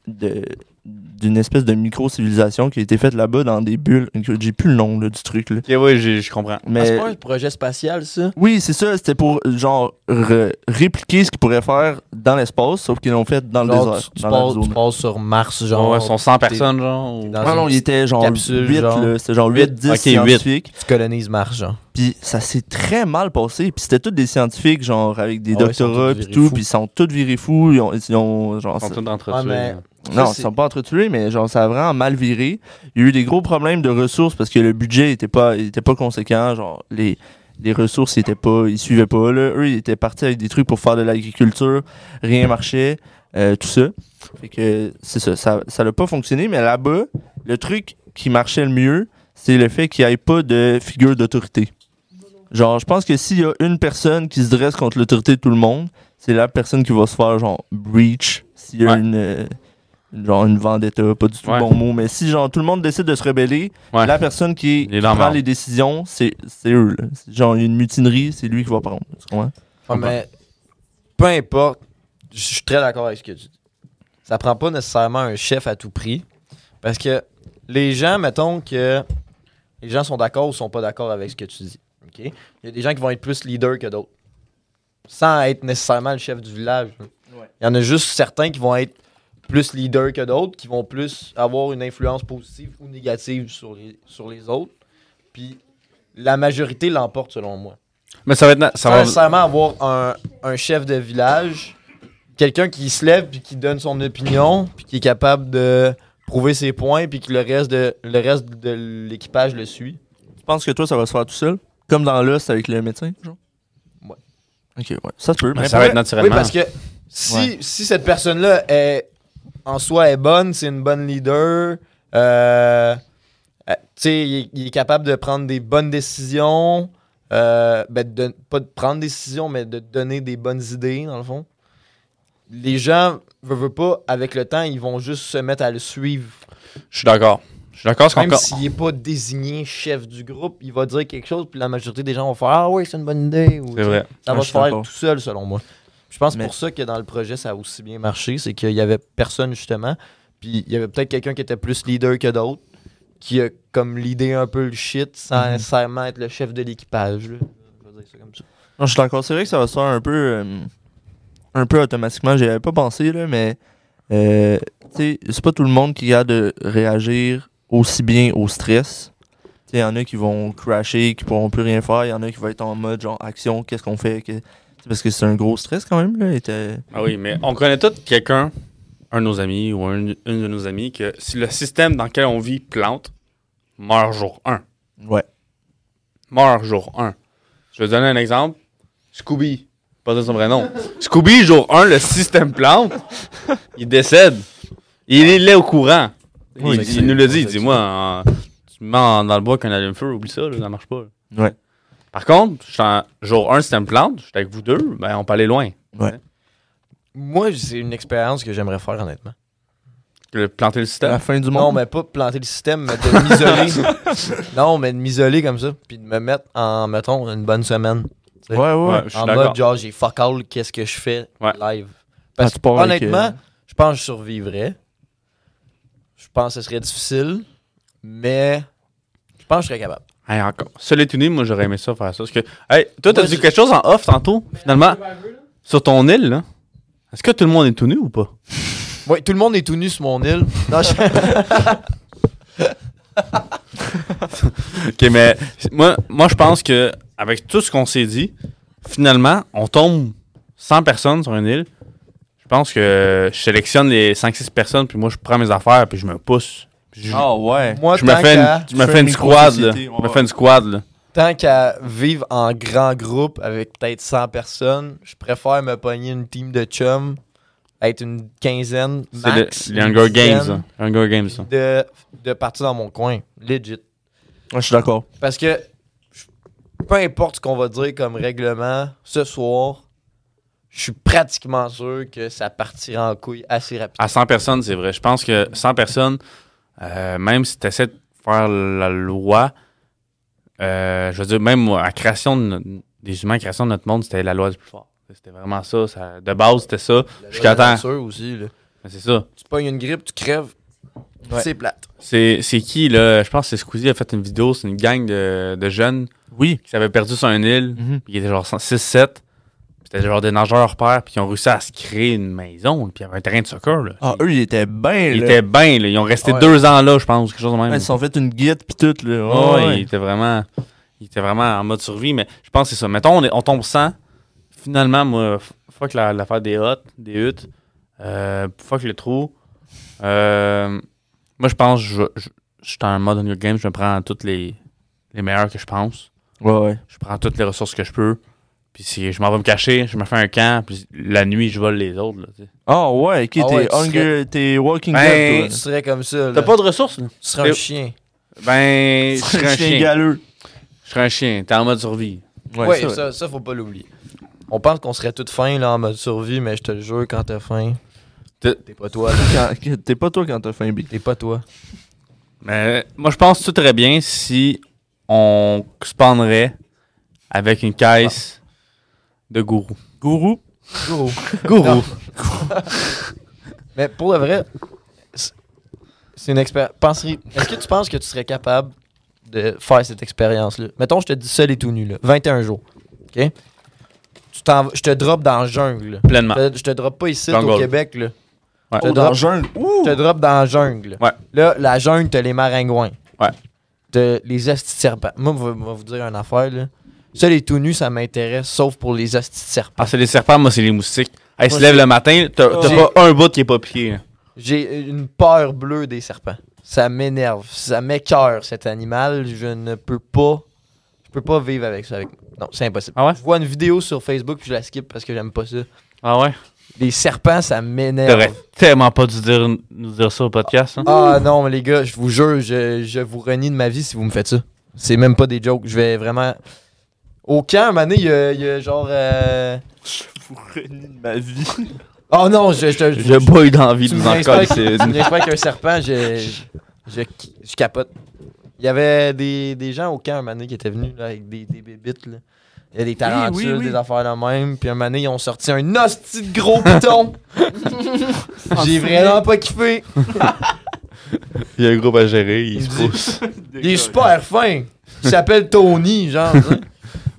[SPEAKER 2] de- d'une espèce de micro-civilisation qui a été faite là-bas dans des bulles. J'ai plus le nom là, du truc. Là.
[SPEAKER 3] Ok, oui, j'ai- je comprends.
[SPEAKER 4] Ah, c'est
[SPEAKER 2] Mais
[SPEAKER 4] pas un projet spatial, ça?
[SPEAKER 2] oui, c'est ça. C'était pour genre re- répliquer ce qu'ils pourraient faire dans l'espace, sauf qu'ils l'ont fait dans le
[SPEAKER 4] Genre,
[SPEAKER 2] désert,
[SPEAKER 4] tu, tu
[SPEAKER 2] dans la
[SPEAKER 4] passes,
[SPEAKER 2] zone.
[SPEAKER 4] tu passes sur Mars, genre.
[SPEAKER 3] Genre, ouais, sont 100
[SPEAKER 4] t'es-
[SPEAKER 3] personnes, genre. ou-
[SPEAKER 4] t'es dans
[SPEAKER 2] Non,
[SPEAKER 4] une
[SPEAKER 2] non, il
[SPEAKER 4] petite
[SPEAKER 2] était genre
[SPEAKER 4] capsule,
[SPEAKER 2] 8,
[SPEAKER 4] genre.
[SPEAKER 2] là. C'était genre 8, 10
[SPEAKER 3] Ok, huit.
[SPEAKER 2] scientifiques.
[SPEAKER 4] Tu colonises Mars, genre.
[SPEAKER 2] Puis ça s'est très mal passé. Puis c'était tous des scientifiques, genre, avec des
[SPEAKER 4] Ah ouais,
[SPEAKER 2] doctorats,
[SPEAKER 4] ils sont tous
[SPEAKER 2] puis
[SPEAKER 4] virés
[SPEAKER 2] tout.
[SPEAKER 4] fous.
[SPEAKER 2] Puis ils sont tous virés fous. Ils ont, ils ont- genre,
[SPEAKER 3] Ils sont
[SPEAKER 2] ça-
[SPEAKER 3] tous entre
[SPEAKER 4] Ouais, mais-
[SPEAKER 2] non,
[SPEAKER 4] Ça,
[SPEAKER 2] ils
[SPEAKER 4] c'est-
[SPEAKER 2] sont pas entretués, mais genre, ça a vraiment mal viré. Il y a eu des gros problèmes de ressources parce que le budget était pas, il était pas conséquent. Genre, les, les ressources ils étaient pas, ils suivaient pas. Là. Eux, ils étaient partis avec des trucs pour faire de l'agriculture. Rien marchait. euh, tout ça. Fait que c'est ça. Ça ça l'a pas fonctionné, mais là-bas, le truc qui marchait le mieux, c'est le fait qu'il n'y ait pas de figure d'autorité. Genre, je pense que s'il y a une personne qui se dresse contre l'autorité de tout le monde, c'est la personne qui va se faire, genre, breach. S'il y a
[SPEAKER 3] Ouais.
[SPEAKER 2] une, euh, une- genre, une vendetta, pas du tout le
[SPEAKER 3] Ouais.
[SPEAKER 2] bon mot, mais si, genre, tout le monde décide de se rebeller,
[SPEAKER 3] Ouais.
[SPEAKER 2] la personne
[SPEAKER 3] Il
[SPEAKER 2] qui,
[SPEAKER 3] est
[SPEAKER 2] qui
[SPEAKER 3] dans la
[SPEAKER 2] prend
[SPEAKER 3] merde.
[SPEAKER 2] les décisions, c'est c'est eux, là. C'est Genre, il y a une mutinerie, c'est lui qui va prendre. Tu comprends?
[SPEAKER 4] Ouais, mais peu importe, je suis très d'accord avec ce que tu dis. Ça prend pas nécessairement un chef à tout prix. Parce que les gens, mettons que les gens sont d'accord ou sont pas d'accord avec ce que tu dis. ok? Il y a des gens qui vont être plus leaders que d'autres. Sans être nécessairement le chef du village. Il y en a juste certains qui vont être plus leaders que d'autres, qui vont plus avoir une influence positive ou négative sur les, sur les autres. Puis la majorité l'emporte selon moi
[SPEAKER 3] Mais ça va être. na- Ça
[SPEAKER 4] sans
[SPEAKER 3] va...
[SPEAKER 4] nécessairement avoir un, un chef de village, quelqu'un qui se lève puis qui donne son opinion, puis qui est capable de prouver ses points, puis que le reste de, le reste de l'équipage le suit.
[SPEAKER 2] Tu penses que toi, ça va se faire tout seul? Comme dans l'os avec le médecin, genre?
[SPEAKER 4] Ouais.
[SPEAKER 2] Ok, ouais. Ça se peut.
[SPEAKER 3] Mais
[SPEAKER 2] mais
[SPEAKER 3] ça
[SPEAKER 2] pour
[SPEAKER 3] va
[SPEAKER 2] vrai-
[SPEAKER 3] être naturellement.
[SPEAKER 4] Oui, parce que si,
[SPEAKER 2] Ouais.
[SPEAKER 4] si cette personne-là est en soi est bonne, c'est une bonne leader, euh, euh, tu sais, il, est- il est capable de prendre des bonnes décisions, euh, ben, de- pas de prendre des décisions, mais de donner des bonnes idées, dans le fond. Les gens, veulent, veulent pas, avec le temps, ils vont juste se mettre à le suivre.
[SPEAKER 3] Je suis d'accord. Je suis d'accord. parce
[SPEAKER 4] Même
[SPEAKER 3] qu'on-
[SPEAKER 4] s'il n'est pas désigné chef du groupe, il va dire quelque chose, puis la majorité des gens vont faire Ah oui, c'est une bonne idée. ou,
[SPEAKER 3] C'est vrai.
[SPEAKER 4] ça
[SPEAKER 2] Ouais,
[SPEAKER 4] va
[SPEAKER 2] je
[SPEAKER 4] se
[SPEAKER 2] suis
[SPEAKER 4] faire
[SPEAKER 2] d'accord.
[SPEAKER 4] tout seul, selon moi. Je pense
[SPEAKER 2] Mais-
[SPEAKER 4] pour ça que dans le projet, ça a aussi bien marché, c'est qu'il y avait personne, justement. Puis il y avait peut-être quelqu'un qui était plus leader que d'autres, qui a comme l'idée un peu le shit sans
[SPEAKER 2] Mhm.
[SPEAKER 4] nécessairement être le chef de l'équipage. là. Je vais dire ça comme ça.
[SPEAKER 2] Non, je suis d'accord. C'est vrai que ça va se faire un peu, euh, un peu automatiquement. J'y avais pas pensé, là, mais euh, tu sais, c'est pas tout le monde qui a de réagir aussi bien au stress. Il y en a qui vont crasher, qui pourront plus rien faire. Il y en a qui vont être en mode genre action, qu'est-ce qu'on fait que- t'sais, Parce que c'est un gros stress quand même. Là, et t'as-
[SPEAKER 3] Ah oui, mais on connaît tous quelqu'un, un de nos amis ou un- une de nos amies, que si le système dans lequel on vit plante, meurt jour 1.
[SPEAKER 2] Ouais.
[SPEAKER 3] Meurt jour 1. Je vais te donner un exemple. Scooby. Pas de son vrai nom. Scooby, jour 1, le système plante, il décède. Il est là au courant. Il-
[SPEAKER 2] Oui,
[SPEAKER 3] il,
[SPEAKER 2] c'est-
[SPEAKER 3] nous le dit. Il dit Moi, en- tu me mets en- dans le bois qu'un allume-feu, oublie ça, là, ça marche pas.
[SPEAKER 2] Ouais.
[SPEAKER 3] Par contre, je suis en- jour 1, système plante, j'étais avec vous deux, ben, on peut aller loin.
[SPEAKER 4] Moi, c'est une expérience que j'aimerais faire, honnêtement.
[SPEAKER 3] Le- planter le système.
[SPEAKER 2] La fin du
[SPEAKER 4] Non,
[SPEAKER 2] monde.
[SPEAKER 4] mais pas planter le système, mais de m'isoler. non, mais de m'isoler comme ça, puis de me mettre en, mettons, une bonne semaine. mais-
[SPEAKER 2] Ouais, ouais.
[SPEAKER 3] Ouais,
[SPEAKER 2] ouais.
[SPEAKER 3] je suis
[SPEAKER 4] en
[SPEAKER 3] d'accord.
[SPEAKER 4] mode genre j'ai fuck all qu'est-ce que je fais
[SPEAKER 3] Ouais.
[SPEAKER 4] live
[SPEAKER 2] Ah,
[SPEAKER 4] parce
[SPEAKER 2] tu
[SPEAKER 4] que
[SPEAKER 2] pars avec,
[SPEAKER 4] honnêtement
[SPEAKER 2] euh,
[SPEAKER 4] je pense que je survivrais je pense que ce serait difficile mais je pense que je serais capable
[SPEAKER 2] Ah.
[SPEAKER 3] Hey, encore. Seul et tout nu, moi j'aurais aimé ça faire ça. Parce que, hey, toi, t'as
[SPEAKER 4] Moi,
[SPEAKER 3] dit
[SPEAKER 4] je-
[SPEAKER 3] quelque chose en off tantôt, finalement,
[SPEAKER 5] Moi,
[SPEAKER 3] sur ton île, là. Est-ce que tout le monde est tout nu ou pas?
[SPEAKER 4] ouais, tout le monde est tout nu sur mon île non, je-
[SPEAKER 3] Ok, mais moi, moi je pense que avec tout ce qu'on s'est dit, finalement, on tombe 100 personnes sur une île. Je pense que je sélectionne les 5-6 personnes, puis moi je prends mes affaires, puis je me pousse. Puis Je,
[SPEAKER 2] Ah, ouais.
[SPEAKER 4] moi
[SPEAKER 3] je me
[SPEAKER 4] tant
[SPEAKER 3] fais
[SPEAKER 4] qu'à
[SPEAKER 3] une, je me
[SPEAKER 2] tu
[SPEAKER 3] fais
[SPEAKER 2] fais
[SPEAKER 3] une
[SPEAKER 2] une
[SPEAKER 3] squad, là.
[SPEAKER 2] micro-société,
[SPEAKER 3] Je me
[SPEAKER 2] ouais.
[SPEAKER 3] fais une squad, là.
[SPEAKER 4] tant qu'à vivre en grand groupe avec peut-être 100 personnes je préfère me pogner une team de chums être une quinzaine
[SPEAKER 3] C'est le-
[SPEAKER 4] max
[SPEAKER 3] les Hunger
[SPEAKER 4] une
[SPEAKER 3] Games,
[SPEAKER 4] dizaine,
[SPEAKER 3] là. Hunger Games, ça.
[SPEAKER 4] de, de partir dans mon coin legit
[SPEAKER 2] Ouais, je suis d'accord.
[SPEAKER 4] Parce que je- peu importe ce qu'on va dire comme règlement, ce soir, je suis pratiquement sûr que ça partira en couille assez rapidement.
[SPEAKER 3] À 100 personnes, c'est vrai. Je pense que 100 personnes, euh, même si tu essaies de faire la loi, euh, je veux dire, même à création de no- des humains, à création de notre monde, c'était la loi du plus fort. C'était vraiment ça. ça- de base, c'était ça. Jusqu'à temps.
[SPEAKER 4] sûr aussi, là.
[SPEAKER 3] Mais C'est ça.
[SPEAKER 4] Tu pognes une grippe, tu crèves.
[SPEAKER 2] Ouais.
[SPEAKER 4] C'est plate.
[SPEAKER 3] C'est c'est qui, là? Je pense que c'est Squeezie qui a fait une vidéo. C'est une gang de, de jeunes
[SPEAKER 2] Oui.
[SPEAKER 3] qui s'avaient perdu sur une île.
[SPEAKER 2] Mhm.
[SPEAKER 3] Puis ils étaient genre 6-7. C'était genre des nageurs pères. Puis ils ont réussi à se créer une maison. Puis il y avait un terrain de soccer, là.
[SPEAKER 2] Ah, eux, ils étaient bien,
[SPEAKER 3] Ils
[SPEAKER 2] là.
[SPEAKER 3] étaient bien, là. Ils ont resté
[SPEAKER 4] Ouais.
[SPEAKER 3] deux ans là, je pense, quelque chose de même.
[SPEAKER 2] Ouais, Ils se sont fait une guide pis tout, là.
[SPEAKER 3] Ouais,
[SPEAKER 2] Ouais,
[SPEAKER 3] ouais,
[SPEAKER 2] ouais.
[SPEAKER 3] Il était vraiment. Il était vraiment en mode survie, mais je pense que c'est ça. Mettons, on, est- on tombe 100. Finalement, moi, f- fuck la- l'affaire des huttes, des huttes. Euh, fuck le trou. Euh, moi, je pense que je, je, je suis en mode new game. Je me prends toutes les, les meilleurs que je pense.
[SPEAKER 2] Ouais, ouais.
[SPEAKER 3] Je prends toutes les ressources que je peux. Puis si je m'en vais me cacher, je me fais un camp. Puis la nuit, je vole les autres. là, tu sais.
[SPEAKER 2] Ah, ouais, ok,
[SPEAKER 4] Ah ouais,
[SPEAKER 2] t'es
[SPEAKER 4] tu
[SPEAKER 2] hunger, t'es Walking
[SPEAKER 3] Ben,
[SPEAKER 2] Dead,
[SPEAKER 4] Tu
[SPEAKER 2] toi.
[SPEAKER 4] serais comme ça,
[SPEAKER 3] T'as
[SPEAKER 4] là.
[SPEAKER 3] pas de ressources, là?
[SPEAKER 4] Tu serais un chien.
[SPEAKER 3] Ben, je serais un chien.
[SPEAKER 2] galeux.
[SPEAKER 3] Je serais un chien. T'es en mode survie.
[SPEAKER 2] Ouais,
[SPEAKER 4] ouais,
[SPEAKER 2] ça,
[SPEAKER 4] ça, ça, faut pas l'oublier. On pense qu'on serait toute faim, là, en mode survie, mais je te le jure, quand t'as faim,
[SPEAKER 3] T'es-
[SPEAKER 4] t'es pas toi, là.
[SPEAKER 2] Quand- que- T'es pas toi quand t'as faim, B.
[SPEAKER 4] T'es pas toi.
[SPEAKER 3] Mais moi, je pense que tout irait bien si on se pendrait avec une caisse de gourou.
[SPEAKER 2] Gourou.
[SPEAKER 4] Gourou.
[SPEAKER 3] Gourou.
[SPEAKER 4] Mais pour le vrai, c'est- c'est une expérience. Penserie. Est-ce que tu penses que tu serais capable de faire cette expérience-là? Mettons, je te dis seul et tout nu, là. 21 jours. OK? Tu t'en vas- je te drop dans la jungle.
[SPEAKER 3] Pleinement.
[SPEAKER 4] Je te, je te drop pas ici,
[SPEAKER 3] Jungle.
[SPEAKER 4] au Québec, là.
[SPEAKER 3] Ouais.
[SPEAKER 4] Je te
[SPEAKER 2] Oh, dans
[SPEAKER 4] drop-
[SPEAKER 2] le jungle.
[SPEAKER 4] Je te drop dans la jungle.
[SPEAKER 3] Ouais.
[SPEAKER 4] Là, la jungle, t'as les maringouins.
[SPEAKER 3] Ouais.
[SPEAKER 4] T'as les astis de serpents. Moi, je vais vous dire une affaire, là. Ça, les tout nus, ça m'intéresse, sauf pour les astis de serpents.
[SPEAKER 3] Ah, c'est les serpents, moi, c'est les moustiques. Hey, ils se
[SPEAKER 4] Moi,
[SPEAKER 3] lèvent le matin, t'as
[SPEAKER 2] Oh.
[SPEAKER 3] t'as
[SPEAKER 4] J'ai-
[SPEAKER 3] pas un bout qui est pas piqué. là.
[SPEAKER 4] J'ai une peur bleue des serpents. Ça m'énerve. Ça m'écœure, cet animal. Je ne peux pas... Je peux pas vivre avec ça. Avec... Non, c'est impossible.
[SPEAKER 3] Ah ouais?
[SPEAKER 4] Je vois une vidéo sur Facebook, puis je la skip parce que j'aime pas ça.
[SPEAKER 3] Ah ouais?
[SPEAKER 4] Les serpents, ça m'énerve.
[SPEAKER 3] T'aurais tellement pas dû dire- nous dire ça au podcast. hein.
[SPEAKER 4] Ah non, les gars, je vous jure, je, je vous renie de ma vie si vous me faites ça. C'est même pas des jokes. Je vais vraiment. Au camp, à un moment donné, il y a, il y a genre. euh,
[SPEAKER 2] ma vie.
[SPEAKER 4] Oh non, je. je, je-
[SPEAKER 3] Je bouille d'envie
[SPEAKER 4] tu
[SPEAKER 3] de
[SPEAKER 4] me
[SPEAKER 3] vous en
[SPEAKER 4] respectes-
[SPEAKER 3] coller.
[SPEAKER 4] tu me respectes avec un serpent, je, je, je capote. Il y avait des, des gens au camp, un moment donné, qui étaient venus là, avec des, des bébites. Là. Il y a des tarentules,
[SPEAKER 2] oui, oui.
[SPEAKER 4] des affaires là même. Puis un moment donné, ils ont sorti un hostie de gros piton. J'ai vraiment pas kiffé.
[SPEAKER 3] Il y a un groupe à gérer, il
[SPEAKER 4] se
[SPEAKER 3] pousse.
[SPEAKER 4] Il est super fin. Il s'appelle Tony, genre. hein.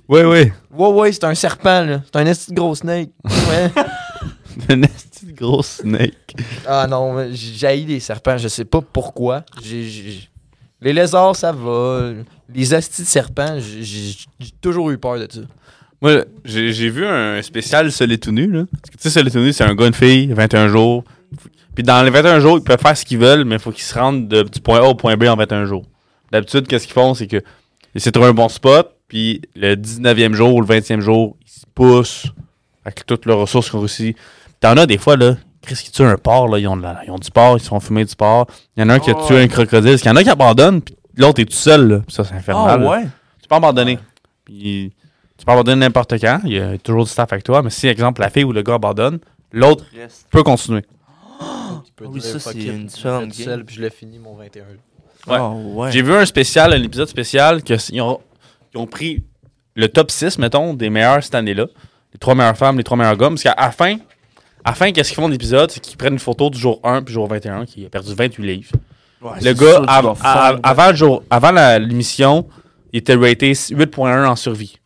[SPEAKER 3] Ouais, ouais.
[SPEAKER 4] Ouais, ouais, c'est un serpent, là. C'est un esti de gros snake. Ouais.
[SPEAKER 3] Un esti de gros snake.
[SPEAKER 4] ah non, mais j'haïs les serpents. Je sais pas pourquoi. J'ai- j'ai- Les lézards, ça va. Les astis de serpents, j'ai- j'ai j'ai toujours eu peur de ça.
[SPEAKER 3] Moi, j'ai j'ai vu un spécial Seul et tout nu. Là. Parce que tu sais, Seul et tout nu, c'est un gars, une fille, 21 jours. Faut- Puis dans les 21 jours, ils peuvent faire ce qu'ils veulent, mais il faut qu'ils se rendent de, du point A au point B en 21 jours. D'habitude, qu'est-ce qu'ils font, c'est que ils essaient de trouver un bon spot, puis le 19e jour ou le 20e jour, ils se poussent avec toutes leurs ressources qu'ils ont réussi. T'en as des fois, là, qu'est-ce qu'ils tuent un porc, là, ils ont, de la- ils ont du porc, ils se font fumer du porc. Il y en a un qui a
[SPEAKER 2] Oh,
[SPEAKER 3] tué un crocodile, il y en a qui abandonne, puis l'autre est tout seul, là. Puis ça, c'est
[SPEAKER 2] Ah,
[SPEAKER 3] infernal. là.
[SPEAKER 2] ouais.
[SPEAKER 3] Tu peux abandonner. Puis, tu peux abandonner n'importe quand. Il y a toujours du staff avec toi. Mais si, exemple, la fille ou le gars abandonne, l'autre peut continuer.
[SPEAKER 2] Oui, ça, c'est une
[SPEAKER 4] Je
[SPEAKER 2] différente
[SPEAKER 4] le fais tout
[SPEAKER 2] game.
[SPEAKER 4] seul, puis je l'ai fini mon 21.
[SPEAKER 3] Ouais.
[SPEAKER 2] Ah, ouais.
[SPEAKER 3] J'ai vu un spécial, un épisode spécial, que s- ils ont, ils ont pris le top 6, mettons, des meilleurs cette année-là. Les trois meilleures femmes, les trois meilleurs gars. Parce qu'à la fin, à la fin, qu'est-ce qu'ils font de l'épisode? C'est qu'ils prennent une photo du jour 1 puis jour 21, qui a perdu 28 livres.
[SPEAKER 2] Ouais,
[SPEAKER 3] Le
[SPEAKER 2] c'est
[SPEAKER 3] gars,
[SPEAKER 2] sûr, tu
[SPEAKER 3] av-
[SPEAKER 2] vas
[SPEAKER 3] av-
[SPEAKER 2] faire-
[SPEAKER 3] avant, le jour, avant la- l'émission, il était raté 8.1 en survie.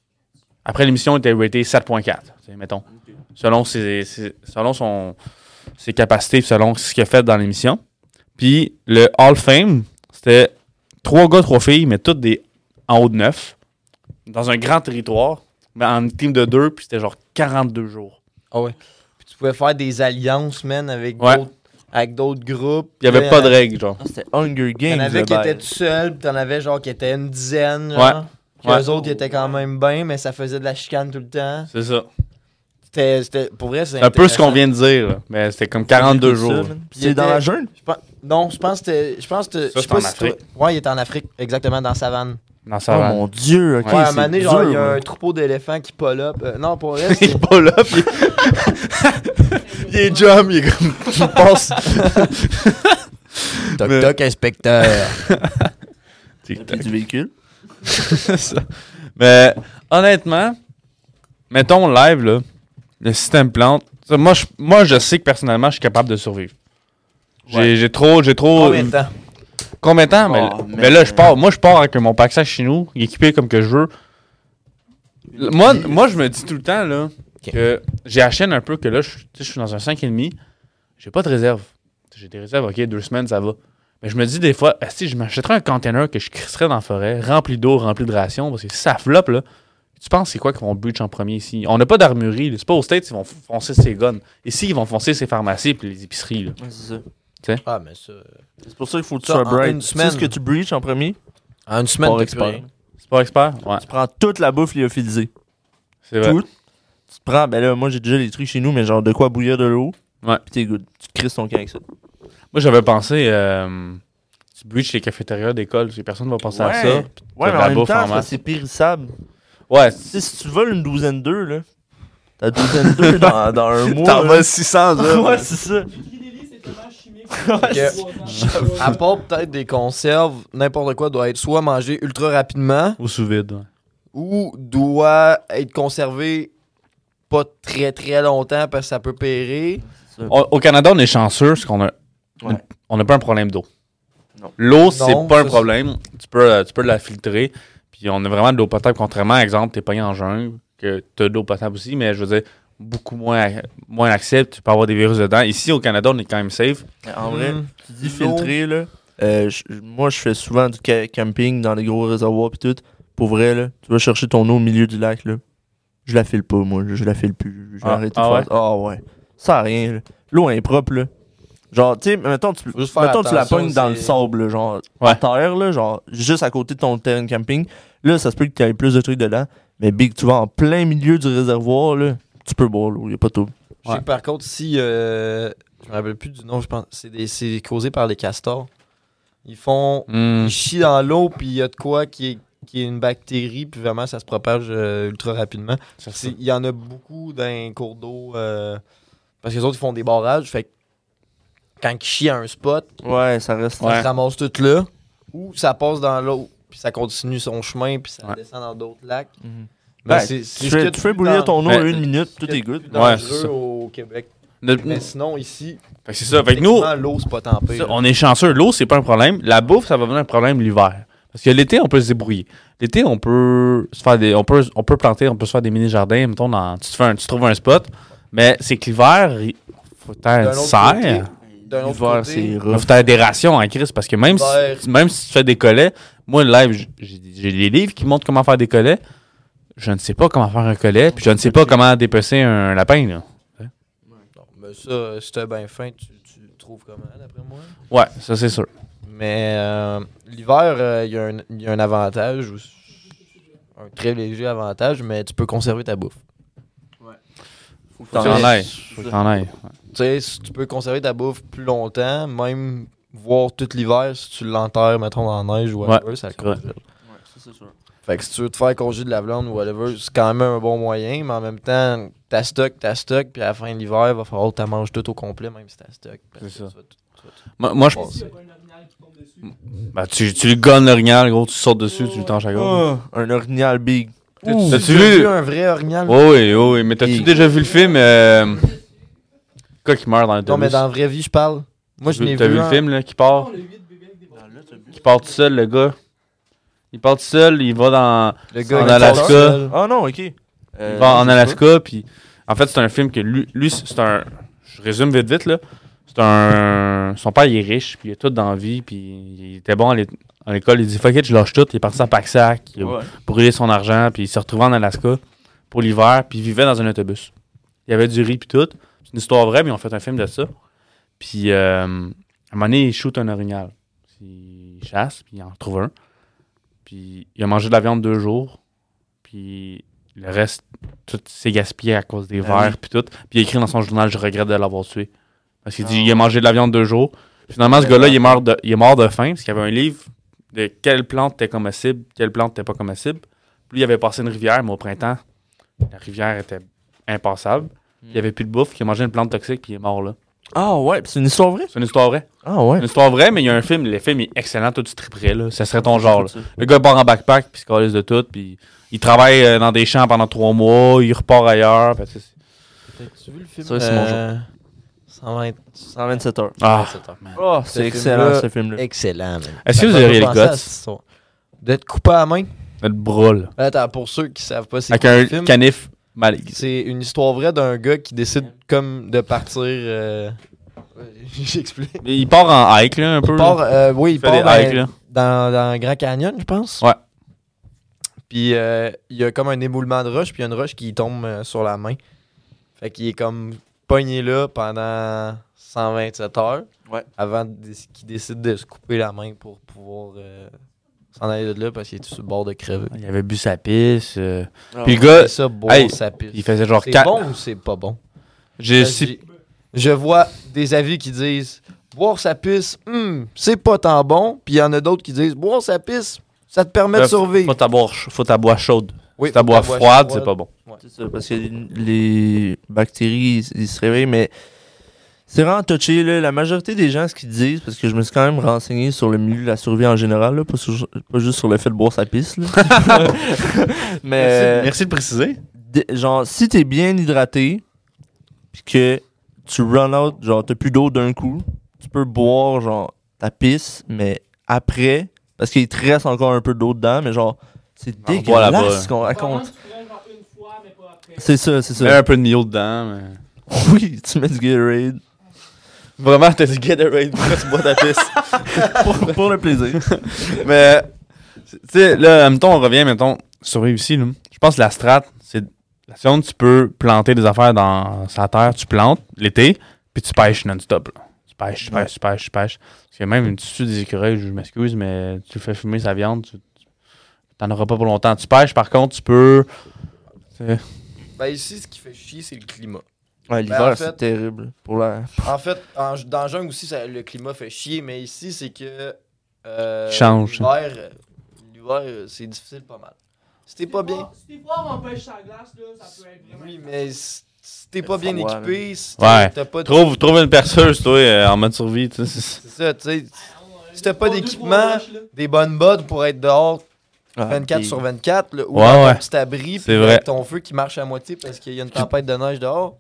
[SPEAKER 3] Après l'émission, il était raté 7.4, tu sais, mettons. Selon, ses, ses- selon son, ses capacités, puis selon ce qu'il a fait dans l'émission. Puis le Hall Fame, c'était trois gars, trois filles, mais toutes des en haut de neuf, dans un grand territoire, mais en team de deux, puis c'était genre 42 jours.
[SPEAKER 4] Ah ouais. Puis tu pouvais faire des alliances, man, avec
[SPEAKER 3] Ouais.
[SPEAKER 4] d'autres avec d'autres groupes.
[SPEAKER 3] Il n'y avait
[SPEAKER 4] Là,
[SPEAKER 3] pas de règles, genre.
[SPEAKER 2] Ah, C'était Hunger Games. ben.
[SPEAKER 4] T'en avais
[SPEAKER 2] le
[SPEAKER 4] qui étaient
[SPEAKER 2] bail.
[SPEAKER 4] tout seuls, puis t'en avais genre qui étaient une dizaine.
[SPEAKER 3] Ouais.
[SPEAKER 4] Genre, Puis
[SPEAKER 3] Ouais.
[SPEAKER 4] eux autres, ils étaient quand même bien, mais ça faisait de la chicane tout le temps.
[SPEAKER 3] C'est ça.
[SPEAKER 4] C'était, c'était- pour vrai, c'est
[SPEAKER 3] C'est un peu ce qu'on
[SPEAKER 4] intéressant.
[SPEAKER 3] vient de dire, là, mais c'était comme 42
[SPEAKER 2] Ça,
[SPEAKER 3] jours.
[SPEAKER 2] man.
[SPEAKER 4] Il
[SPEAKER 2] C'est dans
[SPEAKER 4] était-
[SPEAKER 2] la jungle?
[SPEAKER 4] Je pense- non, je pense que c'était- je pense que je
[SPEAKER 3] c'est
[SPEAKER 4] sais pas
[SPEAKER 3] en
[SPEAKER 4] si toi- Ouais, il est en Afrique, exactement dans la savane.
[SPEAKER 3] Dans sa
[SPEAKER 2] Oh
[SPEAKER 3] van.
[SPEAKER 2] mon dieu, ok.
[SPEAKER 4] ouais, à un moment
[SPEAKER 2] c'est
[SPEAKER 4] donné, genre, il y
[SPEAKER 2] dur,
[SPEAKER 4] a
[SPEAKER 2] ouais.
[SPEAKER 4] un troupeau d'éléphants qui pull up. Euh, non, pour vrai, c'est-
[SPEAKER 3] pas là, puis il est jump, il est comme. Je pense.
[SPEAKER 4] Toc
[SPEAKER 3] Mais-
[SPEAKER 4] toc, inspecteur.
[SPEAKER 2] Puis du véhicule.
[SPEAKER 3] Ça. Mais honnêtement, mettons live, là, le système plante. ça, Moi je, moi, je sais que personnellement, je suis capable de survivre. J'ai
[SPEAKER 2] Ouais.
[SPEAKER 3] j'ai trop. j'ai trop
[SPEAKER 4] Combien de temps?
[SPEAKER 3] Combien de temps? mais,
[SPEAKER 2] Oh,
[SPEAKER 3] Ah, mais là, je
[SPEAKER 2] man.
[SPEAKER 3] pars. Moi, je pars avec mon pack sac chez nous, équipé comme que je veux. Moi, moi je me dis tout le temps là, que j'ai acheté un peu que là, je, tu sais, je suis dans un 5,5. J'ai pas de réserve. J'ai des réserves, ok, deux semaines, ça va. Mais je me dis des fois, ah, si je m'achèterais un container que je crisserais dans la forêt, rempli d'eau, rempli de rations, parce que si ça floppe, là, tu penses c'est quoi qu'ils vont breach en premier ici? On n'a pas d'armurerie. là. C'est pas aux States, ils vont foncer ses guns. Ici, ils vont foncer ses pharmacies et les épiceries. là.
[SPEAKER 2] Ouais, c'est ça.
[SPEAKER 4] Ah, mais ça.
[SPEAKER 2] C'est pour ça qu'il faut que tu
[SPEAKER 4] Ça,
[SPEAKER 2] sois
[SPEAKER 4] en
[SPEAKER 2] bright.
[SPEAKER 4] une
[SPEAKER 2] Tu
[SPEAKER 4] semaine.
[SPEAKER 2] sais ce que tu breaches en premier?
[SPEAKER 4] En une semaine,
[SPEAKER 2] Sport
[SPEAKER 4] t'as plus
[SPEAKER 2] expert.
[SPEAKER 4] rien.
[SPEAKER 3] C'est pas expert? Ouais,
[SPEAKER 2] Tu prends toute la bouffe lyophilisée.
[SPEAKER 3] c'est vrai.
[SPEAKER 2] Tout. Tu prends, ben là, moi j'ai déjà les trucs chez nous, mais genre de quoi bouillir de l'eau.
[SPEAKER 3] Ouais.
[SPEAKER 2] Puis t'es good. Tu crisses ton camp avec ça.
[SPEAKER 3] Moi, j'avais pensé, euh, tu breaches les cafétérias d'école, parce que personne ne va penser à ça. T'as
[SPEAKER 2] Ouais,
[SPEAKER 3] de
[SPEAKER 2] mais
[SPEAKER 3] la
[SPEAKER 2] en même
[SPEAKER 3] bouffe en
[SPEAKER 2] temps, ça,
[SPEAKER 3] masse.
[SPEAKER 2] c'est périssable.
[SPEAKER 3] Ouais,
[SPEAKER 2] Tu sais, si tu voles une douzaine d'œufs, là, t'as douzaine d'œufs dans, dans un mois.
[SPEAKER 1] T'en
[SPEAKER 2] là.
[SPEAKER 1] vas 600, là.
[SPEAKER 2] ouais, c'est ça.
[SPEAKER 5] Piccadilly, c'est tellement chimique.
[SPEAKER 4] À part peut-être des conserves, n'importe quoi doit être soit mangé ultra rapidement
[SPEAKER 3] au sous-vide. ouais.
[SPEAKER 4] ou doit être conservé pas très très longtemps parce que ça peut périr.
[SPEAKER 3] Au, au Canada, on est chanceux parce qu'on a,
[SPEAKER 2] Ouais.
[SPEAKER 3] une- on n'a pas un problème d'eau.
[SPEAKER 2] Non.
[SPEAKER 3] L'eau, c'est
[SPEAKER 4] Non,
[SPEAKER 3] pas un
[SPEAKER 4] ça,
[SPEAKER 3] problème. Tu peux, euh, tu peux la filtrer. Puis on a vraiment de l'eau potable, contrairement, exemple, t'es pogné en jungle, que t'as de l'eau potable aussi, mais je veux dire, beaucoup moins, moins accès, tu peux avoir des virus dedans. Ici, au Canada, on est quand même safe.
[SPEAKER 2] En vrai,
[SPEAKER 4] Hmm.
[SPEAKER 2] tu dis
[SPEAKER 4] L'eau.
[SPEAKER 2] filtrer, là. euh, je- moi, je fais souvent du ca- camping dans les gros réservoirs pis tout. Pour vrai, là, tu vas chercher ton eau au milieu du lac, là. Je la file pas, moi. Je la file plus. Je vais
[SPEAKER 3] Ah,
[SPEAKER 2] arrêter
[SPEAKER 3] ah
[SPEAKER 2] de faire. Ah ouais. Ça sert à rien, là. L'eau est propre, là. Genre, tu sais, mettons, tu,
[SPEAKER 4] Faut juste faire
[SPEAKER 2] mettons, tu la
[SPEAKER 4] attention,
[SPEAKER 2] pognes dans le
[SPEAKER 4] c'est-
[SPEAKER 2] sable, là, genre,
[SPEAKER 3] Ouais.
[SPEAKER 2] à terre, là, genre, juste à côté de ton terrain de camping. Là, ça se peut que tu aies plus de trucs dedans. Mais big, tu vas en plein milieu du réservoir, là. Tu peux boire l'eau, y a pas de trouble.
[SPEAKER 4] Je sais que par contre, si euh, je me rappelle plus du nom, je pense c'est des- c'est causé par les castors. Ils font
[SPEAKER 3] Hmm.
[SPEAKER 4] ils chient dans l'eau puis il y a de quoi qui est qui est une bactérie puis vraiment ça se propage euh, ultra rapidement.
[SPEAKER 3] Ça,
[SPEAKER 4] C'est- Il y en a beaucoup dans les cours d'eau. euh, parce que les autres, ils font des barrages. Fait que quand ils chient à un spot,
[SPEAKER 2] Ouais, ça reste.
[SPEAKER 3] Ouais.
[SPEAKER 4] ça se ramasse tout là. Ou ça passe dans l'eau, puis ça continue son chemin, puis ça
[SPEAKER 3] Ouais.
[SPEAKER 4] descend dans d'autres lacs.
[SPEAKER 2] Mhm.
[SPEAKER 4] Mais
[SPEAKER 2] Ben,
[SPEAKER 4] c'est- c'est
[SPEAKER 2] Tu
[SPEAKER 4] ce qu'il y a
[SPEAKER 2] fais,
[SPEAKER 4] de
[SPEAKER 2] tu fais
[SPEAKER 4] plus
[SPEAKER 2] bouillir
[SPEAKER 4] dans-
[SPEAKER 2] ton eau
[SPEAKER 3] Mais-
[SPEAKER 2] une minute,
[SPEAKER 4] ce
[SPEAKER 2] tout
[SPEAKER 4] qu'il y
[SPEAKER 2] est
[SPEAKER 4] a de
[SPEAKER 2] good.
[SPEAKER 4] plus
[SPEAKER 3] Ouais, c'est
[SPEAKER 4] dangereux
[SPEAKER 3] ça. Mm.
[SPEAKER 4] au Québec.
[SPEAKER 3] Notre-
[SPEAKER 4] Mais sinon, ici,
[SPEAKER 3] Fait que c'est ça. Fait que nous,
[SPEAKER 4] techniquement, l'eau, c'est pas tant pire.
[SPEAKER 3] Ça, on est chanceux. L'eau, c'est pas un problème. La bouffe, ça va devenir un problème l'hiver. Parce que l'été, on peut se débrouiller. L'été, on peut se faire des. On peut, on peut planter, on peut se faire des mini-jardins. Mettons, dans- tu, te fais un- tu trouves un spot. Mais c'est que l'hiver, il faut
[SPEAKER 4] D'un
[SPEAKER 3] faire
[SPEAKER 4] autre côté,
[SPEAKER 3] serre.
[SPEAKER 4] D'un autre
[SPEAKER 2] L'hiver,
[SPEAKER 4] côté,
[SPEAKER 2] c'est
[SPEAKER 3] Il
[SPEAKER 2] rough.
[SPEAKER 3] faut faire des rations en crise. Parce que même
[SPEAKER 4] L'hiver.
[SPEAKER 3] si, même si tu fais des collets, moi, live, j- j'ai j'ai des livres qui montrent comment faire des collets. Je ne sais pas comment faire un collet. Puis je ne sais pas comment dépecer un lapin. là.
[SPEAKER 4] non, mais ça, si t'es bien fin, tu, tu le trouves comment, d'après moi?
[SPEAKER 3] Ouais, ça, c'est sûr.
[SPEAKER 4] Mais euh, l'hiver, euh, il y a un- il y, a un avantage, ou un très léger avantage, mais tu peux conserver ta bouffe.
[SPEAKER 2] Faut que
[SPEAKER 3] Faut que
[SPEAKER 2] t'en
[SPEAKER 3] t'en ailles.
[SPEAKER 2] ailles.
[SPEAKER 3] Faut que t'en ailles.
[SPEAKER 4] Tu sais, si tu peux conserver ta bouffe plus longtemps, même voir tout l'hiver, si tu l'enterres, mettons, dans la neige ou whatever, ça
[SPEAKER 3] c'est vrai.
[SPEAKER 4] congèle. Fait que si tu veux te faire congé de la blonde ou whatever, c'est quand même un bon moyen, mais en même temps, t'as stock, t'as stock, puis à la fin de l'hiver, il va falloir que t'as manges tout au complet, même si t'as stock. parce
[SPEAKER 3] C'est
[SPEAKER 4] que
[SPEAKER 3] ça.
[SPEAKER 4] tu vas tout-
[SPEAKER 3] Moi, moi, je
[SPEAKER 5] Il y a pas un orignal qui tombe dessus.
[SPEAKER 3] Bah, tu, tu lui gonnes l'orignal, gros, tu sautes dessus, tu le tanches à gauche.
[SPEAKER 2] Un orignal big.
[SPEAKER 3] T'as- Oh, T'as-tu
[SPEAKER 4] J'ai
[SPEAKER 3] vu?
[SPEAKER 4] vu un vrai orignal.
[SPEAKER 3] Oh oui, oh oui, mais t'as-tu
[SPEAKER 2] Il-
[SPEAKER 3] déjà vu le film? Euh... Quoi qui meurt dans le
[SPEAKER 4] Non, mais dans la vraie vie, je parle. Moi, je n'ai vu.
[SPEAKER 3] T'as vu le
[SPEAKER 4] un-
[SPEAKER 3] film, là, qui part,
[SPEAKER 5] On a 8 bébés avec des bras.
[SPEAKER 3] qui part tout seul, le gars. Il part tout seul, il va dans,
[SPEAKER 4] Le gars,
[SPEAKER 3] En
[SPEAKER 4] il est
[SPEAKER 3] Alaska.
[SPEAKER 4] tout seul.
[SPEAKER 2] Ah non, ok. Euh,
[SPEAKER 3] il va en Alaska, puis... En fait, c'est un film que lui, lui, c'est un... Je résume vite, vite, là. C'est un... Son père, il est riche, puis il est tout dans la vie, puis il était bon à l'é- à l'école. Il dit « Fuck it, je lâche tout. » Il est parti à Paxac, il a brûler son argent, puis il se retrouvait en Alaska pour l'hiver, puis il vivait dans un autobus. Il y avait du riz, puis tout. C'est une histoire vraie, mais ils ont fait un film de ça. Puis euh, à un moment donné, il shoot un orignal. Il chasse, puis il en retrouve un. Puis il a mangé de la viande deux jours, puis le reste, tout s'est gaspillé à cause des
[SPEAKER 2] Ah oui.
[SPEAKER 3] vers, puis tout. Puis il a écrit dans son journal Je regrette de l'avoir tué. Parce qu'il dit
[SPEAKER 2] Ah.
[SPEAKER 3] Il a mangé de la viande deux jours. Finalement, ce gars-là, il, est mort de- il est mort de faim, parce qu'il y avait un livre de quelle plante était comme cible, quelle plante était pas comme cible. Puis il avait passé une rivière, mais au printemps, la rivière était impassable. Puis Il n'y avait plus de bouffe, puis il a mangé une plante toxique, puis il est mort là.
[SPEAKER 2] Ah ouais, pis c'est une histoire vraie.
[SPEAKER 3] C'est une histoire vraie.
[SPEAKER 2] Ah ouais.
[SPEAKER 3] Une histoire vraie, mais il y a un film. Le film est excellent. Toi, tu triperais, là. Ça serait ton genre, là. Le gars part en backpack, puis il se calisse de tout, puis il travaille euh, dans des champs pendant trois mois, il repart ailleurs. puis c'est-
[SPEAKER 4] T'as-tu vu le film?
[SPEAKER 2] Ça, c'est mon
[SPEAKER 4] euh, 120
[SPEAKER 2] 127 heures.
[SPEAKER 3] Ah.
[SPEAKER 4] 127 heures.
[SPEAKER 2] Ah,
[SPEAKER 4] Ce
[SPEAKER 2] c'est excellent
[SPEAKER 4] film-là-
[SPEAKER 2] ce film-là.
[SPEAKER 4] Excellent, man.
[SPEAKER 3] Est-ce que
[SPEAKER 4] Ça
[SPEAKER 3] vous
[SPEAKER 4] me fait
[SPEAKER 3] auriez les
[SPEAKER 4] penser à
[SPEAKER 3] guts?
[SPEAKER 4] cette histoire. D'être coupé à la main?
[SPEAKER 3] Notre bras, là.
[SPEAKER 4] Attends, pour ceux qui savent pas, c'est
[SPEAKER 3] Avec
[SPEAKER 4] quoi le
[SPEAKER 3] un
[SPEAKER 4] film?
[SPEAKER 3] canif mal aiguisé.
[SPEAKER 4] C'est une histoire vraie d'un gars qui décide comme de partir. euh, J'explique.
[SPEAKER 3] Mais Il part en hike, là, un peu.
[SPEAKER 4] Il
[SPEAKER 3] là.
[SPEAKER 4] part, euh, oui, il
[SPEAKER 3] Il fait des
[SPEAKER 4] part
[SPEAKER 3] hikes,
[SPEAKER 4] dans,
[SPEAKER 3] là.
[SPEAKER 4] dans, dans le Grand Canyon, je pense.
[SPEAKER 3] Ouais.
[SPEAKER 4] Puis euh, il y a comme un éboulement de roche, puis il y a une roche qui tombe euh, sur la main. Fait qu'il est comme pogné là pendant 127 heures.
[SPEAKER 2] Ouais.
[SPEAKER 4] Avant de- qu'il décide de se couper la main pour pouvoir euh, s'en aller de là parce qu'il est sur le bord de crever.
[SPEAKER 3] Il avait bu sa pisse. euh,
[SPEAKER 2] Ah
[SPEAKER 3] Puis le
[SPEAKER 2] ouais.
[SPEAKER 3] gars,
[SPEAKER 4] C'est ça, beau,
[SPEAKER 3] hey,
[SPEAKER 4] ça pisse.
[SPEAKER 3] il faisait genre
[SPEAKER 4] C'est
[SPEAKER 3] 4.
[SPEAKER 4] bon ou c'est pas bon?
[SPEAKER 3] J'ai
[SPEAKER 4] Parce que
[SPEAKER 3] si-
[SPEAKER 4] j'ai- Je vois des avis qui disent boire sa pisse, hmm, c'est pas tant bon. Puis il y en a d'autres qui disent boire sa pisse, ça te permet de
[SPEAKER 3] Bref, Faut
[SPEAKER 4] survivre.
[SPEAKER 3] ta boire, ch- faut ta boire chaude.
[SPEAKER 4] Oui,
[SPEAKER 3] Si ta
[SPEAKER 4] faut
[SPEAKER 3] boire
[SPEAKER 4] boire
[SPEAKER 3] froide, c'est pas bon.
[SPEAKER 2] C'est ça, parce que les bactéries, ils, ils se réveillent, mais c'est vraiment touché. Là. La majorité des gens, ce qu'ils disent, parce que je me suis quand même renseigné sur le milieu de la survie en général, là, pas, sur- pas juste sur le fait de boire sa pisse. là. mais euh,
[SPEAKER 3] de préciser.
[SPEAKER 2] de- genre, si t'es bien hydraté, puis que tu run out, genre, t'as plus d'eau d'un coup, tu peux boire, genre, ta pisse, mais après, parce qu'il te reste encore un peu d'eau dedans, mais genre, c'est
[SPEAKER 3] On boit là-bas,
[SPEAKER 2] dégueulasse ce qu'on
[SPEAKER 5] Pendant
[SPEAKER 2] raconte.
[SPEAKER 5] que tu prends genre une fois, mais pas après.
[SPEAKER 2] C'est ça, c'est ça.
[SPEAKER 3] Mets un peu de mio dedans. mais-
[SPEAKER 2] Oui, tu mets du Gatorade.
[SPEAKER 3] Vraiment, t'as du Gatorade pourquoi tu bois ta pisse.
[SPEAKER 2] Pour, pour le plaisir.
[SPEAKER 3] mais, tu sais, là, mettons, on revient, mettons, survivre ici. là. Je pense que la strat, c'est la seconde, tu peux planter des affaires dans sa terre, tu plantes l'été, puis tu pêches non-stop. là. Tu pêches, tu pêches, tu pêches, tu pêches. Parce que même, tu tues des écureuils, je m'excuse, mais tu fais fumer sa viande, tu tu- t'en auras pas pour longtemps. Tu pêches, par contre, tu peux.
[SPEAKER 4] Ben ici, ce qui fait chier, c'est le climat.
[SPEAKER 2] Ouais, l'hiver,
[SPEAKER 4] Ben, en fait-
[SPEAKER 2] c'est terrible. Pour la...
[SPEAKER 4] En fait, en- dans la jungle aussi, ça- le climat fait chier, mais ici, c'est que. euh,
[SPEAKER 3] Il change.
[SPEAKER 4] L'hiver, euh, l'hiver, euh, c'est difficile pas mal. Si t'es pas bien.
[SPEAKER 5] Si t'es fort en pêche à glace, là, ça peut être vraiment.
[SPEAKER 4] Oui, mais si si t'es pas bien
[SPEAKER 2] Faut voir,
[SPEAKER 4] équipé, si
[SPEAKER 3] Ouais.
[SPEAKER 4] t'as t'as pas de.
[SPEAKER 3] Trouve, trouve une perceuse, toi, euh, en mode survie. tu sais, c'est-
[SPEAKER 4] C'est ça, tu sais. Si t'as
[SPEAKER 5] t'as
[SPEAKER 4] pas d'équipement, des bonnes bottes pour être dehors,
[SPEAKER 2] Ah,
[SPEAKER 4] 24 sur 24, là, ou
[SPEAKER 3] Ouais,
[SPEAKER 4] dans un
[SPEAKER 3] ouais.
[SPEAKER 4] petit abri,
[SPEAKER 3] C'est
[SPEAKER 4] puis
[SPEAKER 3] vrai.
[SPEAKER 4] avec ton feu qui marche à moitié parce qu'il y a une tempête de neige dehors.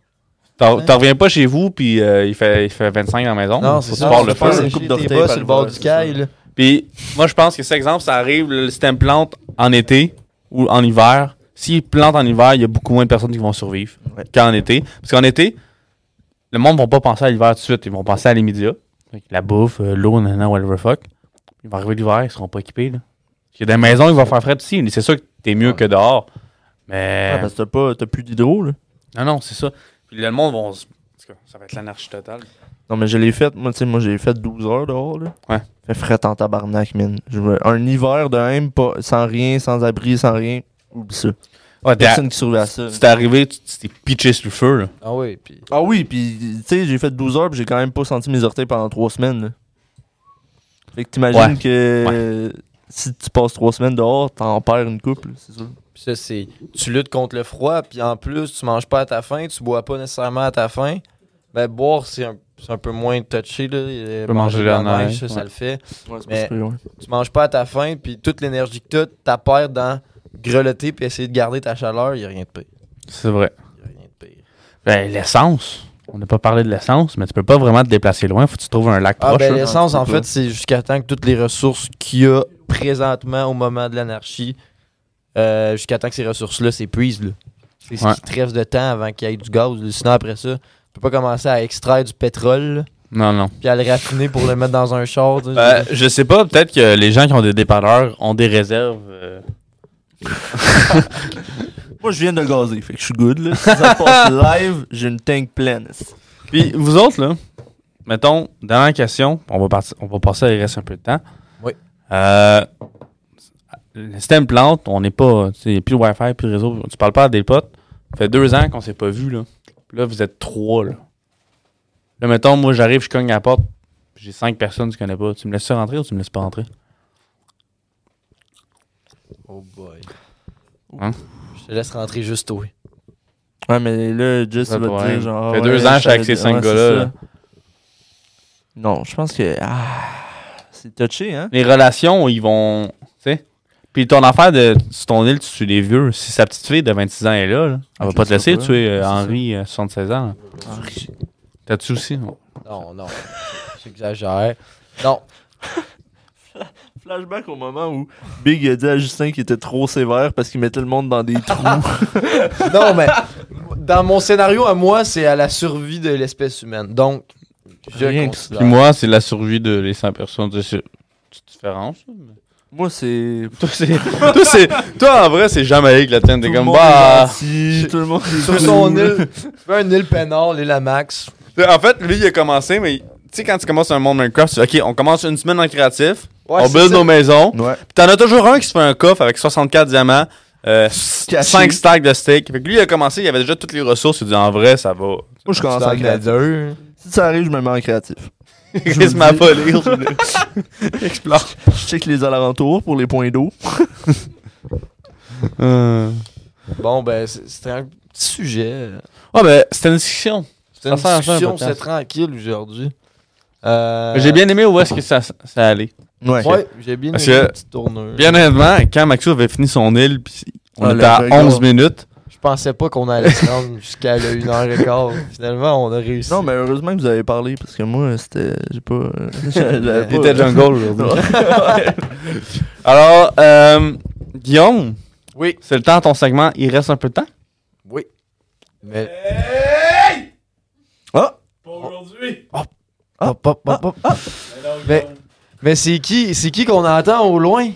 [SPEAKER 3] T'en t'en reviens pas chez vous, puis euh, il, fait, il fait 25 dans la maison. Faut
[SPEAKER 2] ça.
[SPEAKER 3] se voir
[SPEAKER 2] Je
[SPEAKER 3] le feu.
[SPEAKER 2] pense que-
[SPEAKER 4] une
[SPEAKER 2] une coupe
[SPEAKER 4] coupe
[SPEAKER 2] d'orteil
[SPEAKER 4] d'orteil
[SPEAKER 2] par
[SPEAKER 4] sur
[SPEAKER 2] le
[SPEAKER 4] le bord
[SPEAKER 2] bas,
[SPEAKER 4] du
[SPEAKER 2] c'est ça.
[SPEAKER 4] sky. là.
[SPEAKER 3] Puis moi, je pense que cet exemple, ça arrive, le système plante en été ou en hiver. S'il plante en hiver, il y a beaucoup moins de personnes qui vont survivre
[SPEAKER 2] Ouais.
[SPEAKER 3] qu'en été. Parce qu'en été, le monde ne va pas penser à l'hiver tout de suite. Ils vont penser à l'immédiat. Fait que La bouffe, euh, l'eau, nanana, whatever fuck. Ils vont arriver l'hiver, ils ne seront pas équipés. Là. Il y a des maisons, ils vont faire frais ici. C'est sûr que t'es mieux que dehors. Mais.
[SPEAKER 2] Ah, parce que t'as pas- t'as plus d'hydro, là.
[SPEAKER 3] Non, non, c'est ça. Puis le monde va. se- en tout cas, Ça va être l'anarchie totale.
[SPEAKER 2] Non, mais je l'ai fait, moi, tu sais, moi, j'ai fait 12 heures dehors, là.
[SPEAKER 3] Ouais.
[SPEAKER 2] Fait fret en tabarnak, man. Je veux- Un hiver de même, pas, sans rien, sans abri, sans rien. Oublie ça.
[SPEAKER 3] Ouais, t'es
[SPEAKER 2] Personne qui survit à ça.
[SPEAKER 3] tu t'es arrivé, tu tu t'es pitché sur le feu. Là.
[SPEAKER 4] Ah oui, puis.
[SPEAKER 2] Ah oui, puis, tu sais, j'ai fait 12 heures, puis j'ai quand même pas senti mes orteils pendant 3 semaines, là. Fait que t'imagines
[SPEAKER 3] Ouais.
[SPEAKER 2] que euh, si tu passes 3 semaines dehors, t'en perds une couple, c'est sûr.
[SPEAKER 4] Puis ça, c'est. Tu luttes contre le froid, puis en plus, tu manges pas à ta faim, tu bois pas nécessairement à ta faim. Ben, boire, c'est un, c'est un peu moins touché, là. euh,
[SPEAKER 3] peux manger
[SPEAKER 4] de la
[SPEAKER 3] la neige,
[SPEAKER 4] neige, ça, ça
[SPEAKER 3] ouais.
[SPEAKER 4] le fait.
[SPEAKER 2] Ouais, c'est
[SPEAKER 4] pas Mais- Tu manges pas à ta faim, puis toute l'énergie que t'as, t'as perds dans grelotter, puis essayer de garder ta chaleur, y a rien de pire.
[SPEAKER 3] C'est vrai.
[SPEAKER 4] Y a rien de pire.
[SPEAKER 3] Ben, l'essence. On n'a pas parlé de l'essence, mais tu peux pas vraiment te déplacer loin. Faut que tu trouves un lac
[SPEAKER 4] Ah
[SPEAKER 3] proche.
[SPEAKER 4] ben
[SPEAKER 3] là.
[SPEAKER 4] l'essence
[SPEAKER 2] un
[SPEAKER 4] en
[SPEAKER 2] petit peu.
[SPEAKER 4] fait c'est jusqu'à temps que toutes les ressources qu'il y a présentement au moment de l'anarchie euh, jusqu'à temps que ces ressources là s'épuisent là. C'est
[SPEAKER 3] Ouais.
[SPEAKER 4] ce qui te reste de temps avant qu'il y ait du gaz. là. Sinon après ça, tu peux pas commencer à extraire du pétrole là,
[SPEAKER 3] Non, non.
[SPEAKER 4] puis à le raffiner pour le mettre dans un char. tu sais.
[SPEAKER 3] Ben, je sais pas, peut-être que les gens qui ont des dépanneurs ont des réserves. euh,
[SPEAKER 2] Moi, je viens de gazer, fait que je suis good, là. Si ça passe live, j'ai une tank pleine.
[SPEAKER 3] Puis vous autres, là, mettons, dernière question, on va, partir, on va passer, il reste un peu de temps.
[SPEAKER 4] Oui.
[SPEAKER 3] Euh, le système plante, on n'est pas, tu sais, y a plus de Wi-Fi, plus de réseau, tu parles pas à des potes. Ça fait deux ans qu'on s'est pas vu, là. Puis là, vous êtes trois, là. Là, mettons, moi, j'arrive, je cogne à la porte, puis j'ai cinq personnes que tu connais pas. Tu me laisses rentrer ou tu me laisses pas rentrer?
[SPEAKER 4] Oh boy.
[SPEAKER 3] Hein?
[SPEAKER 4] Je te laisse rentrer juste au.
[SPEAKER 2] Ouais, mais là, Just
[SPEAKER 3] Pas
[SPEAKER 2] il
[SPEAKER 3] de
[SPEAKER 2] va te
[SPEAKER 3] problème.
[SPEAKER 2] dire genre.
[SPEAKER 3] Fait
[SPEAKER 2] ouais,
[SPEAKER 3] deux ans que je suis avec
[SPEAKER 2] savais-
[SPEAKER 3] ces cinq
[SPEAKER 2] ouais,
[SPEAKER 3] gars-là,
[SPEAKER 2] c'est
[SPEAKER 3] là.
[SPEAKER 2] ça. Non, je pense que. Ah, c'est touché, hein?
[SPEAKER 3] Les relations, ils vont. Tu sais. Puis ton affaire de sur ton île, tu tues les vieux. Si sa petite fille de 26 ans est là, là, elle
[SPEAKER 2] Ah, Je
[SPEAKER 3] va pas te
[SPEAKER 2] sais
[SPEAKER 3] laisser
[SPEAKER 2] pas.
[SPEAKER 3] tuer euh,
[SPEAKER 2] C'est ça.
[SPEAKER 3] Henri, euh, 76 ans. là.
[SPEAKER 2] Ah,
[SPEAKER 3] T'as-tu aussi? non?
[SPEAKER 4] Non, non. J'exagère. Non.
[SPEAKER 2] Flashback au moment où Big a dit à Justin qu'il était trop sévère parce qu'il mettait le monde dans des trous.
[SPEAKER 4] Non, mais dans mon scénario à moi, c'est à la survie de l'espèce humaine. Donc, je
[SPEAKER 2] Rien que
[SPEAKER 4] considère-
[SPEAKER 3] Puis moi, c'est la survie de les 100 personnes. C'est c'est- c'est différent, ça.
[SPEAKER 2] Moi, c'est.
[SPEAKER 3] Toi, c'est- toi, c'est- toi, en vrai, c'est Jamaïque, la tienne. T'es
[SPEAKER 2] Tout
[SPEAKER 3] comme,
[SPEAKER 2] le monde
[SPEAKER 3] bah.
[SPEAKER 2] est gentil, Tout le monde est
[SPEAKER 4] Sur
[SPEAKER 2] cool.
[SPEAKER 4] son île, tu veux une île Pénard, l'île à Max.
[SPEAKER 3] Euh, En fait, lui, il a commencé, mais. Tu sais, quand tu commences un monde Minecraft, tu fais, OK, on commence une semaine en créatif,
[SPEAKER 4] Ouais,
[SPEAKER 3] on
[SPEAKER 4] c'est
[SPEAKER 3] build
[SPEAKER 4] ça.
[SPEAKER 3] nos maisons.
[SPEAKER 2] Ouais.
[SPEAKER 3] Puis t'en as toujours un qui se fait un coffre avec 64 diamants, euh,
[SPEAKER 2] Caché.
[SPEAKER 3] 5 stacks de steak. Fait que lui, il a commencé, il avait déjà toutes les ressources. Il dit, en vrai, ça va.
[SPEAKER 2] Moi, je
[SPEAKER 4] Tu
[SPEAKER 2] commence
[SPEAKER 4] t'en
[SPEAKER 2] à créatif.
[SPEAKER 4] as deux.
[SPEAKER 2] Si ça arrive, je me mets en créatif. vous
[SPEAKER 3] Chris m'a
[SPEAKER 2] dis.
[SPEAKER 3] pas lire, je le- Explore.
[SPEAKER 2] Je check les alentours pour les points d'eau.
[SPEAKER 4] Bon, ben, c'est- c'était un petit sujet.
[SPEAKER 3] Ouais, ben, c'était une discussion.
[SPEAKER 4] C'était une
[SPEAKER 3] Ça sert à ça, un
[SPEAKER 4] discussion,
[SPEAKER 3] podcast.
[SPEAKER 4] c'est tranquille aujourd'hui. Euh,
[SPEAKER 3] J'ai bien aimé où est-ce que ça, ça allait.
[SPEAKER 2] Ouais.
[SPEAKER 4] Ouais, j'ai bien aimé
[SPEAKER 3] Parce
[SPEAKER 4] une
[SPEAKER 3] que-
[SPEAKER 4] petite tournure.
[SPEAKER 3] Bien honnêtement, quand Maxou avait fini son île, pis on
[SPEAKER 2] Ah,
[SPEAKER 3] était
[SPEAKER 2] le
[SPEAKER 3] à
[SPEAKER 2] regard.
[SPEAKER 3] 11 minutes.
[SPEAKER 4] Je pensais pas qu'on allait se rendre jusqu'à 1h15. Finalement, on a réussi.
[SPEAKER 2] Non, mais heureusement que vous avez parlé parce que moi, c'était. J'ai pas. euh, j'avais pas-
[SPEAKER 3] aujourd'hui. Alors, euh, Guillaume,
[SPEAKER 4] Oui.
[SPEAKER 3] c'est le temps de ton segment. Il reste un peu de temps.
[SPEAKER 4] Oui. Mais.
[SPEAKER 1] Pas aujourd'hui.
[SPEAKER 4] Hop, hop, hop, hop. Mais- Mais c'est qui c'est qui qu'on entend au loin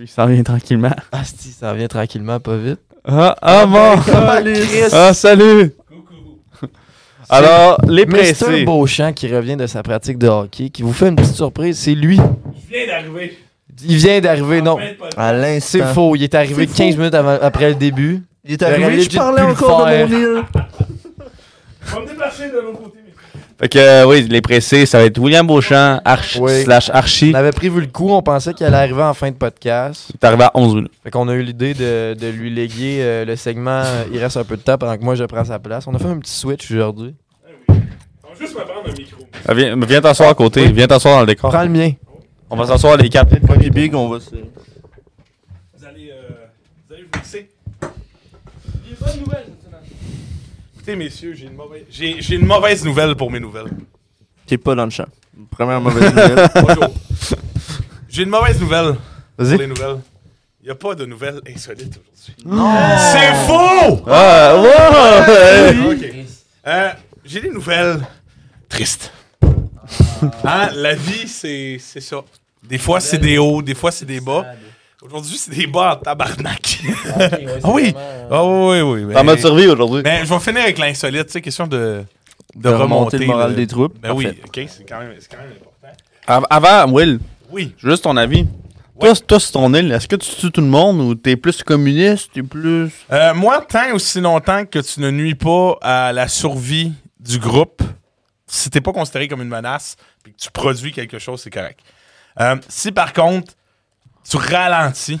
[SPEAKER 3] Il s'en vient tranquillement.
[SPEAKER 4] Asti, ça revient tranquillement, pas vite.
[SPEAKER 3] Ah, ah bon!
[SPEAKER 4] Chris.
[SPEAKER 3] Ah, salut!
[SPEAKER 1] Coucou.
[SPEAKER 3] Alors, les
[SPEAKER 4] Mr.
[SPEAKER 3] pressés.
[SPEAKER 4] Beauchamp qui revient de sa pratique de hockey, qui vous fait une petite surprise, c'est lui.
[SPEAKER 1] Je viens d'arriver.
[SPEAKER 4] Il vient d'arriver, non.
[SPEAKER 2] À
[SPEAKER 4] C'est
[SPEAKER 2] l'instant.
[SPEAKER 4] faux, il est arrivé
[SPEAKER 2] C'est
[SPEAKER 4] 15 minutes avant- après le début.
[SPEAKER 2] Il est
[SPEAKER 4] Il aurait
[SPEAKER 2] arrivé,
[SPEAKER 4] legit
[SPEAKER 2] je parlais
[SPEAKER 4] pu le
[SPEAKER 2] encore de
[SPEAKER 4] faire.
[SPEAKER 2] mon île.
[SPEAKER 1] Je vais me déplacer de l'autre côté.
[SPEAKER 3] Fait que, euh, oui, les pressés, ça va être William Beauchamp, Arch-
[SPEAKER 4] Oui.
[SPEAKER 3] slash Archie.
[SPEAKER 4] On avait prévu le coup, on pensait qu'il allait arriver en fin de podcast.
[SPEAKER 3] T'es arrivé à 11 minutes.
[SPEAKER 4] Fait qu'on a eu l'idée de, de lui léguer euh, le segment euh, Il reste un peu de temps pendant que moi je prends sa place. On a fait un petit switch aujourd'hui.
[SPEAKER 1] Ah On va juste me prendre un micro.
[SPEAKER 3] Ah, Viens, viens t'asseoir à côté, viens t'asseoir dans le décor.
[SPEAKER 4] Prends le mien.
[SPEAKER 3] On va s'asseoir les quatre.
[SPEAKER 2] Moi et Big, on va se.
[SPEAKER 1] Vous allez, euh, vous allez vous mixer.
[SPEAKER 5] J'ai pas de nouvelles cette semaine.
[SPEAKER 1] Écoutez, messieurs, j'ai une, mauvaise... j'ai- j'ai une mauvaise nouvelle pour mes nouvelles.
[SPEAKER 2] T'es pas dans le champ. Première mauvaise nouvelle.
[SPEAKER 1] Bonjour. j'ai une mauvaise nouvelle pour
[SPEAKER 3] Vas-y.
[SPEAKER 1] les nouvelles. Il n'y a pas de nouvelles insolites aujourd'hui. C'est faux!
[SPEAKER 3] Ah, wow!
[SPEAKER 1] Ok. Euh, j'ai des nouvelles tristes.
[SPEAKER 2] Ah.
[SPEAKER 1] Hein, la vie, c'est c'est ça. Des fois, c'est des hauts, des fois, c'est des bas. Aujourd'hui, c'est des bas en tabarnak. Ah oui! Ah oui, oui, oui.
[SPEAKER 3] T'es en mode
[SPEAKER 1] mais-
[SPEAKER 3] survie aujourd'hui.
[SPEAKER 1] Mais je vais finir avec l'insolite, tu sais, question de, de,
[SPEAKER 2] De remonter le moral
[SPEAKER 1] là.
[SPEAKER 2] des troupes.
[SPEAKER 1] Ben oui, ok, c'est quand, même- c'est quand même important.
[SPEAKER 3] Av- Avant, Will,
[SPEAKER 1] Oui,
[SPEAKER 3] juste ton avis.
[SPEAKER 1] Ouais.
[SPEAKER 3] Toi, c- toi, c'est ton île. Est-ce que tu tues tout le monde ou t'es plus communiste, t'es plus.
[SPEAKER 1] Euh, moi, tant aussi longtemps que tu ne nuis pas à la survie du groupe, si t'es pas considéré comme une menace puis que tu produis quelque chose, c'est correct. Euh, si par contre, tu ralentis,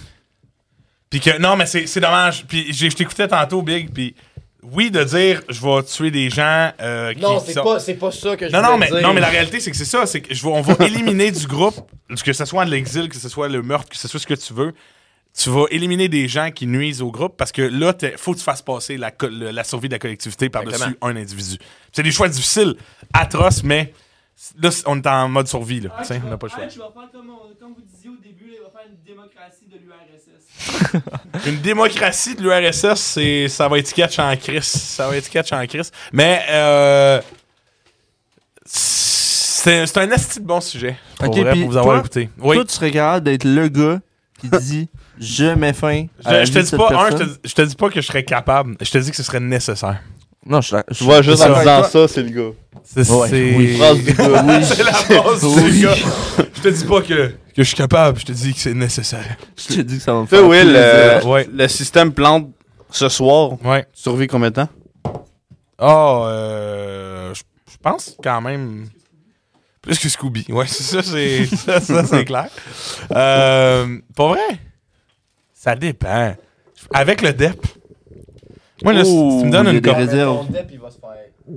[SPEAKER 1] puis que non, mais c'est c'est dommage. Puis j'ai- je t'écoutais tantôt, Big, puis oui, de dire je vais tuer des gens euh, qui
[SPEAKER 4] Non,
[SPEAKER 1] qui
[SPEAKER 4] c'est
[SPEAKER 1] sont-
[SPEAKER 4] pas, c'est pas ça que je
[SPEAKER 1] Non, non,
[SPEAKER 4] voulais
[SPEAKER 1] mais,
[SPEAKER 4] dire.
[SPEAKER 1] non, mais la réalité, c'est que c'est ça. C'est que je vais- on va éliminer du groupe, que ce soit de l'exil, que ce soit le meurtre, que ce soit ce que tu veux. Tu vas éliminer des gens qui nuisent au groupe parce que là, il faut que tu fasses passer la, co- le- la survie de la collectivité par-dessus un individu. C'est des choix difficiles, atroces, mais là, c- on est en mode survie. Là,
[SPEAKER 5] Ah,
[SPEAKER 1] Tu sais,
[SPEAKER 5] tu
[SPEAKER 1] on
[SPEAKER 5] vas-
[SPEAKER 1] n'a pas le choix.
[SPEAKER 5] Alex, il va faire comme, on- comme vous disiez au début, là, il va faire une démocratie de l'URSS.
[SPEAKER 1] Une démocratie de l'URSS, c'est ça va être catch en crise. Ça va être catch en crise. Mais euh, c'est c'est un asti de bon sujet. Pour,
[SPEAKER 2] Ok,
[SPEAKER 1] vrai,
[SPEAKER 2] puis
[SPEAKER 1] pour vous avoir
[SPEAKER 2] toi-
[SPEAKER 1] écouté. Oui.
[SPEAKER 2] Toi, tu serais capable d'être le gars qui dit Je mets fin.
[SPEAKER 1] Je,
[SPEAKER 2] à la
[SPEAKER 1] je
[SPEAKER 2] vie
[SPEAKER 1] te
[SPEAKER 2] de
[SPEAKER 1] dis
[SPEAKER 2] Euh, cette
[SPEAKER 1] pas, un, je te,
[SPEAKER 2] personne.
[SPEAKER 1] dis- je te dis pas que je serais capable. Je te dis que ce serait nécessaire.
[SPEAKER 2] Non, je, la- je
[SPEAKER 3] Tu vois, juste
[SPEAKER 2] ça.
[SPEAKER 3] en disant ça, c'est le gars.
[SPEAKER 1] C'est
[SPEAKER 2] Ouais,
[SPEAKER 1] c'est-
[SPEAKER 2] oui.
[SPEAKER 3] Phrase du gars, oui.
[SPEAKER 1] C'est la phrase,
[SPEAKER 2] Oui.
[SPEAKER 1] c'est le gars. Je te dis pas que, que je suis capable. Je te dis que c'est nécessaire.
[SPEAKER 2] Je te dis que ça va me
[SPEAKER 3] Fais
[SPEAKER 2] faire.
[SPEAKER 3] Will,
[SPEAKER 2] plaisir.
[SPEAKER 3] euh,
[SPEAKER 1] Ouais.
[SPEAKER 3] le système plante ce soir.
[SPEAKER 1] Ouais.
[SPEAKER 3] Tu survis combien de temps?
[SPEAKER 1] Oh, euh, je je pense quand même. Plus que Scooby. Ouais, c'est ça, c'est ça, ça, c'est clair. Euh, pas vrai? Ça dépend. Avec le DEP. Moi, là, si tu me donnes
[SPEAKER 2] il y a
[SPEAKER 1] une
[SPEAKER 2] des
[SPEAKER 1] corde.
[SPEAKER 2] réserves.
[SPEAKER 4] Ton dep, il va se faire-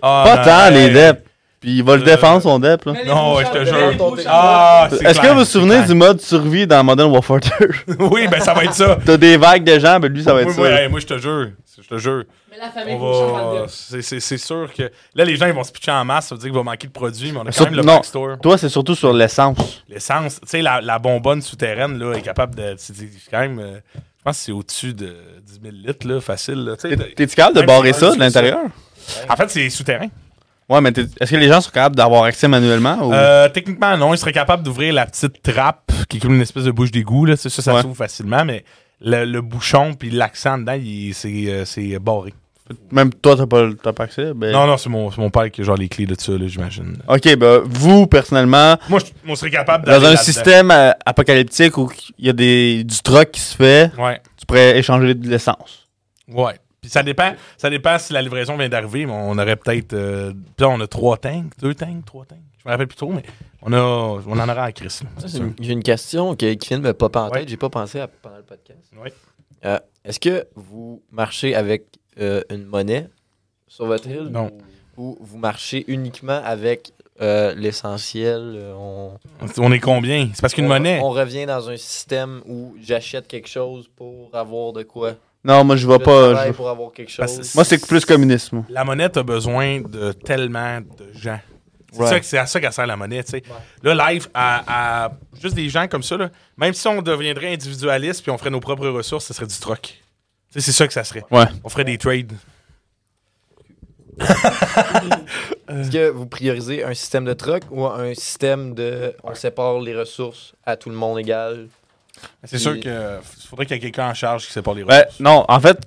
[SPEAKER 1] Ah,
[SPEAKER 3] Pas
[SPEAKER 1] non,
[SPEAKER 3] tant,
[SPEAKER 1] hey.
[SPEAKER 3] les E deps. Puis il va le
[SPEAKER 1] Euh,
[SPEAKER 3] défendre, son dep, là.
[SPEAKER 5] Mais les
[SPEAKER 1] Non,
[SPEAKER 5] beaux
[SPEAKER 1] je te
[SPEAKER 5] chars-
[SPEAKER 1] jure.
[SPEAKER 5] les beaux chars-
[SPEAKER 1] Ah, c'est
[SPEAKER 3] Est-ce que
[SPEAKER 1] clair,
[SPEAKER 3] vous vous
[SPEAKER 1] c'est
[SPEAKER 3] souvenez
[SPEAKER 1] clair.
[SPEAKER 3] du mode survie dans Modern Warfare 2?
[SPEAKER 1] Oui, ben ça va être ça.
[SPEAKER 3] T'as des vagues de gens, ben lui, ça va être
[SPEAKER 1] Oui,
[SPEAKER 3] ça.
[SPEAKER 1] oui,
[SPEAKER 3] là.
[SPEAKER 1] hey, moi, je te jure. Je te jure.
[SPEAKER 5] Mais la famille
[SPEAKER 1] On va...
[SPEAKER 5] Beauchamp
[SPEAKER 1] c'est, c'est- c'est sûr que. Là, les gens, ils vont se pitcher en masse. Ça veut dire qu'il va manquer de produits, mais on a quand
[SPEAKER 3] Surtout-
[SPEAKER 1] même le
[SPEAKER 3] non.
[SPEAKER 1] backstore.
[SPEAKER 3] Toi, c'est surtout sur l'essence.
[SPEAKER 1] L'essence, tu sais, la, la bonbonne souterraine, là, est capable de. C'est c'est quand même. euh, je pense que c'est au-dessus de 10 000 litres, là, facile. là. Tu sais,
[SPEAKER 3] T'es- T'es-tu capable de
[SPEAKER 1] Euh, Même
[SPEAKER 3] barrer
[SPEAKER 1] si
[SPEAKER 3] ça
[SPEAKER 1] un,
[SPEAKER 3] de
[SPEAKER 1] tu
[SPEAKER 3] l'intérieur?
[SPEAKER 1] En fait, c'est souterrain.
[SPEAKER 3] Ouais, mais t'es- est-ce que les gens sont capables d'avoir accès manuellement? Ou...
[SPEAKER 1] Euh, techniquement, non. Il serait capable d'ouvrir la petite trappe qui est comme une espèce de bouche d'égout. Là. C'est Ça, ça
[SPEAKER 3] Ouais.
[SPEAKER 1] s'ouvre facilement, mais le, le bouchon puis l'accent dedans, il- c'est, euh, c'est barré.
[SPEAKER 3] Même toi, t'as pas, le- t'as pas accès? Ben...
[SPEAKER 1] Non, non, c'est mon, c'est mon père qui a genre les clés de ça, là, j'imagine.
[SPEAKER 3] Ok, ben, vous, personnellement,
[SPEAKER 1] Moi, je, moi, je serais capable
[SPEAKER 3] dans
[SPEAKER 1] d'aller
[SPEAKER 3] un
[SPEAKER 1] là-dedans.
[SPEAKER 3] système euh, apocalyptique où il y a des, du troc qui se fait,
[SPEAKER 1] Ouais,
[SPEAKER 3] tu pourrais échanger de l'essence.
[SPEAKER 1] ouais. Puis ça dépend, ça dépend si la livraison vient d'arriver, mais on aurait peut-être... euh, puis là, on a trois tanks, deux tanks, trois tanks. Je me rappelle plus trop, mais on, a, on en aura à Chris. là, c'est
[SPEAKER 4] J'ai
[SPEAKER 1] sûr.
[SPEAKER 4] une- j'ai une question qui, qui vient de me popper en tête.
[SPEAKER 1] Ouais.
[SPEAKER 4] J'ai pas pensé à pendant le podcast.
[SPEAKER 1] Ouais.
[SPEAKER 4] Euh, Est-ce que vous marchez avec euh, une monnaie sur votre île
[SPEAKER 1] Non.
[SPEAKER 4] ou vous marchez uniquement avec euh, l'essentiel euh, on,
[SPEAKER 1] On est combien? C'est parce qu'une
[SPEAKER 4] on-
[SPEAKER 1] monnaie...
[SPEAKER 4] On revient dans un système où j'achète quelque chose pour avoir de quoi.
[SPEAKER 3] Non, moi, je
[SPEAKER 4] Je
[SPEAKER 3] vois pas.
[SPEAKER 4] travaille
[SPEAKER 3] je-
[SPEAKER 4] pour avoir quelque
[SPEAKER 1] Parce-
[SPEAKER 4] chose.
[SPEAKER 3] Moi, c'est plus communisme.
[SPEAKER 1] La monnaie, t'as besoin de tellement de gens. C'est
[SPEAKER 4] Ouais.
[SPEAKER 1] ça que- c'est à ça qu'elle sert la monnaie, tu sais. Là, live, à, à juste des gens comme ça, là, même si on deviendrait individualiste puis on ferait nos propres ressources, ce serait du troc. Tu sais, c'est ça que ça serait.
[SPEAKER 3] Ouais.
[SPEAKER 1] On ferait des trades.
[SPEAKER 4] Est-ce que vous priorisez un système de troc ou un système de on sépare les ressources à tout le monde égal
[SPEAKER 1] C'est
[SPEAKER 4] Puis-
[SPEAKER 1] sûr que f- faudrait qu'il y ait quelqu'un en charge qui sépare les
[SPEAKER 3] Ben,
[SPEAKER 1] ressources.
[SPEAKER 3] non, en fait,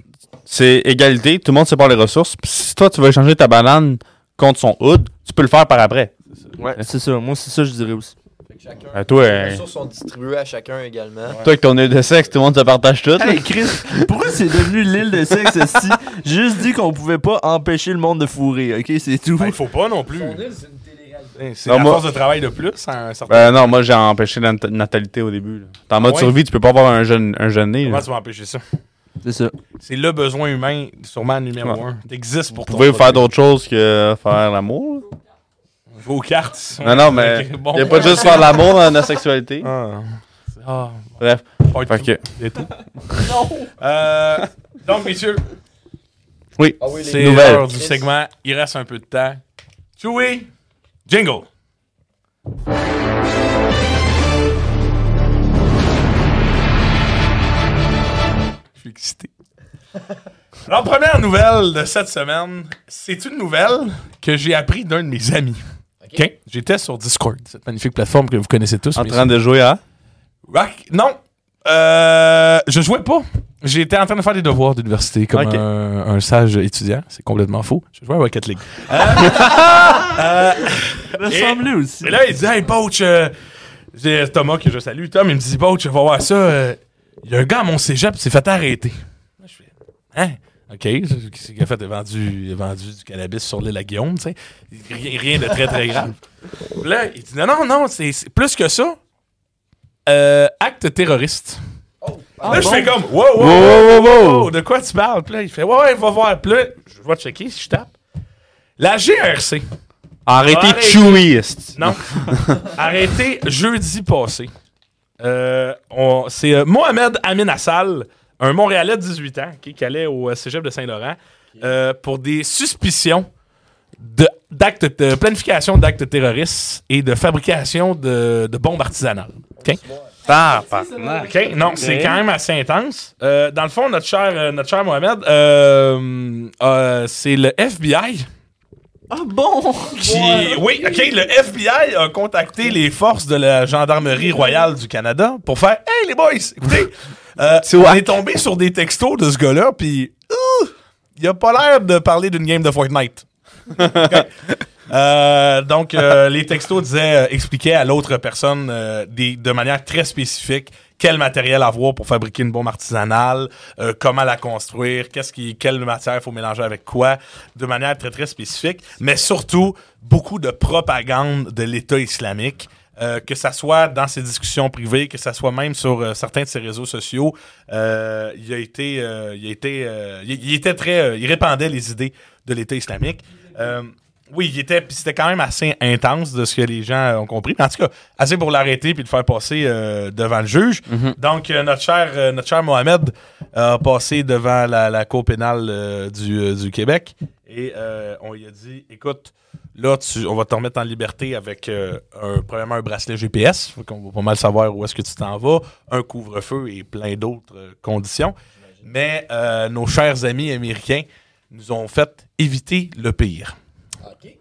[SPEAKER 3] c'est égalité. Tout le monde sépare les ressources. Puis si toi, tu veux échanger ta banane contre son hood, tu peux le faire par après.
[SPEAKER 2] Ouais, c'est ça. Moi, c'est ça, je dirais aussi.
[SPEAKER 4] Fait que chacun-
[SPEAKER 3] Ben, toi,
[SPEAKER 4] Les
[SPEAKER 3] euh,
[SPEAKER 4] ressources sont distribuées à chacun également.
[SPEAKER 3] toi, avec ton œil de sexe, tout le monde se partage tout. là.
[SPEAKER 2] Hey, Chris, pourquoi c'est devenu l'île de sexe, si J'ai juste dit qu'on pouvait pas empêcher le monde de fourrer, ok? C'est tout.
[SPEAKER 1] Ben, il faut pas non plus.
[SPEAKER 5] c'est une télé-réalité.
[SPEAKER 1] Hey, C'est
[SPEAKER 3] Non,
[SPEAKER 1] la
[SPEAKER 3] moi-
[SPEAKER 1] force de travail de plus hein, à un certain
[SPEAKER 3] Ben non, moi, j'ai empêché la nat- natalité au début. là. T'es en mode
[SPEAKER 1] ouais?
[SPEAKER 3] survie, tu peux pas avoir un jeune, un jeune nez. là.
[SPEAKER 1] Comment tu vas empêcher ça?
[SPEAKER 2] C'est ça.
[SPEAKER 1] C'est le besoin humain, sûrement numéro
[SPEAKER 3] Ouais.
[SPEAKER 1] un. T'existes pour
[SPEAKER 3] Vous pouvez
[SPEAKER 1] ton
[SPEAKER 3] faire d'autres choses que faire l'amour. là.
[SPEAKER 1] Vos cartes.
[SPEAKER 3] Non, non, mais
[SPEAKER 1] Bon.
[SPEAKER 3] il a pas juste faire l'amour dans la sexualité.
[SPEAKER 1] Ah. Ah.
[SPEAKER 3] Bref.
[SPEAKER 1] Pas du
[SPEAKER 3] Fait
[SPEAKER 1] tout.
[SPEAKER 3] que-
[SPEAKER 1] Et tout. Euh, donc, messieurs,
[SPEAKER 3] Oui.
[SPEAKER 4] Ah oui, les
[SPEAKER 1] c'est
[SPEAKER 4] gars.
[SPEAKER 3] nouvelles.
[SPEAKER 1] l'heure du segment. Il reste un peu de temps. Chewy, jingle. Je suis excité. Alors, première nouvelle de cette semaine, c'est une nouvelle que j'ai appris d'un de mes amis.
[SPEAKER 4] Ok.
[SPEAKER 1] Ok? J'étais sur Discord, cette magnifique plateforme que vous connaissez tous.
[SPEAKER 3] En
[SPEAKER 1] messieurs.
[SPEAKER 3] train de jouer à.
[SPEAKER 1] Rock- Non. Euh, je jouais pas. J'étais en train de faire des devoirs d'université comme
[SPEAKER 3] Ok.
[SPEAKER 1] un, un sage étudiant. C'est complètement faux. Je jouais à Rocket League.
[SPEAKER 2] Ça ressemblait aussi.
[SPEAKER 1] Et là, il dit Hey, Poach, euh, j'ai Thomas que je salue. Tom, il me dit Poach, va voir ça. euh, Il y a un gars à mon cégep, s'est fait arrêter. Là, je fais Hein OK. Qu'est-ce qu'il a fait Il a vendu, il a vendu du cannabis sur l'île à Guillaume, tu sais. Rien, rien de très, très grave. là, il dit Non, non, non, c'est c'est plus que ça. Euh, acte terroriste. là, je fais comme wow, wow, wow, wow, wow, de quoi tu parles? Puis là, il fait Ouais, ouais, va voir. Puis là, je vais checker si je tape. La GRC.
[SPEAKER 3] Arrêtez
[SPEAKER 1] Arrêtez.
[SPEAKER 3] chouiste.
[SPEAKER 1] Non. Arrêté jeudi passé. Euh, on- c'est euh, Mohamed Amin Assal, un Montréalais de 18 ans, qui, qui allait au euh, cégep de Saint-Laurent, euh, pour des suspicions de, d'actes- de planification d'actes terroristes et de fabrication de, de bombes artisanales. OK? OK, non, c'est quand même assez intense. Euh, dans le fond, notre cher, euh, notre cher Mohamed, euh, euh, c'est le FBI
[SPEAKER 2] Ah bon?
[SPEAKER 1] qui- Oui, OK, le FBI a contacté les forces de la Gendarmerie royale du Canada pour faire « Hey, les boys, écoutez, euh, on est tombé sur des textos de ce gars-là, puis ouh, il a pas l'air de parler d'une game de Fortnite. OK. Euh, donc, euh, les textos disaient, euh, expliquaient à l'autre personne euh, des- de manière très spécifique quel matériel avoir pour fabriquer une bombe artisanale, euh, comment la construire, qu'est-ce qui, quelle matière faut mélanger avec quoi, de manière très très spécifique, mais surtout beaucoup de propagande de l'État islamique. euh, que ça soit dans ses discussions privées, que ça soit même sur euh, certains de ses réseaux sociaux, euh, il a été, euh, il a été, euh, il, il était très, euh, il répandait les idées de l'État islamique. Euh, Oui, il était, puis c'était quand même assez intense de ce que les gens ont compris. Mais en tout cas, assez pour l'arrêter puis de le faire passer euh, devant le juge. Donc, euh, notre, cher, euh, notre cher Mohamed euh, a passé devant la, la Cour pénale euh, du, euh, du Québec et euh, on lui a dit écoute, là, tu, on va te remettre en liberté avec, euh, un, premièrement, un bracelet GPS. Faut qu'on va pas mal savoir où est-ce que tu t'en vas, un couvre-feu et plein d'autres euh, conditions. Mais euh, nos chers amis américains nous ont fait éviter le pire.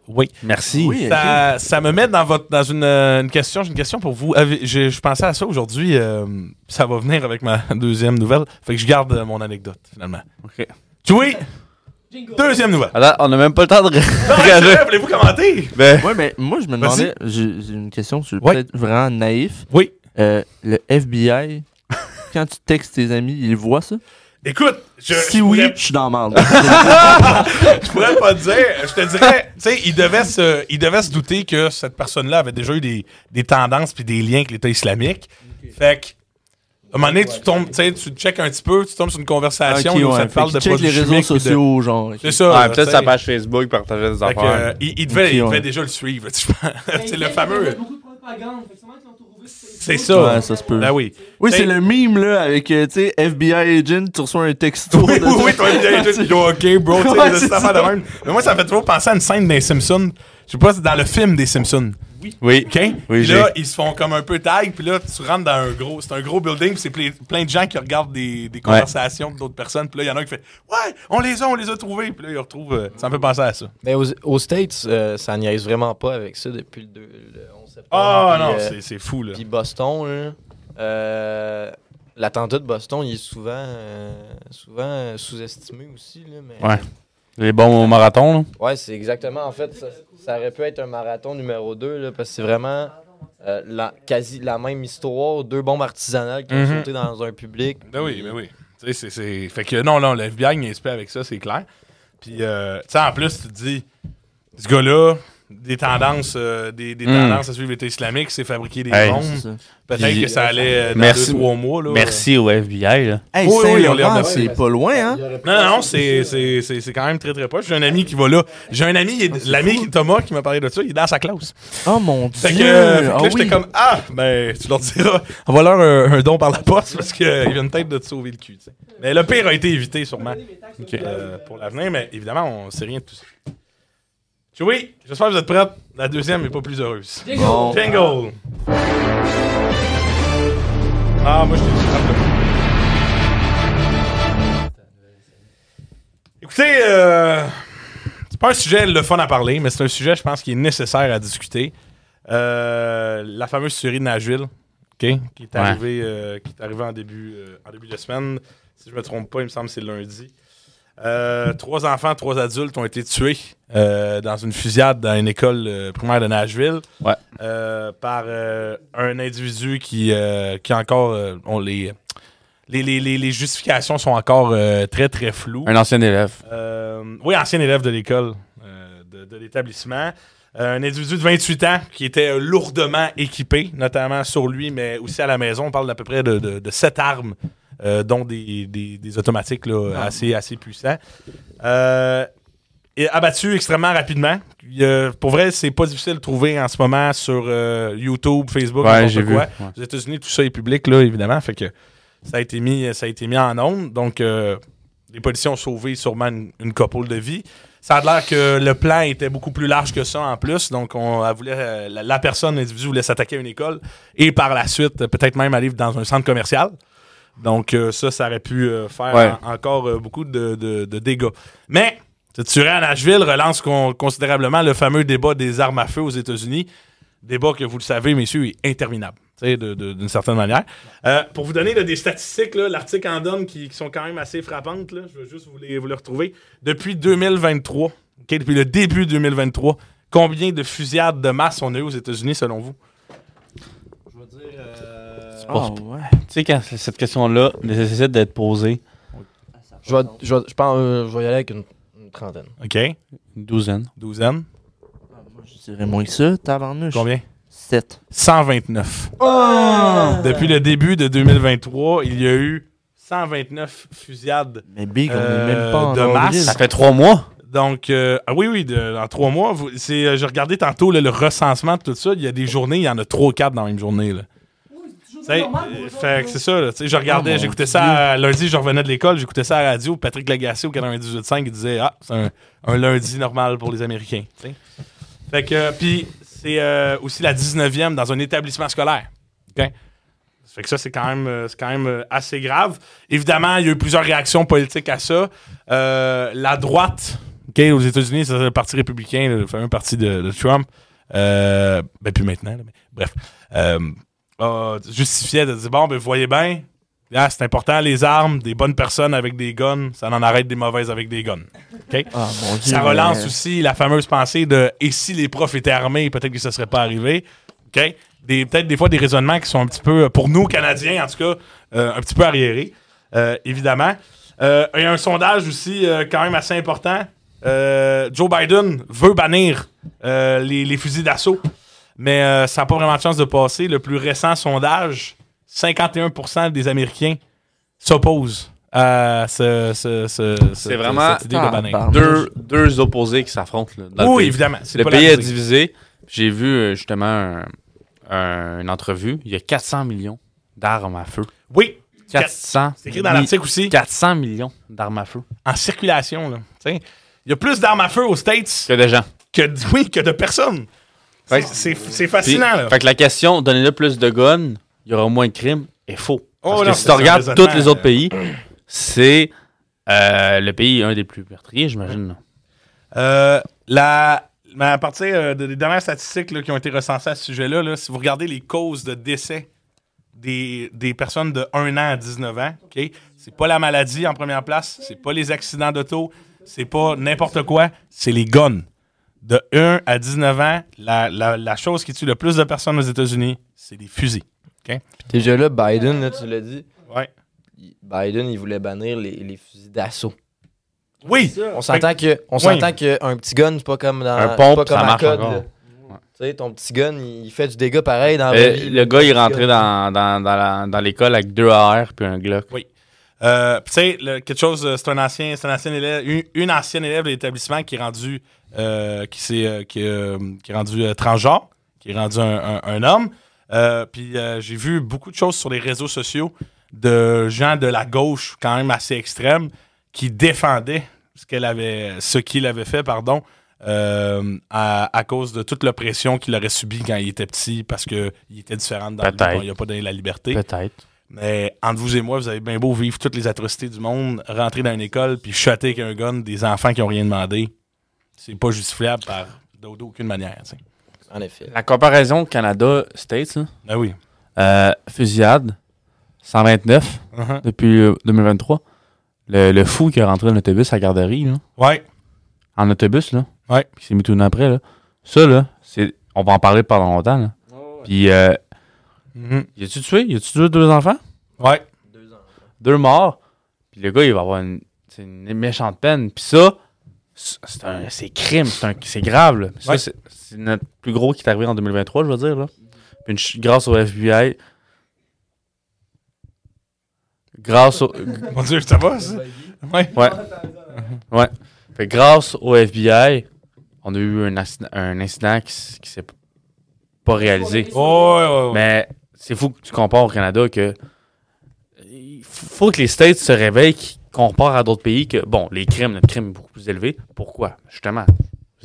[SPEAKER 1] Oui.
[SPEAKER 3] Merci.
[SPEAKER 2] Oui.
[SPEAKER 1] Ça, ça me met dans votre dans une, euh, une question. J'ai une question pour vous. Avez- j'ai- Je pensais à ça aujourd'hui. euh, ça va venir avec ma deuxième nouvelle. Fait que je garde euh, mon anecdote finalement.
[SPEAKER 3] OK.
[SPEAKER 1] Joey,
[SPEAKER 5] Jingle.
[SPEAKER 1] deuxième nouvelle.
[SPEAKER 3] Alors, on n'a même pas le temps de
[SPEAKER 1] Non, mais c'est
[SPEAKER 3] Regardez.
[SPEAKER 1] vrai, Voulez-vous commenter?
[SPEAKER 3] Ben,
[SPEAKER 2] Ouais, mais moi, je me
[SPEAKER 1] Vas-y.
[SPEAKER 2] demandais, j'ai j'ai une question, je suis
[SPEAKER 1] Ouais.
[SPEAKER 2] peut-être vraiment naïf.
[SPEAKER 1] Oui.
[SPEAKER 2] Euh, le FBI, quand tu textes tes amis, ils voient ça?
[SPEAKER 1] Écoute, je,
[SPEAKER 2] si
[SPEAKER 1] je
[SPEAKER 2] oui,
[SPEAKER 1] pourrais,
[SPEAKER 2] je suis dans le
[SPEAKER 1] je pourrais pas te dire. Je te dirais, tu sais, il devait se, il devait se douter que cette personne-là avait déjà eu des, des tendances puis des liens avec l'État islamique. Fait que. À un moment donné, tu tombes, tu sais, tu checkes un petit peu, tu tombes sur une conversation où ça te parle de
[SPEAKER 2] check
[SPEAKER 1] produits
[SPEAKER 2] les réseaux
[SPEAKER 1] chimiques puis de-
[SPEAKER 2] sociaux, genre. ok.
[SPEAKER 1] C'est ça.
[SPEAKER 3] ouais,
[SPEAKER 1] euh, tu
[SPEAKER 3] peut-être
[SPEAKER 1] sais.
[SPEAKER 3] sa page Facebook partageait des
[SPEAKER 1] Fait que,
[SPEAKER 3] affaires.
[SPEAKER 1] euh, il, il devait, il
[SPEAKER 2] Ok, ouais.
[SPEAKER 1] devait déjà le suivre, tu vois.
[SPEAKER 5] Hey,
[SPEAKER 1] c'est le
[SPEAKER 5] Ben, il y a- Il y a
[SPEAKER 1] fameux.
[SPEAKER 5] beaucoup de propagande. Fait que sûrement qu'ils l'ont trouvé sur Facebook.
[SPEAKER 1] C'est ça.
[SPEAKER 2] Ouais, ça se peut.
[SPEAKER 1] Ben oui.
[SPEAKER 2] Oui,
[SPEAKER 1] T'sais-
[SPEAKER 2] c'est le meme, là, avec, euh, tu sais, FBI agent, tu reçois un texto.
[SPEAKER 1] Oui,
[SPEAKER 2] de-
[SPEAKER 1] oui, oui, toi, bien, tu dis, ok, bro, tu
[SPEAKER 2] Ouais,
[SPEAKER 1] sais,
[SPEAKER 2] c'est
[SPEAKER 1] des affaires de
[SPEAKER 2] ça.
[SPEAKER 1] même. Mais moi, ça me fait toujours penser à une scène des Simpsons. Je sais pas, c'est dans le film des Simpsons.
[SPEAKER 3] oui.
[SPEAKER 1] OK?
[SPEAKER 3] Oui,
[SPEAKER 1] Puis là, ils se font comme un peu tag, puis là, tu rentres dans un gros. C'est un gros building, puis c'est ple- plein de gens qui regardent des, des conversations d'autres personnes, puis là, il y en a un qui fait Ouais, on les a, on les a trouvés, puis là, ils retrouvent. euh, ça me fait penser à ça.
[SPEAKER 4] Mais aux, aux States, euh, ça niaise vraiment pas avec ça depuis le, deux- le 11 septembre.
[SPEAKER 1] Ah
[SPEAKER 4] Puis,
[SPEAKER 1] non,
[SPEAKER 4] euh,
[SPEAKER 1] c'est- c'est fou, là.
[SPEAKER 4] Puis Boston, là, euh, l'attentat de Boston, il est souvent, euh, souvent euh, sous-estimé aussi. Là, mais...
[SPEAKER 3] Ouais. Les bons au marathon, là.
[SPEAKER 4] Ouais, c'est exactement. En fait, ça, ça aurait pu être un marathon numéro 2, parce que c'est vraiment euh, la, quasi la même histoire. Deux bombes artisanales qui ont
[SPEAKER 1] Mhm.
[SPEAKER 4] sauté dans un public.
[SPEAKER 1] Ben oui, ben oui. Tu sais, c'est- c'est. Fait que non, non, le FBI n'est pas avec ça, c'est clair. Puis, euh, tu sais, en plus, tu te dis, ce gars-là, des tendances, euh, des, des
[SPEAKER 3] Mm.
[SPEAKER 1] tendances à suivre l'État islamique, s'est fabriqué des
[SPEAKER 3] Hey.
[SPEAKER 1] bombes.
[SPEAKER 2] C'est ça.
[SPEAKER 1] Peut-être
[SPEAKER 3] Puis-
[SPEAKER 1] que ça allait euh, dans
[SPEAKER 3] Merci.
[SPEAKER 1] deux, trois mois. Là,
[SPEAKER 3] Merci au FBI, là.
[SPEAKER 2] Hey,
[SPEAKER 1] Oui, oui,
[SPEAKER 2] Saint-Laurent,
[SPEAKER 1] on les remercie.
[SPEAKER 2] c'est pas loin, hein?
[SPEAKER 1] Non, non, non, c'est- c'est c'est- c'est quand même très, très proche. J'ai un ami qui va là. J'ai un ami, il est- l'ami Thomas qui m'a parlé de ça, il est dans sa classe.
[SPEAKER 2] Oh mon dieu!
[SPEAKER 1] Fait que, euh, fait que là,
[SPEAKER 2] ah
[SPEAKER 1] j'étais
[SPEAKER 2] oui.
[SPEAKER 1] comme, ah, ben, tu leur diras, envoie leur euh, un, un don par la poste parce euh, qu'ils viennent peut-être de te sauver le cul, tu sais. Mais le pire a été évité, sûrement. Euh, pour l'avenir, mais évidemment, on sait rien de tout ça. Joey, j'espère que vous êtes prête. La deuxième n'est pas plus heureuse.
[SPEAKER 5] Jingle.
[SPEAKER 2] Bon.
[SPEAKER 1] Jingle! Ah, moi, je t'ai dit, frappe-le. Écoutez, euh, c'est pas un sujet le fun à parler, mais c'est un sujet, je pense, qui est nécessaire à discuter. Euh, la fameuse série de Nashville, OK, qui, est
[SPEAKER 3] Ouais.
[SPEAKER 1] arrivée, euh, qui est arrivée en début, euh, en début de semaine. Si je me trompe pas, il me semble que c'est lundi. Euh, trois enfants, trois adultes ont été tués euh, dans une fusillade dans une école euh, primaire de Nashville
[SPEAKER 3] Ouais.
[SPEAKER 1] euh, par euh, un individu qui, euh, qui encore euh, on les, les, les, les- les justifications sont encore euh, très très floues.
[SPEAKER 3] Un ancien élève.
[SPEAKER 1] Euh, oui, ancien élève de l'école, euh, de, de l'établissement. Euh, un individu de 28 ans qui était euh, lourdement équipé, notamment sur lui, mais aussi à la maison. On parle d'à peu près de, de, de sept armes, euh, dont des, des- des automatiques là, assez, assez puissants. Euh, et abattu extrêmement rapidement. Il y a- pour vrai, c'est pas difficile de trouver en ce moment sur euh, YouTube, Facebook,
[SPEAKER 3] Ouais,
[SPEAKER 1] n'importe
[SPEAKER 3] j'ai vu.
[SPEAKER 1] quoi.
[SPEAKER 3] Ouais.
[SPEAKER 1] Aux États-Unis, tout ça est public, là, évidemment. Fait que ça a été mis, ça a été mis en ondes. Donc, euh, les policiers ont sauvé sûrement une, une couple de vie. Ça a l'air que le plan était beaucoup plus large que ça en plus. Donc, on, elle voulait, euh, la, la personne, l'individu voulait s'attaquer à une école et par la suite, euh, peut-être même aller dans un centre commercial. Donc, euh, ça, ça aurait pu euh, faire
[SPEAKER 3] Ouais.
[SPEAKER 1] en- encore euh, beaucoup de, de- de dégâts. Mais, ce tuerie à Nashville relance con- considérablement le fameux débat des armes à feu aux États-Unis. Débat que, vous le savez, messieurs, est interminable, tu sais, de- de- d'une certaine manière. Euh, pour vous donner là, des statistiques, là, l'article en donne qui, qui sont quand même assez frappantes. là. Je veux juste vous les, vous les retrouver. Depuis 2023, ok, depuis le début 2023, combien de fusillades de masse on a eu aux États-Unis selon vous?
[SPEAKER 4] Je veux dire. euh,
[SPEAKER 2] Ah ouais.
[SPEAKER 3] Tu sais, quand c- cette question-là nécessite d'être posée,
[SPEAKER 4] Je vais, je vais- je pense, euh, je vais y aller avec une, une trentaine.
[SPEAKER 1] OK.
[SPEAKER 3] une douzaine.
[SPEAKER 1] Douzaine.
[SPEAKER 2] Je dirais moins que ça, tabarnouche.
[SPEAKER 1] Combien?
[SPEAKER 2] 7.
[SPEAKER 1] 129. Depuis le début de 2023, il y a eu 129 fusillades
[SPEAKER 2] Mais Big, on
[SPEAKER 1] Euh,
[SPEAKER 2] est même pas en
[SPEAKER 1] de
[SPEAKER 2] avril.
[SPEAKER 1] masse.
[SPEAKER 3] Ça fait trois mois.
[SPEAKER 1] de Donc, euh, ah oui, oui, de- dans trois mois, vous- c'est, euh, j'ai regardé tantôt là, le recensement de tout ça. Il y a des journées, il y en a trois ou quatre dans la même journée. Là. Tu sais, euh, fait que c'est ça, là, tu sais, je regardais, j'écoutais ça à- lundi, je revenais de l'école, j'écoutais ça à la radio, Patrick Lagacé au 98.5, il disait « Ah, c'est un, un lundi normal pour les Américains. » tu sais. Fait que, euh, puis c'est euh, aussi la 19e dans un établissement scolaire. OK? Fait que ça, c'est quand même, euh, c'est quand même euh, assez grave. Évidemment, il y a eu plusieurs réactions politiques à ça. Euh, la droite, OK, aux États-Unis, c'est le Parti républicain, le fameux parti de, de Trump. Euh, ben, plus maintenant, là, mais bref. Euh, euh, justifiait de dire bon, ben, vous voyez bien, ah, c'est important, les armes, des bonnes personnes avec des guns, ça en arrête des mauvaises avec des guns. OK?
[SPEAKER 2] Ah, mon Dieu.
[SPEAKER 1] Ça relance aussi la fameuse pensée de et si les profs étaient armés, peut-être que ça serait pas arrivé. OK? Des, peut-être des fois des raisonnements qui sont un petit peu, euh, pour nous, Canadiens, en tout cas, euh, un petit peu arriérés, euh, évidemment. Euh, Il y a un sondage aussi, euh, quand même assez important. Euh, Joe Biden veut bannir euh, les, les fusils d'assaut, mais euh, ça n'a pas vraiment de chance de passer. Le plus récent sondage, 51% des Américains s'opposent à ce, ce- ce- ce-
[SPEAKER 3] C'est vraiment-
[SPEAKER 1] cette idée de bannir.
[SPEAKER 3] Deux, deux opposés qui s'affrontent. là, dans le
[SPEAKER 1] Ah, Oui,
[SPEAKER 3] pays.
[SPEAKER 1] évidemment. c'est
[SPEAKER 3] Le
[SPEAKER 1] pas
[SPEAKER 3] pays
[SPEAKER 1] la
[SPEAKER 3] est
[SPEAKER 1] musique.
[SPEAKER 3] divisé. J'ai vu euh, justement un- un- une entrevue. Il y a 400 millions d'armes à feu.
[SPEAKER 1] Oui,
[SPEAKER 3] 400.
[SPEAKER 1] c'est écrit dans l'article aussi.
[SPEAKER 3] 400 millions d'armes à feu.
[SPEAKER 1] En circulation, là. Tu sais, Il y a plus d'armes à feu aux States
[SPEAKER 3] Que de gens.
[SPEAKER 1] que, d- oui, que de personnes. C'est- C'est c'est
[SPEAKER 3] Puis,
[SPEAKER 1] fascinant, là.
[SPEAKER 3] Fait que la question, donnez-le plus de guns, il y aura moins de crimes, est faux.
[SPEAKER 1] Oh
[SPEAKER 3] Parce que
[SPEAKER 1] non,
[SPEAKER 3] si
[SPEAKER 1] c'est
[SPEAKER 3] tu
[SPEAKER 1] un
[SPEAKER 3] regardes
[SPEAKER 1] raisonnement,
[SPEAKER 3] tous les autres pays, c'est euh, le pays un des plus meurtriers, j'imagine.
[SPEAKER 1] Euh, la, mais à partir euh, de- des dernières statistiques là, qui ont été recensées à ce sujet-là, là, si vous regardez les causes de décès des, des personnes de 1 an à 19 ans, ok, c'est pas la maladie en première place, c'est pas les accidents d'auto, c'est pas n'importe quoi, c'est les guns. De 1 à 19 ans, la, la- la chose qui tue le plus de personnes aux États-Unis, c'est les fusils.
[SPEAKER 4] Déjà là, Biden, là, tu l'as dit,
[SPEAKER 1] Ouais.
[SPEAKER 4] il- Biden, il voulait bannir les, les fusils d'assaut.
[SPEAKER 1] Oui!
[SPEAKER 4] On s'entend que on
[SPEAKER 1] Oui.
[SPEAKER 4] s'entend qu'un petit gun, c'est pas comme dans
[SPEAKER 3] Un
[SPEAKER 4] c'est
[SPEAKER 3] pompe,
[SPEAKER 4] pas
[SPEAKER 3] ça
[SPEAKER 4] comme à
[SPEAKER 3] marche
[SPEAKER 4] code,
[SPEAKER 3] encore.
[SPEAKER 4] là.
[SPEAKER 3] Ouais.
[SPEAKER 4] Tu sais, ton petit gun, il fait du dégât pareil dans la
[SPEAKER 3] Euh,
[SPEAKER 4] vie.
[SPEAKER 3] le gars, il est rentré dans, dans, dans la- dans l'école avec deux AR puis un Glock.
[SPEAKER 1] Euh, puis tu sais, le- quelque chose, euh, c'est un ancien, c'est un ancien élève, une, une ancienne élève de l'établissement qui est rendue, euh, qui s'est, euh, qui, euh, qui est rendue euh, transgenre, qui est rendue un, un- un homme. Euh, puis euh, j'ai vu beaucoup de choses sur les réseaux sociaux de gens de la gauche, quand même assez extrême, qui défendaient ce qu'elle avait, ce qu'il avait fait, pardon, euh, à, à cause de toute l'oppression qu'il aurait subie quand il était petit, parce qu'il était différent dans le
[SPEAKER 3] Peut-être.
[SPEAKER 1] monde, il n'a pas donné la liberté.
[SPEAKER 3] Peut-être.
[SPEAKER 1] Mais entre vous et moi, vous avez bien beau vivre toutes les atrocités du monde, rentrer dans une école puis shotter avec un gun des enfants qui n'ont rien demandé. C'est pas justifiable par d'au- d'aucune manière. tu sais.
[SPEAKER 4] En effet.
[SPEAKER 3] La comparaison Canada-States, là,
[SPEAKER 1] Ah oui.
[SPEAKER 3] euh, fusillade, 129
[SPEAKER 1] Uh-huh.
[SPEAKER 3] depuis euh, 2023. Le, le fou qui est rentré dans l'autobus à la garderie, là.
[SPEAKER 1] Ouais.
[SPEAKER 3] en autobus, là.
[SPEAKER 1] Ouais.
[SPEAKER 3] Puis c'est mis tout après, là. Ça, là, c'est... on va en parler pendant longtemps, là. Puis, euh,
[SPEAKER 1] Mhm.
[SPEAKER 3] y a-tu tué? Y a-tu tué deux enfants?
[SPEAKER 1] Ouais.
[SPEAKER 3] Deux morts. Puis le gars, il va avoir une, c'est une méchante peine. Puis ça, c'est c'est un c'est crime, c'est, un- c'est grave, là. Ça,
[SPEAKER 1] Ouais.
[SPEAKER 3] c'est, c'est notre plus gros qui est arrivé en 2023, je veux dire, là. Puis une ch- grâce au FBI... Grâce au...
[SPEAKER 1] Mon Dieu, ça va, ça? Ouais.
[SPEAKER 3] Ouais. Ouais. Fait que grâce au FBI, on a eu un, accident- un incident qui, s- qui s'est pas réalisé.
[SPEAKER 1] Oh, ouais, ouais, ouais.
[SPEAKER 3] Mais c'est fou que tu compares au Canada que. Il f- faut que les States se réveillent, qu'ils- qu'on repart à d'autres pays que. Bon, les crimes, notre crime est beaucoup plus élevé. Pourquoi Justement.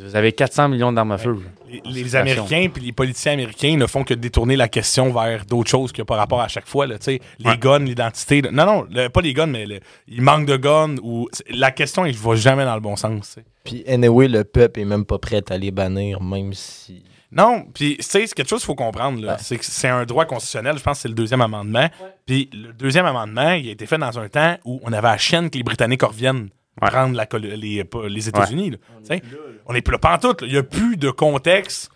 [SPEAKER 3] Vous avez 400 millions d'armes à feu.
[SPEAKER 1] Les- les, Américains puis les politiciens américains ne font que détourner la question vers d'autres choses que par rapport à chaque fois. Là, tu sais. les
[SPEAKER 3] Ouais.
[SPEAKER 1] guns, l'identité. le- Non, non, le- pas les guns, mais le- il manque de guns. ou c'est- La question, elle ne va jamais dans le bon sens. tu sais.
[SPEAKER 4] Puis anyway, le peuple est même pas prêt à les bannir, même si.
[SPEAKER 1] Non, puis tu sais, c'est quelque chose qu'il faut comprendre. là.
[SPEAKER 4] Ouais.
[SPEAKER 1] C'est que c'est un droit constitutionnel, je pense que c'est le deuxième amendement. Puis le deuxième amendement, il a été fait dans un temps où on avait à chienne que les Britanniques reviennent
[SPEAKER 3] Ouais.
[SPEAKER 1] prendre la col- les, euh, pas- les États-Unis. là. Tu sais, On n'est plus là pantoute. là. Il n'y a plus de contexte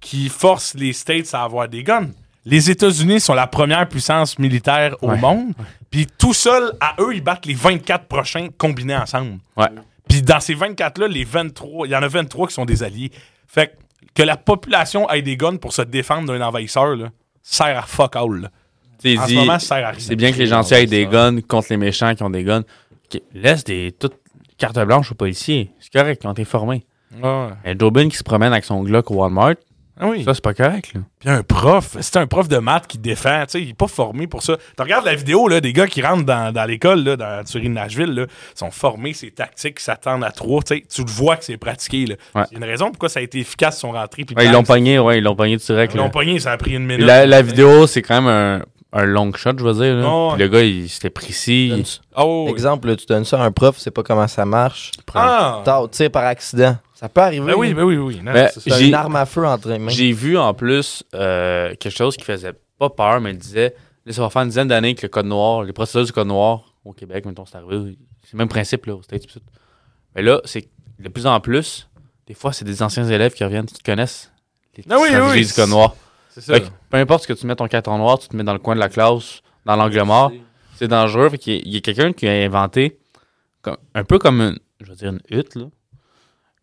[SPEAKER 1] qui force les States à avoir des guns. Les États-Unis sont la première puissance militaire au
[SPEAKER 3] Ouais.
[SPEAKER 1] monde. Puis tout seul, à eux, ils battent les 24 prochains combinés ensemble.
[SPEAKER 3] Ouais.
[SPEAKER 1] Puis dans ces 24-là, les 23, il y en a 23 qui sont des alliés. Fait que, que la population ait des guns pour se défendre d'un envahisseur, là, sert à fuck all. là.
[SPEAKER 3] Tu sais,
[SPEAKER 1] En
[SPEAKER 3] il dit,
[SPEAKER 1] ce moment, ça sert à rien.
[SPEAKER 3] c'est bien que les gentils aient des guns contre les méchants qui ont des guns. Ok, Laisse des. Tout, carte blanche aux policiers. C'est correct, ils ont été formés.
[SPEAKER 1] Ah, ouais.
[SPEAKER 3] Et Jobin qui se promène avec son Glock au Walmart,
[SPEAKER 1] Ah oui.
[SPEAKER 3] ça, c'est pas correct. Là.
[SPEAKER 1] Puis un prof, c'est un prof de maths qui défend, tu sais, il est pas formé pour ça. Tu regardes la vidéo là, des gars qui rentrent dans, dans l'école là, dans Turin Nashville, là, sont formés, ces tactiques, s'attendent à trois, tu sais, tu le vois que c'est pratiqué là.
[SPEAKER 3] Ouais.
[SPEAKER 1] Il y a une raison pourquoi ça a été efficace ils sont rentrés puis
[SPEAKER 3] Ouais, ils
[SPEAKER 1] bang,
[SPEAKER 3] l'ont pogné, ouais, ils l'ont pogné direct.
[SPEAKER 1] ils l'ont
[SPEAKER 3] là.
[SPEAKER 1] pogné, ça a pris une minute.
[SPEAKER 3] La, la vidéo, c'est quand même un, un long shot, je veux dire. là.
[SPEAKER 1] Oh,
[SPEAKER 3] Puis Le gars, il- c'était précis.
[SPEAKER 4] Donne-
[SPEAKER 3] il-
[SPEAKER 1] Oh, oui.
[SPEAKER 4] Exemple, tu donnes ça à un prof, c'est pas comment ça marche.
[SPEAKER 1] Ah.
[SPEAKER 4] T'as tu sais, par accident. Ça peut arriver.
[SPEAKER 1] Ben oui, ben oui, oui. non,
[SPEAKER 3] Ben,
[SPEAKER 1] c'est ça.
[SPEAKER 4] T'as
[SPEAKER 3] J'ai-
[SPEAKER 4] une arme à feu entre les mains.
[SPEAKER 3] J'ai vu en plus euh, quelque chose qui faisait pas peur, mais disait là, ça va faire une dizaine d'années que le code noir, les procédures du code noir au Québec, mettons, c'est arrivé. C'est le même principe là, aux States. pis tout. Mais là, c'est de plus en plus, des fois, c'est des anciens élèves qui reviennent, qui connaissent les
[SPEAKER 1] Ah oui,
[SPEAKER 3] stratégies
[SPEAKER 1] oui,
[SPEAKER 3] du code noir.
[SPEAKER 1] C'est ça.
[SPEAKER 3] Fait que, peu importe ce que tu mets ton carton noir, tu te mets dans le coin de la classe, dans l'angle mort, c'est dangereux. Fait qu'il y a- il y a, quelqu'un qui a inventé, comme- un peu comme une, je veux dire une hutte, là.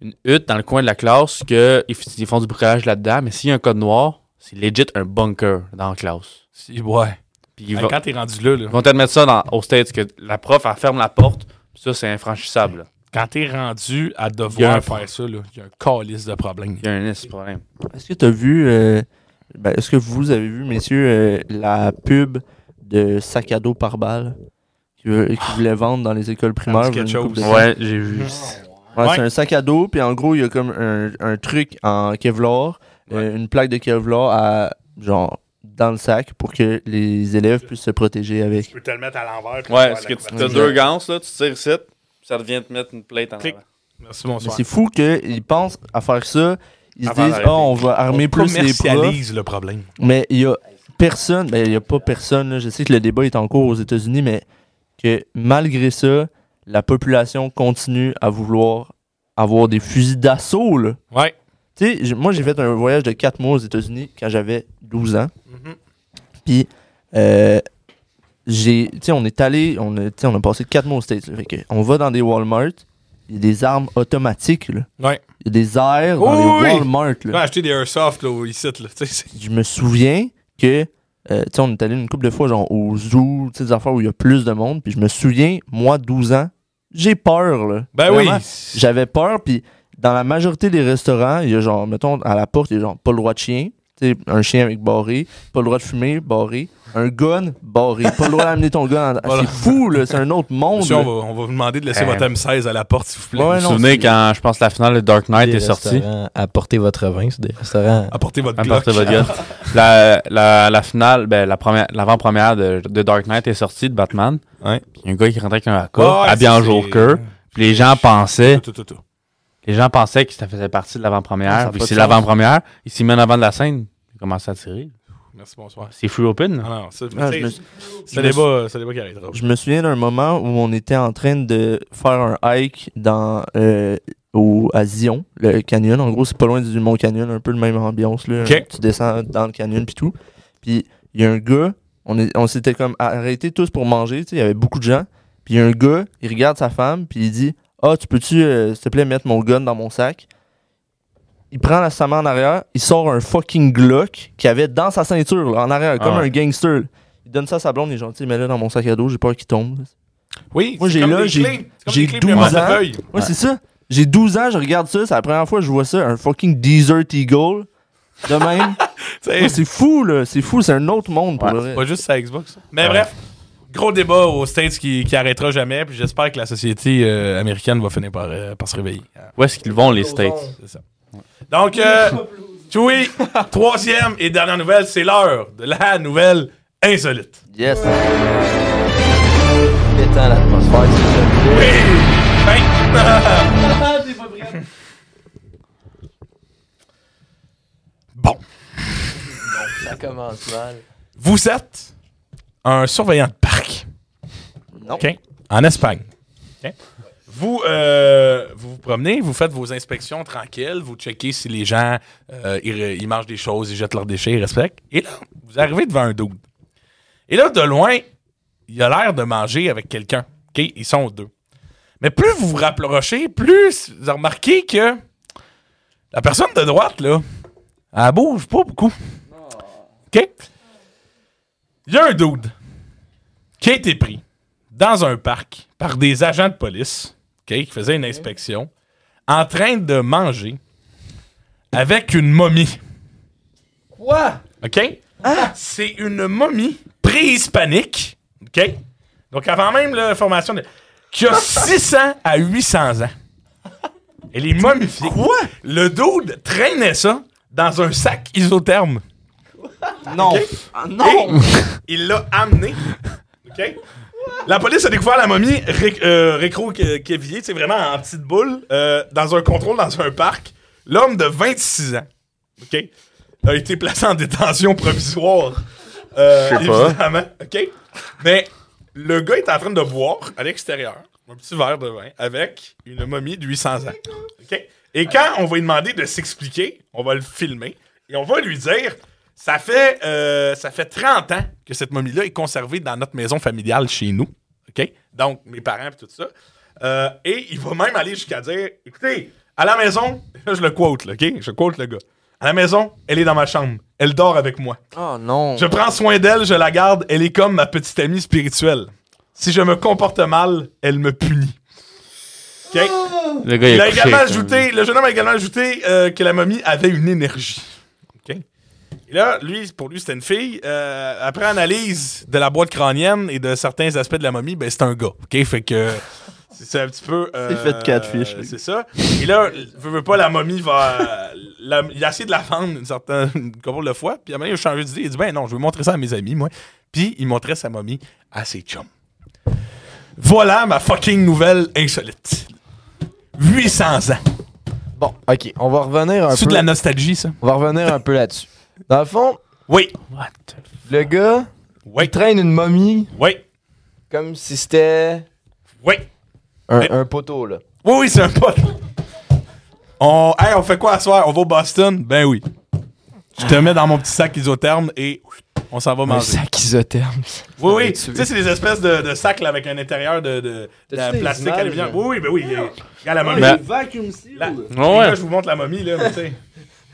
[SPEAKER 3] une hutte dans le coin de la classe, que ils, f- ils font du bricolage là-dedans, mais s'il y a un code noir, c'est legit un bunker dans la classe.
[SPEAKER 1] Si- Ouais.
[SPEAKER 3] Puis ils,
[SPEAKER 1] Hey,
[SPEAKER 3] vont-
[SPEAKER 1] Quand t'es rendu là, là,
[SPEAKER 3] ils vont te mettre ça dans, au States, que la prof, elle ferme la porte, puis ça, c'est infranchissable. là.
[SPEAKER 1] quand t'es rendu à
[SPEAKER 3] Il y a
[SPEAKER 1] devoir
[SPEAKER 3] un
[SPEAKER 1] faire ça, là, il y a un calice de problèmes.
[SPEAKER 3] Il y a un esti de problème.
[SPEAKER 2] Est-ce que tu as vu, euh, ben, est-ce que vous avez vu, messieurs, euh, la pub de sac à dos par balle qui, veut-
[SPEAKER 1] Ah.
[SPEAKER 2] qui voulait vendre dans les écoles primaires?
[SPEAKER 1] me dit
[SPEAKER 2] il y a une
[SPEAKER 1] quelque
[SPEAKER 2] couple de
[SPEAKER 1] chose.
[SPEAKER 2] temps?
[SPEAKER 3] Ouais, j'ai vu.
[SPEAKER 2] Ouais,
[SPEAKER 1] Ouais.
[SPEAKER 2] c'est un sac à dos, puis en gros, il y a comme un, un truc en Kevlar, euh, une plaque de Kevlar à, genre, dans le sac pour que les élèves puissent se protéger avec.
[SPEAKER 1] peux te le mettre à l'envers. puis
[SPEAKER 3] Ouais,
[SPEAKER 1] tu vois
[SPEAKER 3] parce que
[SPEAKER 1] la
[SPEAKER 3] tu as
[SPEAKER 1] couverture.
[SPEAKER 3] deux gants, là, tu tires ici, puis ça devient te mettre une plate en
[SPEAKER 1] Clic.
[SPEAKER 3] avant.
[SPEAKER 1] Merci,
[SPEAKER 2] Mais
[SPEAKER 1] bonsoir.
[SPEAKER 2] c'est fou qu'ils pensent à faire ça. Ils se
[SPEAKER 3] Avant
[SPEAKER 2] disent,
[SPEAKER 3] d'arrêter.
[SPEAKER 2] ah, on va armer
[SPEAKER 1] On
[SPEAKER 2] plus les profs.
[SPEAKER 1] commercialise le problème.
[SPEAKER 2] Mais il y a personne, ben il y a pas personne, là. je sais que le débat est en cours aux États-Unis, mais que malgré ça, la population continue à vouloir avoir des fusils d'assaut. là.
[SPEAKER 1] Ouais.
[SPEAKER 2] Tu sais, j- moi j'ai fait un voyage de 4 mois aux États-Unis quand j'avais 12 ans.
[SPEAKER 1] Mhm.
[SPEAKER 2] Puis, euh, j'ai, tu sais, on est allé, on a, tu sais, on a passé 4 mois aux States. là. Fait que on va dans des Walmart, il y a des armes automatiques. là.
[SPEAKER 1] Ouais.
[SPEAKER 2] Il y a des airs dans
[SPEAKER 1] Oui,
[SPEAKER 2] les
[SPEAKER 1] oui, oui.
[SPEAKER 2] Walmart. là.
[SPEAKER 1] Tu peux acheter des airsoft là, ici. Là, tu sais, c'est-
[SPEAKER 2] je me souviens que euh, tu sais, on est allé une couple de fois genre au zoo, tu sais, des affaires où il y a plus de monde, puis je me souviens moi 12 ans, j'ai peur là.
[SPEAKER 1] ben oui.
[SPEAKER 2] Vraiment, J'avais peur puis dans la majorité des restaurants, il y a genre mettons à la porte, il y a genre pas le droit de chien, tu sais, un chien avec barré, pas le droit de fumer, barré, un gun, barré, pas le droit d'amener ton gun. en-
[SPEAKER 1] Voilà.
[SPEAKER 2] C'est fou là, c'est un autre monde.
[SPEAKER 1] Monsieur, on
[SPEAKER 2] là.
[SPEAKER 1] va, on va vous demander de laisser
[SPEAKER 3] Euh.
[SPEAKER 1] votre M16 à la porte, s'il vous plaît.
[SPEAKER 2] Ouais,
[SPEAKER 3] Vous vous
[SPEAKER 2] non,
[SPEAKER 3] souvenez
[SPEAKER 2] c'est-
[SPEAKER 3] quand je pense que la finale de Dark Knight
[SPEAKER 4] Des
[SPEAKER 3] est sortie?
[SPEAKER 4] restaurants, Apportez votre vin, c'est des restaurants.
[SPEAKER 1] Apportez votre Glock.
[SPEAKER 3] Apportez votre gun. La, la, la finale, ben, la première- l'avant-première de, de Dark Knight est sortie de Batman.
[SPEAKER 1] Ouais.
[SPEAKER 3] Puis il y a un gars qui rentrait avec un AK,
[SPEAKER 1] Ouais,
[SPEAKER 3] habillé
[SPEAKER 1] ça,
[SPEAKER 3] en
[SPEAKER 1] c'est-
[SPEAKER 3] Joker. Puis les gens pensaient,
[SPEAKER 1] Tout, tout, tout, tout.
[SPEAKER 3] les gens pensaient que ça faisait partie de
[SPEAKER 2] Ah, ça
[SPEAKER 3] l'avant-première.
[SPEAKER 2] a
[SPEAKER 3] Vu
[SPEAKER 2] pas
[SPEAKER 3] que
[SPEAKER 2] de
[SPEAKER 3] c'est
[SPEAKER 2] sens.
[SPEAKER 3] l'avant-première, ils s'y mènent avant de la scène. Ils commencent à tirer.
[SPEAKER 1] Merci, bonsoir.
[SPEAKER 3] C'est free open.
[SPEAKER 1] Ah non, ça,
[SPEAKER 2] Ah,
[SPEAKER 1] tu
[SPEAKER 2] je me-
[SPEAKER 1] sais, c'est un débat, c'est un débat qui arrivera.
[SPEAKER 2] Je me souviens d'un moment où on était en train de faire un hike dans, euh, au, à Zion, le canyon. En gros, c'est pas loin du Mont Canyon, un peu le même ambiance. Là.
[SPEAKER 1] Ok.
[SPEAKER 2] Tu descends dans le canyon puis tout. Puis il y a un gars, on, est- on s'était comme arrêtés tous pour manger, tu sais, il y avait beaucoup de gens. Puis il y a un gars, il regarde sa femme, puis il dit Ah, tu peux-tu, euh, s'il te plaît, mettre mon gun dans mon sac Il prend la- sa main en arrière, il sort un fucking Glock qu'il avait dans sa ceinture, là, en arrière, comme
[SPEAKER 3] Ah ouais.
[SPEAKER 2] un gangster. là. Il donne ça à sa blonde, il est gentil, mais là dans mon sac à dos, j'ai peur qu'il tombe. là.
[SPEAKER 1] Oui,
[SPEAKER 2] Moi,
[SPEAKER 1] c'est
[SPEAKER 2] j'ai
[SPEAKER 1] comme
[SPEAKER 2] là,
[SPEAKER 1] des
[SPEAKER 2] j'ai-
[SPEAKER 1] clés. C'est comme
[SPEAKER 2] j'ai
[SPEAKER 1] des clés pour les
[SPEAKER 2] 12 ans.
[SPEAKER 1] portefeuilles.
[SPEAKER 2] Ouais, c'est ça. J'ai 12 ans, je regarde ça, c'est la première fois que je vois ça, un fucking Desert Eagle. De même.
[SPEAKER 1] Tu sais,
[SPEAKER 2] Ouais, c'est fou, là, c'est fou, c'est un autre monde pour
[SPEAKER 3] Ouais,
[SPEAKER 2] le
[SPEAKER 1] c'est
[SPEAKER 2] vrai.
[SPEAKER 1] Pas juste sa Xbox. ça. Mais
[SPEAKER 3] Ouais.
[SPEAKER 1] bref, gros débat aux States qui, qui arrêtera jamais. Puis j'espère que la société euh, américaine va finir par, euh, par se réveiller. Ah,
[SPEAKER 3] Où est-ce qu'ils vont, les States?
[SPEAKER 1] C'est ça. Donc, euh, Chewie, troisième et dernière nouvelle, c'est l'heure de la nouvelle insolite.
[SPEAKER 2] Yes.
[SPEAKER 4] Pétant l'atmosphère, c'est ça.
[SPEAKER 1] Oui! Ben,
[SPEAKER 5] Ah, t'es pas prêt.
[SPEAKER 1] bon.
[SPEAKER 4] Ça commence mal.
[SPEAKER 1] Vous êtes un surveillant de parc.
[SPEAKER 2] Non.
[SPEAKER 1] OK. En Espagne. OK. Vous, euh, vous vous promenez, vous faites vos inspections tranquilles, vous checkez si les gens, euh, ils, re- ils mangent des choses, ils jettent leurs déchets, ils respectent. Et là, vous arrivez devant un dude. Et là, de loin, il a l'air de manger avec quelqu'un. OK? Ils sont deux. Mais plus vous vous rapprochez, plus vous remarquez que la personne de droite, là, elle bouge pas beaucoup. OK? Il y a un dude qui a été pris dans un parc par des agents de police OK, qui faisait une inspection, en train de manger avec une momie.
[SPEAKER 4] Quoi?
[SPEAKER 1] OK? C'est une momie préhispanique. OK? Donc, avant même la formation de. qui a 600 à 800 ans. Elle est momifiée. Quoi? Le dude traînait ça dans un sac isotherme.
[SPEAKER 2] Ah Non.
[SPEAKER 1] Et il l'a amené. OK? La police a découvert la momie ré- euh, récro-kévillée, c'est vraiment en petite boule, euh, dans un contrôle, dans un parc. L'homme de 26 ans, OK, a été placé en détention provisoire. Euh,
[SPEAKER 3] Je sais pas.
[SPEAKER 1] évidemment, OK? Mais le gars est en train de boire à l'extérieur un petit verre de vin avec une momie de 800 ans. OK? Et quand on va lui demander de s'expliquer, on va le filmer et on va lui dire ça fait, euh, ça fait 30 ans que cette momie-là est conservée dans notre maison familiale chez nous. OK? Donc, mes parents et tout ça. Euh, et il va même aller jusqu'à dire écoutez, à la maison, là, je le quote, là, OK? Je quote le gars. À la maison, elle est dans ma chambre. Elle dort avec moi.
[SPEAKER 2] Oh non.
[SPEAKER 1] Je prends soin d'elle, je la garde. Elle est comme ma petite amie spirituelle. Si je me comporte mal, elle me punit. OK?
[SPEAKER 3] Le gars, il,
[SPEAKER 1] Il a
[SPEAKER 3] couché
[SPEAKER 1] également
[SPEAKER 3] avec un-
[SPEAKER 1] ajouté, le jeune homme a également ajouté euh, que la momie avait une énergie. OK? Et là, lui, pour lui, c'était une fille. Euh, après analyse de la boîte crânienne et de certains aspects de la momie, ben, c'est un gars. OK? Fait que c'est c'est un petit peu. euh,
[SPEAKER 2] C'est fait de catfish, lui.
[SPEAKER 1] C'est ça. Et là, veut, veut pas, la momie va. euh, la- il a essayé de la vendre une certaine une couple de fois. Puis à un moment, donné, il a changé d'idée. Il a dit Ben non, je vais montrer ça à mes amis, moi. Puis il montrait sa momie à ses chums. Voilà ma fucking nouvelle insolite. 800 ans.
[SPEAKER 4] Bon, ok, on va revenir un
[SPEAKER 1] C'est
[SPEAKER 4] peu.
[SPEAKER 1] de la nostalgie, ça?
[SPEAKER 4] On va revenir un peu là-dessus. Dans le fond,
[SPEAKER 1] Oui.
[SPEAKER 3] What the-
[SPEAKER 4] le gars
[SPEAKER 1] Oui.
[SPEAKER 4] il traîne une momie
[SPEAKER 1] Oui.
[SPEAKER 4] comme si c'était
[SPEAKER 1] Oui.
[SPEAKER 4] un,
[SPEAKER 1] Mais-
[SPEAKER 4] un poteau, là.
[SPEAKER 1] Oui, oui, c'est un pote. On... Hey, on fait quoi à soir? On va au Boston? Ben oui. Je te mets dans mon petit sac isotherme et on s'en va manger.
[SPEAKER 4] sac isotherme.
[SPEAKER 1] Oui, oui. Tu sais, c'est des espèces de, de sacs là, avec un intérieur de, de, de
[SPEAKER 4] T'as-tu des
[SPEAKER 1] plastique
[SPEAKER 4] images,
[SPEAKER 1] aluminium.
[SPEAKER 4] là?
[SPEAKER 1] Oui, oui, ben oui. il y a- Regarde la
[SPEAKER 5] Ah,
[SPEAKER 1] momie.
[SPEAKER 3] Ben-
[SPEAKER 5] Vacuum seal.
[SPEAKER 1] La-
[SPEAKER 3] Ouais, ouais.
[SPEAKER 1] Là, je vous montre la momie, là, mais tu sais.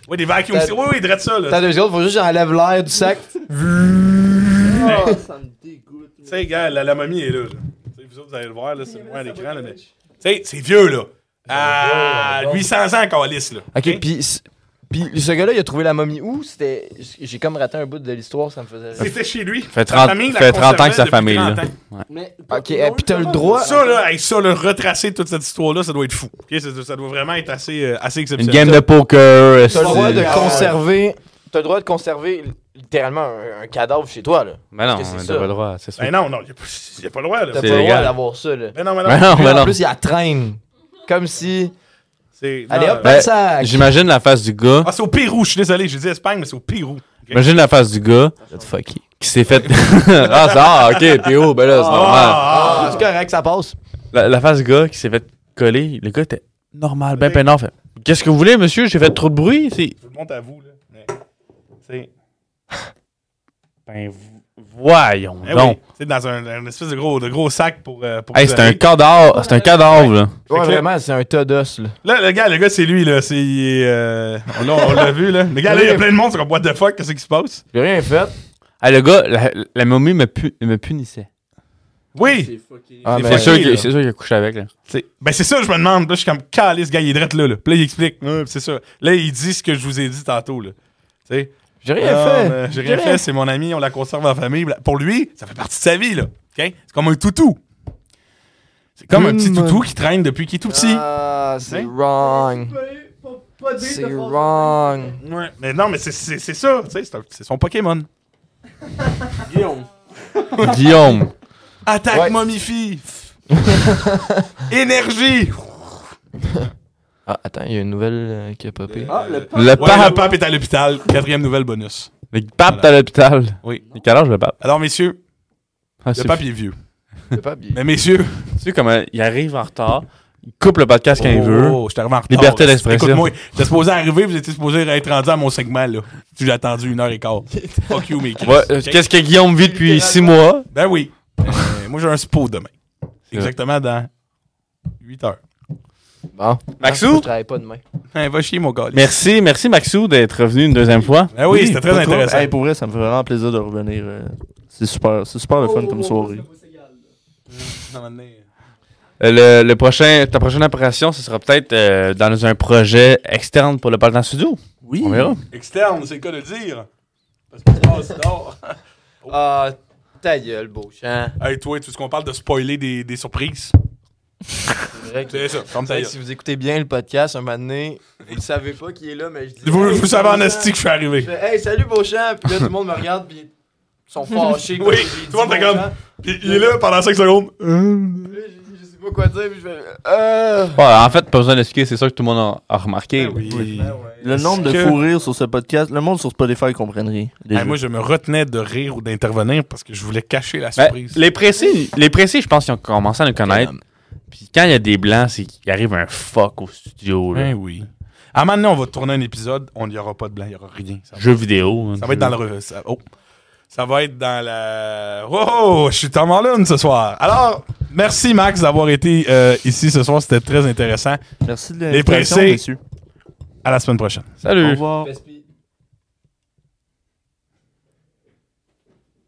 [SPEAKER 1] Oui, des vacuums.
[SPEAKER 4] T'as-
[SPEAKER 1] Oui, oui, drette ça, là.
[SPEAKER 4] Attends deux secondes, faut juste que j'enlève l'air du sac.
[SPEAKER 5] Oh, ça me dégoûte.
[SPEAKER 1] Tu sais, gars, la, la momie est là. là. Tu sais, vous autres, vous allez le voir, là, c'est moins à l'écran, là, mais. Tu sais, c'est vieux, là. Ah, 800 ans, Calis, là.
[SPEAKER 4] Ok, puis c- puis ce gars-là, il a trouvé la momie où C'était. J'ai comme raté un bout de l'histoire, ça me faisait. rire.
[SPEAKER 1] C'était chez lui.
[SPEAKER 3] Fait
[SPEAKER 1] Sa
[SPEAKER 3] 30
[SPEAKER 1] famille la
[SPEAKER 3] fait 30 ans que sa
[SPEAKER 1] conservait depuis
[SPEAKER 3] famille, là.
[SPEAKER 1] 30 ans.
[SPEAKER 5] Mais,
[SPEAKER 4] Ok,
[SPEAKER 2] eh,
[SPEAKER 4] et puis t'as le droit.
[SPEAKER 1] Ça, là, hey, ça, là, retracer toute cette histoire-là, ça doit être fou. Ok, ça, ça doit vraiment être assez, euh, assez
[SPEAKER 3] Une
[SPEAKER 1] exceptionnel.
[SPEAKER 3] game de poker. euh, est-ce
[SPEAKER 4] T'as le droit de
[SPEAKER 3] que-
[SPEAKER 4] conserver. T'as le droit de conserver littéralement un, un cadavre chez toi, là.
[SPEAKER 3] Mais non,
[SPEAKER 4] Parce que
[SPEAKER 3] on
[SPEAKER 4] c'est
[SPEAKER 3] n'a
[SPEAKER 4] ça.
[SPEAKER 3] pas le droit, c'est sûr.
[SPEAKER 1] Ben non, non, il n'y a, pas le droit, là.
[SPEAKER 4] T'as pas
[SPEAKER 3] C'est
[SPEAKER 4] le droit
[SPEAKER 3] légal.
[SPEAKER 4] d'avoir ça, là.
[SPEAKER 1] Ben non, ben non.
[SPEAKER 3] Mais non,
[SPEAKER 4] Puis
[SPEAKER 3] mais
[SPEAKER 4] en
[SPEAKER 3] non.
[SPEAKER 4] plus, il la traîne. Comme si.
[SPEAKER 1] C'est, non,
[SPEAKER 4] Allez hop,
[SPEAKER 3] Ben-
[SPEAKER 1] euh,
[SPEAKER 4] dans le sac.
[SPEAKER 3] J'imagine la face du gars.
[SPEAKER 1] Ah, c'est au Pérou, je suis désolé, j'ai dit Espagne, mais c'est au Pérou.
[SPEAKER 3] Imagine la face du gars qui s'est fait. ah, ça, ah, ok, P.O., ben là, c'est normal.
[SPEAKER 1] Ah,
[SPEAKER 4] Ah, c'est correct, ça passe.
[SPEAKER 3] La, la face du gars qui s'est fait coller, le gars était normal, ben peinard. Fait, Qu'est-ce que vous voulez, monsieur? J'ai fait trop de bruit. C'est...
[SPEAKER 1] je vous le montre à vous, là. Mais, c'est,
[SPEAKER 3] Ben, v- voyons
[SPEAKER 1] eh
[SPEAKER 3] donc.
[SPEAKER 1] oui, c'est dans un, un espèce de gros, de gros sac pour. euh, pour
[SPEAKER 3] Hey,
[SPEAKER 1] vous
[SPEAKER 3] c'est un
[SPEAKER 1] aller.
[SPEAKER 3] cadavre, c'est un cadavre, là.
[SPEAKER 1] Fait que
[SPEAKER 4] Ouais,
[SPEAKER 1] là-
[SPEAKER 4] vraiment, c'est un tas d'os, là.
[SPEAKER 1] Là, le gars, le gars, c'est lui, là. C'est, il est, euh, on, l'a- on l'a vu, là. Le gars, là, il y a
[SPEAKER 4] Oui.
[SPEAKER 1] plein de monde, c'est comme, what the fuck, qu'est-ce qui se passe?
[SPEAKER 4] J'ai rien fait.
[SPEAKER 3] Hey, le gars, la, la momie me, pu- me punissait.
[SPEAKER 1] Oui!
[SPEAKER 4] Ah,
[SPEAKER 1] C'est
[SPEAKER 4] mais-
[SPEAKER 3] C'est sûr
[SPEAKER 1] fucké,
[SPEAKER 3] qu'il
[SPEAKER 1] Ben là.
[SPEAKER 3] c'est sûr qu'il a couché avec, là.
[SPEAKER 1] C'est- Ben, c'est ça, je me demande. Là, je suis comme, calé, ce gars, il est drette là, là. Puis là, il explique. Ouais, c'est ça. Là, il dit ce que je vous ai dit tantôt, là. Tu sais?
[SPEAKER 4] J'ai rien
[SPEAKER 1] Non,
[SPEAKER 4] fait.
[SPEAKER 1] mais J'ai rien fait, c'est mon ami, on la conserve en famille. Bla- Pour lui, ça fait partie de sa vie, là. OK? C'est comme un toutou. C'est comme un
[SPEAKER 4] Une
[SPEAKER 1] petit toutou qui traîne depuis qu'il est tout petit.
[SPEAKER 4] Ah, c'est
[SPEAKER 1] Hein?
[SPEAKER 4] wrong. C'est wrong.
[SPEAKER 1] Ouais. Mais non, mais c'est- c'est c'est ça, tu sais, c'est un- c'est son Pokémon.
[SPEAKER 5] Guillaume.
[SPEAKER 3] Guillaume.
[SPEAKER 1] Attaque
[SPEAKER 4] Ouais.
[SPEAKER 1] momifie! Énergie!
[SPEAKER 4] Ah, attends, il y a une nouvelle euh, qui a popé.
[SPEAKER 5] Ah, le pape.
[SPEAKER 3] Le
[SPEAKER 1] Ouais, le
[SPEAKER 3] pape.
[SPEAKER 1] pape est à l'hôpital. Quatrième nouvelle bonus.
[SPEAKER 3] Le pape à l'hôpital.
[SPEAKER 1] Oui.
[SPEAKER 3] Il a Quel âge, le pape?
[SPEAKER 1] Alors, messieurs,
[SPEAKER 3] Ah,
[SPEAKER 1] le
[SPEAKER 3] c'est
[SPEAKER 1] pape il est vieux.
[SPEAKER 4] Le pape, il-
[SPEAKER 1] Mais messieurs,
[SPEAKER 3] Tu sais comment il arrive en retard, il coupe le podcast quand il
[SPEAKER 1] Oh,
[SPEAKER 3] veut.
[SPEAKER 1] oh, je suis arrivé en retard.
[SPEAKER 3] Liberté d'expression.
[SPEAKER 1] Écoute-moi, j'étais supposé arriver, vous étiez supposé être rendu à mon segment, là. Tu l'as attendu une heure et quart. Fuck you, mes Chris.
[SPEAKER 3] Ouais, euh,
[SPEAKER 1] Ok?
[SPEAKER 3] Qu'est-ce que Guillaume vit depuis six mois?
[SPEAKER 1] Ben oui. Euh, moi, j'ai un spot demain.
[SPEAKER 3] C'est vrai.
[SPEAKER 1] Exactement dans 8 heures.
[SPEAKER 4] Bon.
[SPEAKER 3] Maxou?
[SPEAKER 4] Je travaille pas demain.
[SPEAKER 1] Hein, va chier, mon gars.
[SPEAKER 3] Merci, merci Maxou d'être revenu une deuxième fois.
[SPEAKER 1] Ben oui, c'était très
[SPEAKER 2] pas trop.
[SPEAKER 1] intéressant.
[SPEAKER 2] Hey, pour vrai, ça me fait vraiment plaisir de revenir.
[SPEAKER 5] Oh,
[SPEAKER 2] euh, C'est super, c'est super le fun comme soirée.
[SPEAKER 1] Un moment donné,
[SPEAKER 3] Euh, Le, le prochain, ta prochaine apparition, ce sera peut-être euh, dans un projet externe pour le Parlement Studio.
[SPEAKER 2] Oui.
[SPEAKER 3] On verra.
[SPEAKER 1] Externe, c'est le cas de le dire. Parce que passe dehors.
[SPEAKER 4] Ah, ta gueule, Beauchamp.
[SPEAKER 1] Hey, toi, tu veux qu'on parle de spoiler des, des surprises?
[SPEAKER 4] C'est vrai que-
[SPEAKER 1] C'est ça, comme ça.
[SPEAKER 4] C'est vrai que si vous écoutez bien le podcast, un moment donné, vous ne savez pas qui est là, mais je dis.
[SPEAKER 1] Vous,
[SPEAKER 4] Hey,
[SPEAKER 1] vous savez en
[SPEAKER 4] Beauchamp.
[SPEAKER 1] asti que je suis
[SPEAKER 4] Je
[SPEAKER 1] arrivé.
[SPEAKER 4] fais, Hey, salut Beauchamp! Puis là, tout le monde me regarde, puis ils sont fâchés.
[SPEAKER 1] Oui,
[SPEAKER 4] que j'ai
[SPEAKER 1] tout le monde
[SPEAKER 4] dit
[SPEAKER 1] fait comme-
[SPEAKER 4] Beauchamp.
[SPEAKER 1] Puis il est là pendant 5 secondes. Ben
[SPEAKER 4] Puis là, Je je sais pas quoi dire, puis je fais. Euh.
[SPEAKER 3] Ouais, en fait, pas besoin d'expliquer, c'est sûr que tout le monde a, a remarqué.
[SPEAKER 4] Ben ouais.
[SPEAKER 2] Le nombre de
[SPEAKER 1] Est-ce que-
[SPEAKER 2] fous rires sur ce podcast, le monde sur Spotify comprendrait. rien, déjà.
[SPEAKER 1] Hey, moi, je me retenais de rire ou d'intervenir parce que je voulais cacher la
[SPEAKER 3] Ben,
[SPEAKER 1] surprise.
[SPEAKER 3] les pressés, les pressés, je pense qu'ils ont commencé à nous connaître. Puis quand il y a des blancs, c'est qu'il arrive un fuck au studio. là.
[SPEAKER 1] Ben oui. À un moment donné, on va tourner un épisode, on n'y aura pas de blanc, il n'y aura rien. Ça va,
[SPEAKER 3] Jeux vidéo. hein.
[SPEAKER 1] ça va être dans le. re- Ça, oh. Ça va être dans la. Oh, je suis Tom Holland ce soir. Alors, merci Max d'avoir été euh, ici ce soir, c'était très intéressant.
[SPEAKER 2] Merci de
[SPEAKER 1] Les pressés.
[SPEAKER 2] l'invitation, messieurs.
[SPEAKER 1] À la semaine prochaine.
[SPEAKER 2] Au
[SPEAKER 3] Salut.
[SPEAKER 2] revoir.
[SPEAKER 4] Fais speed.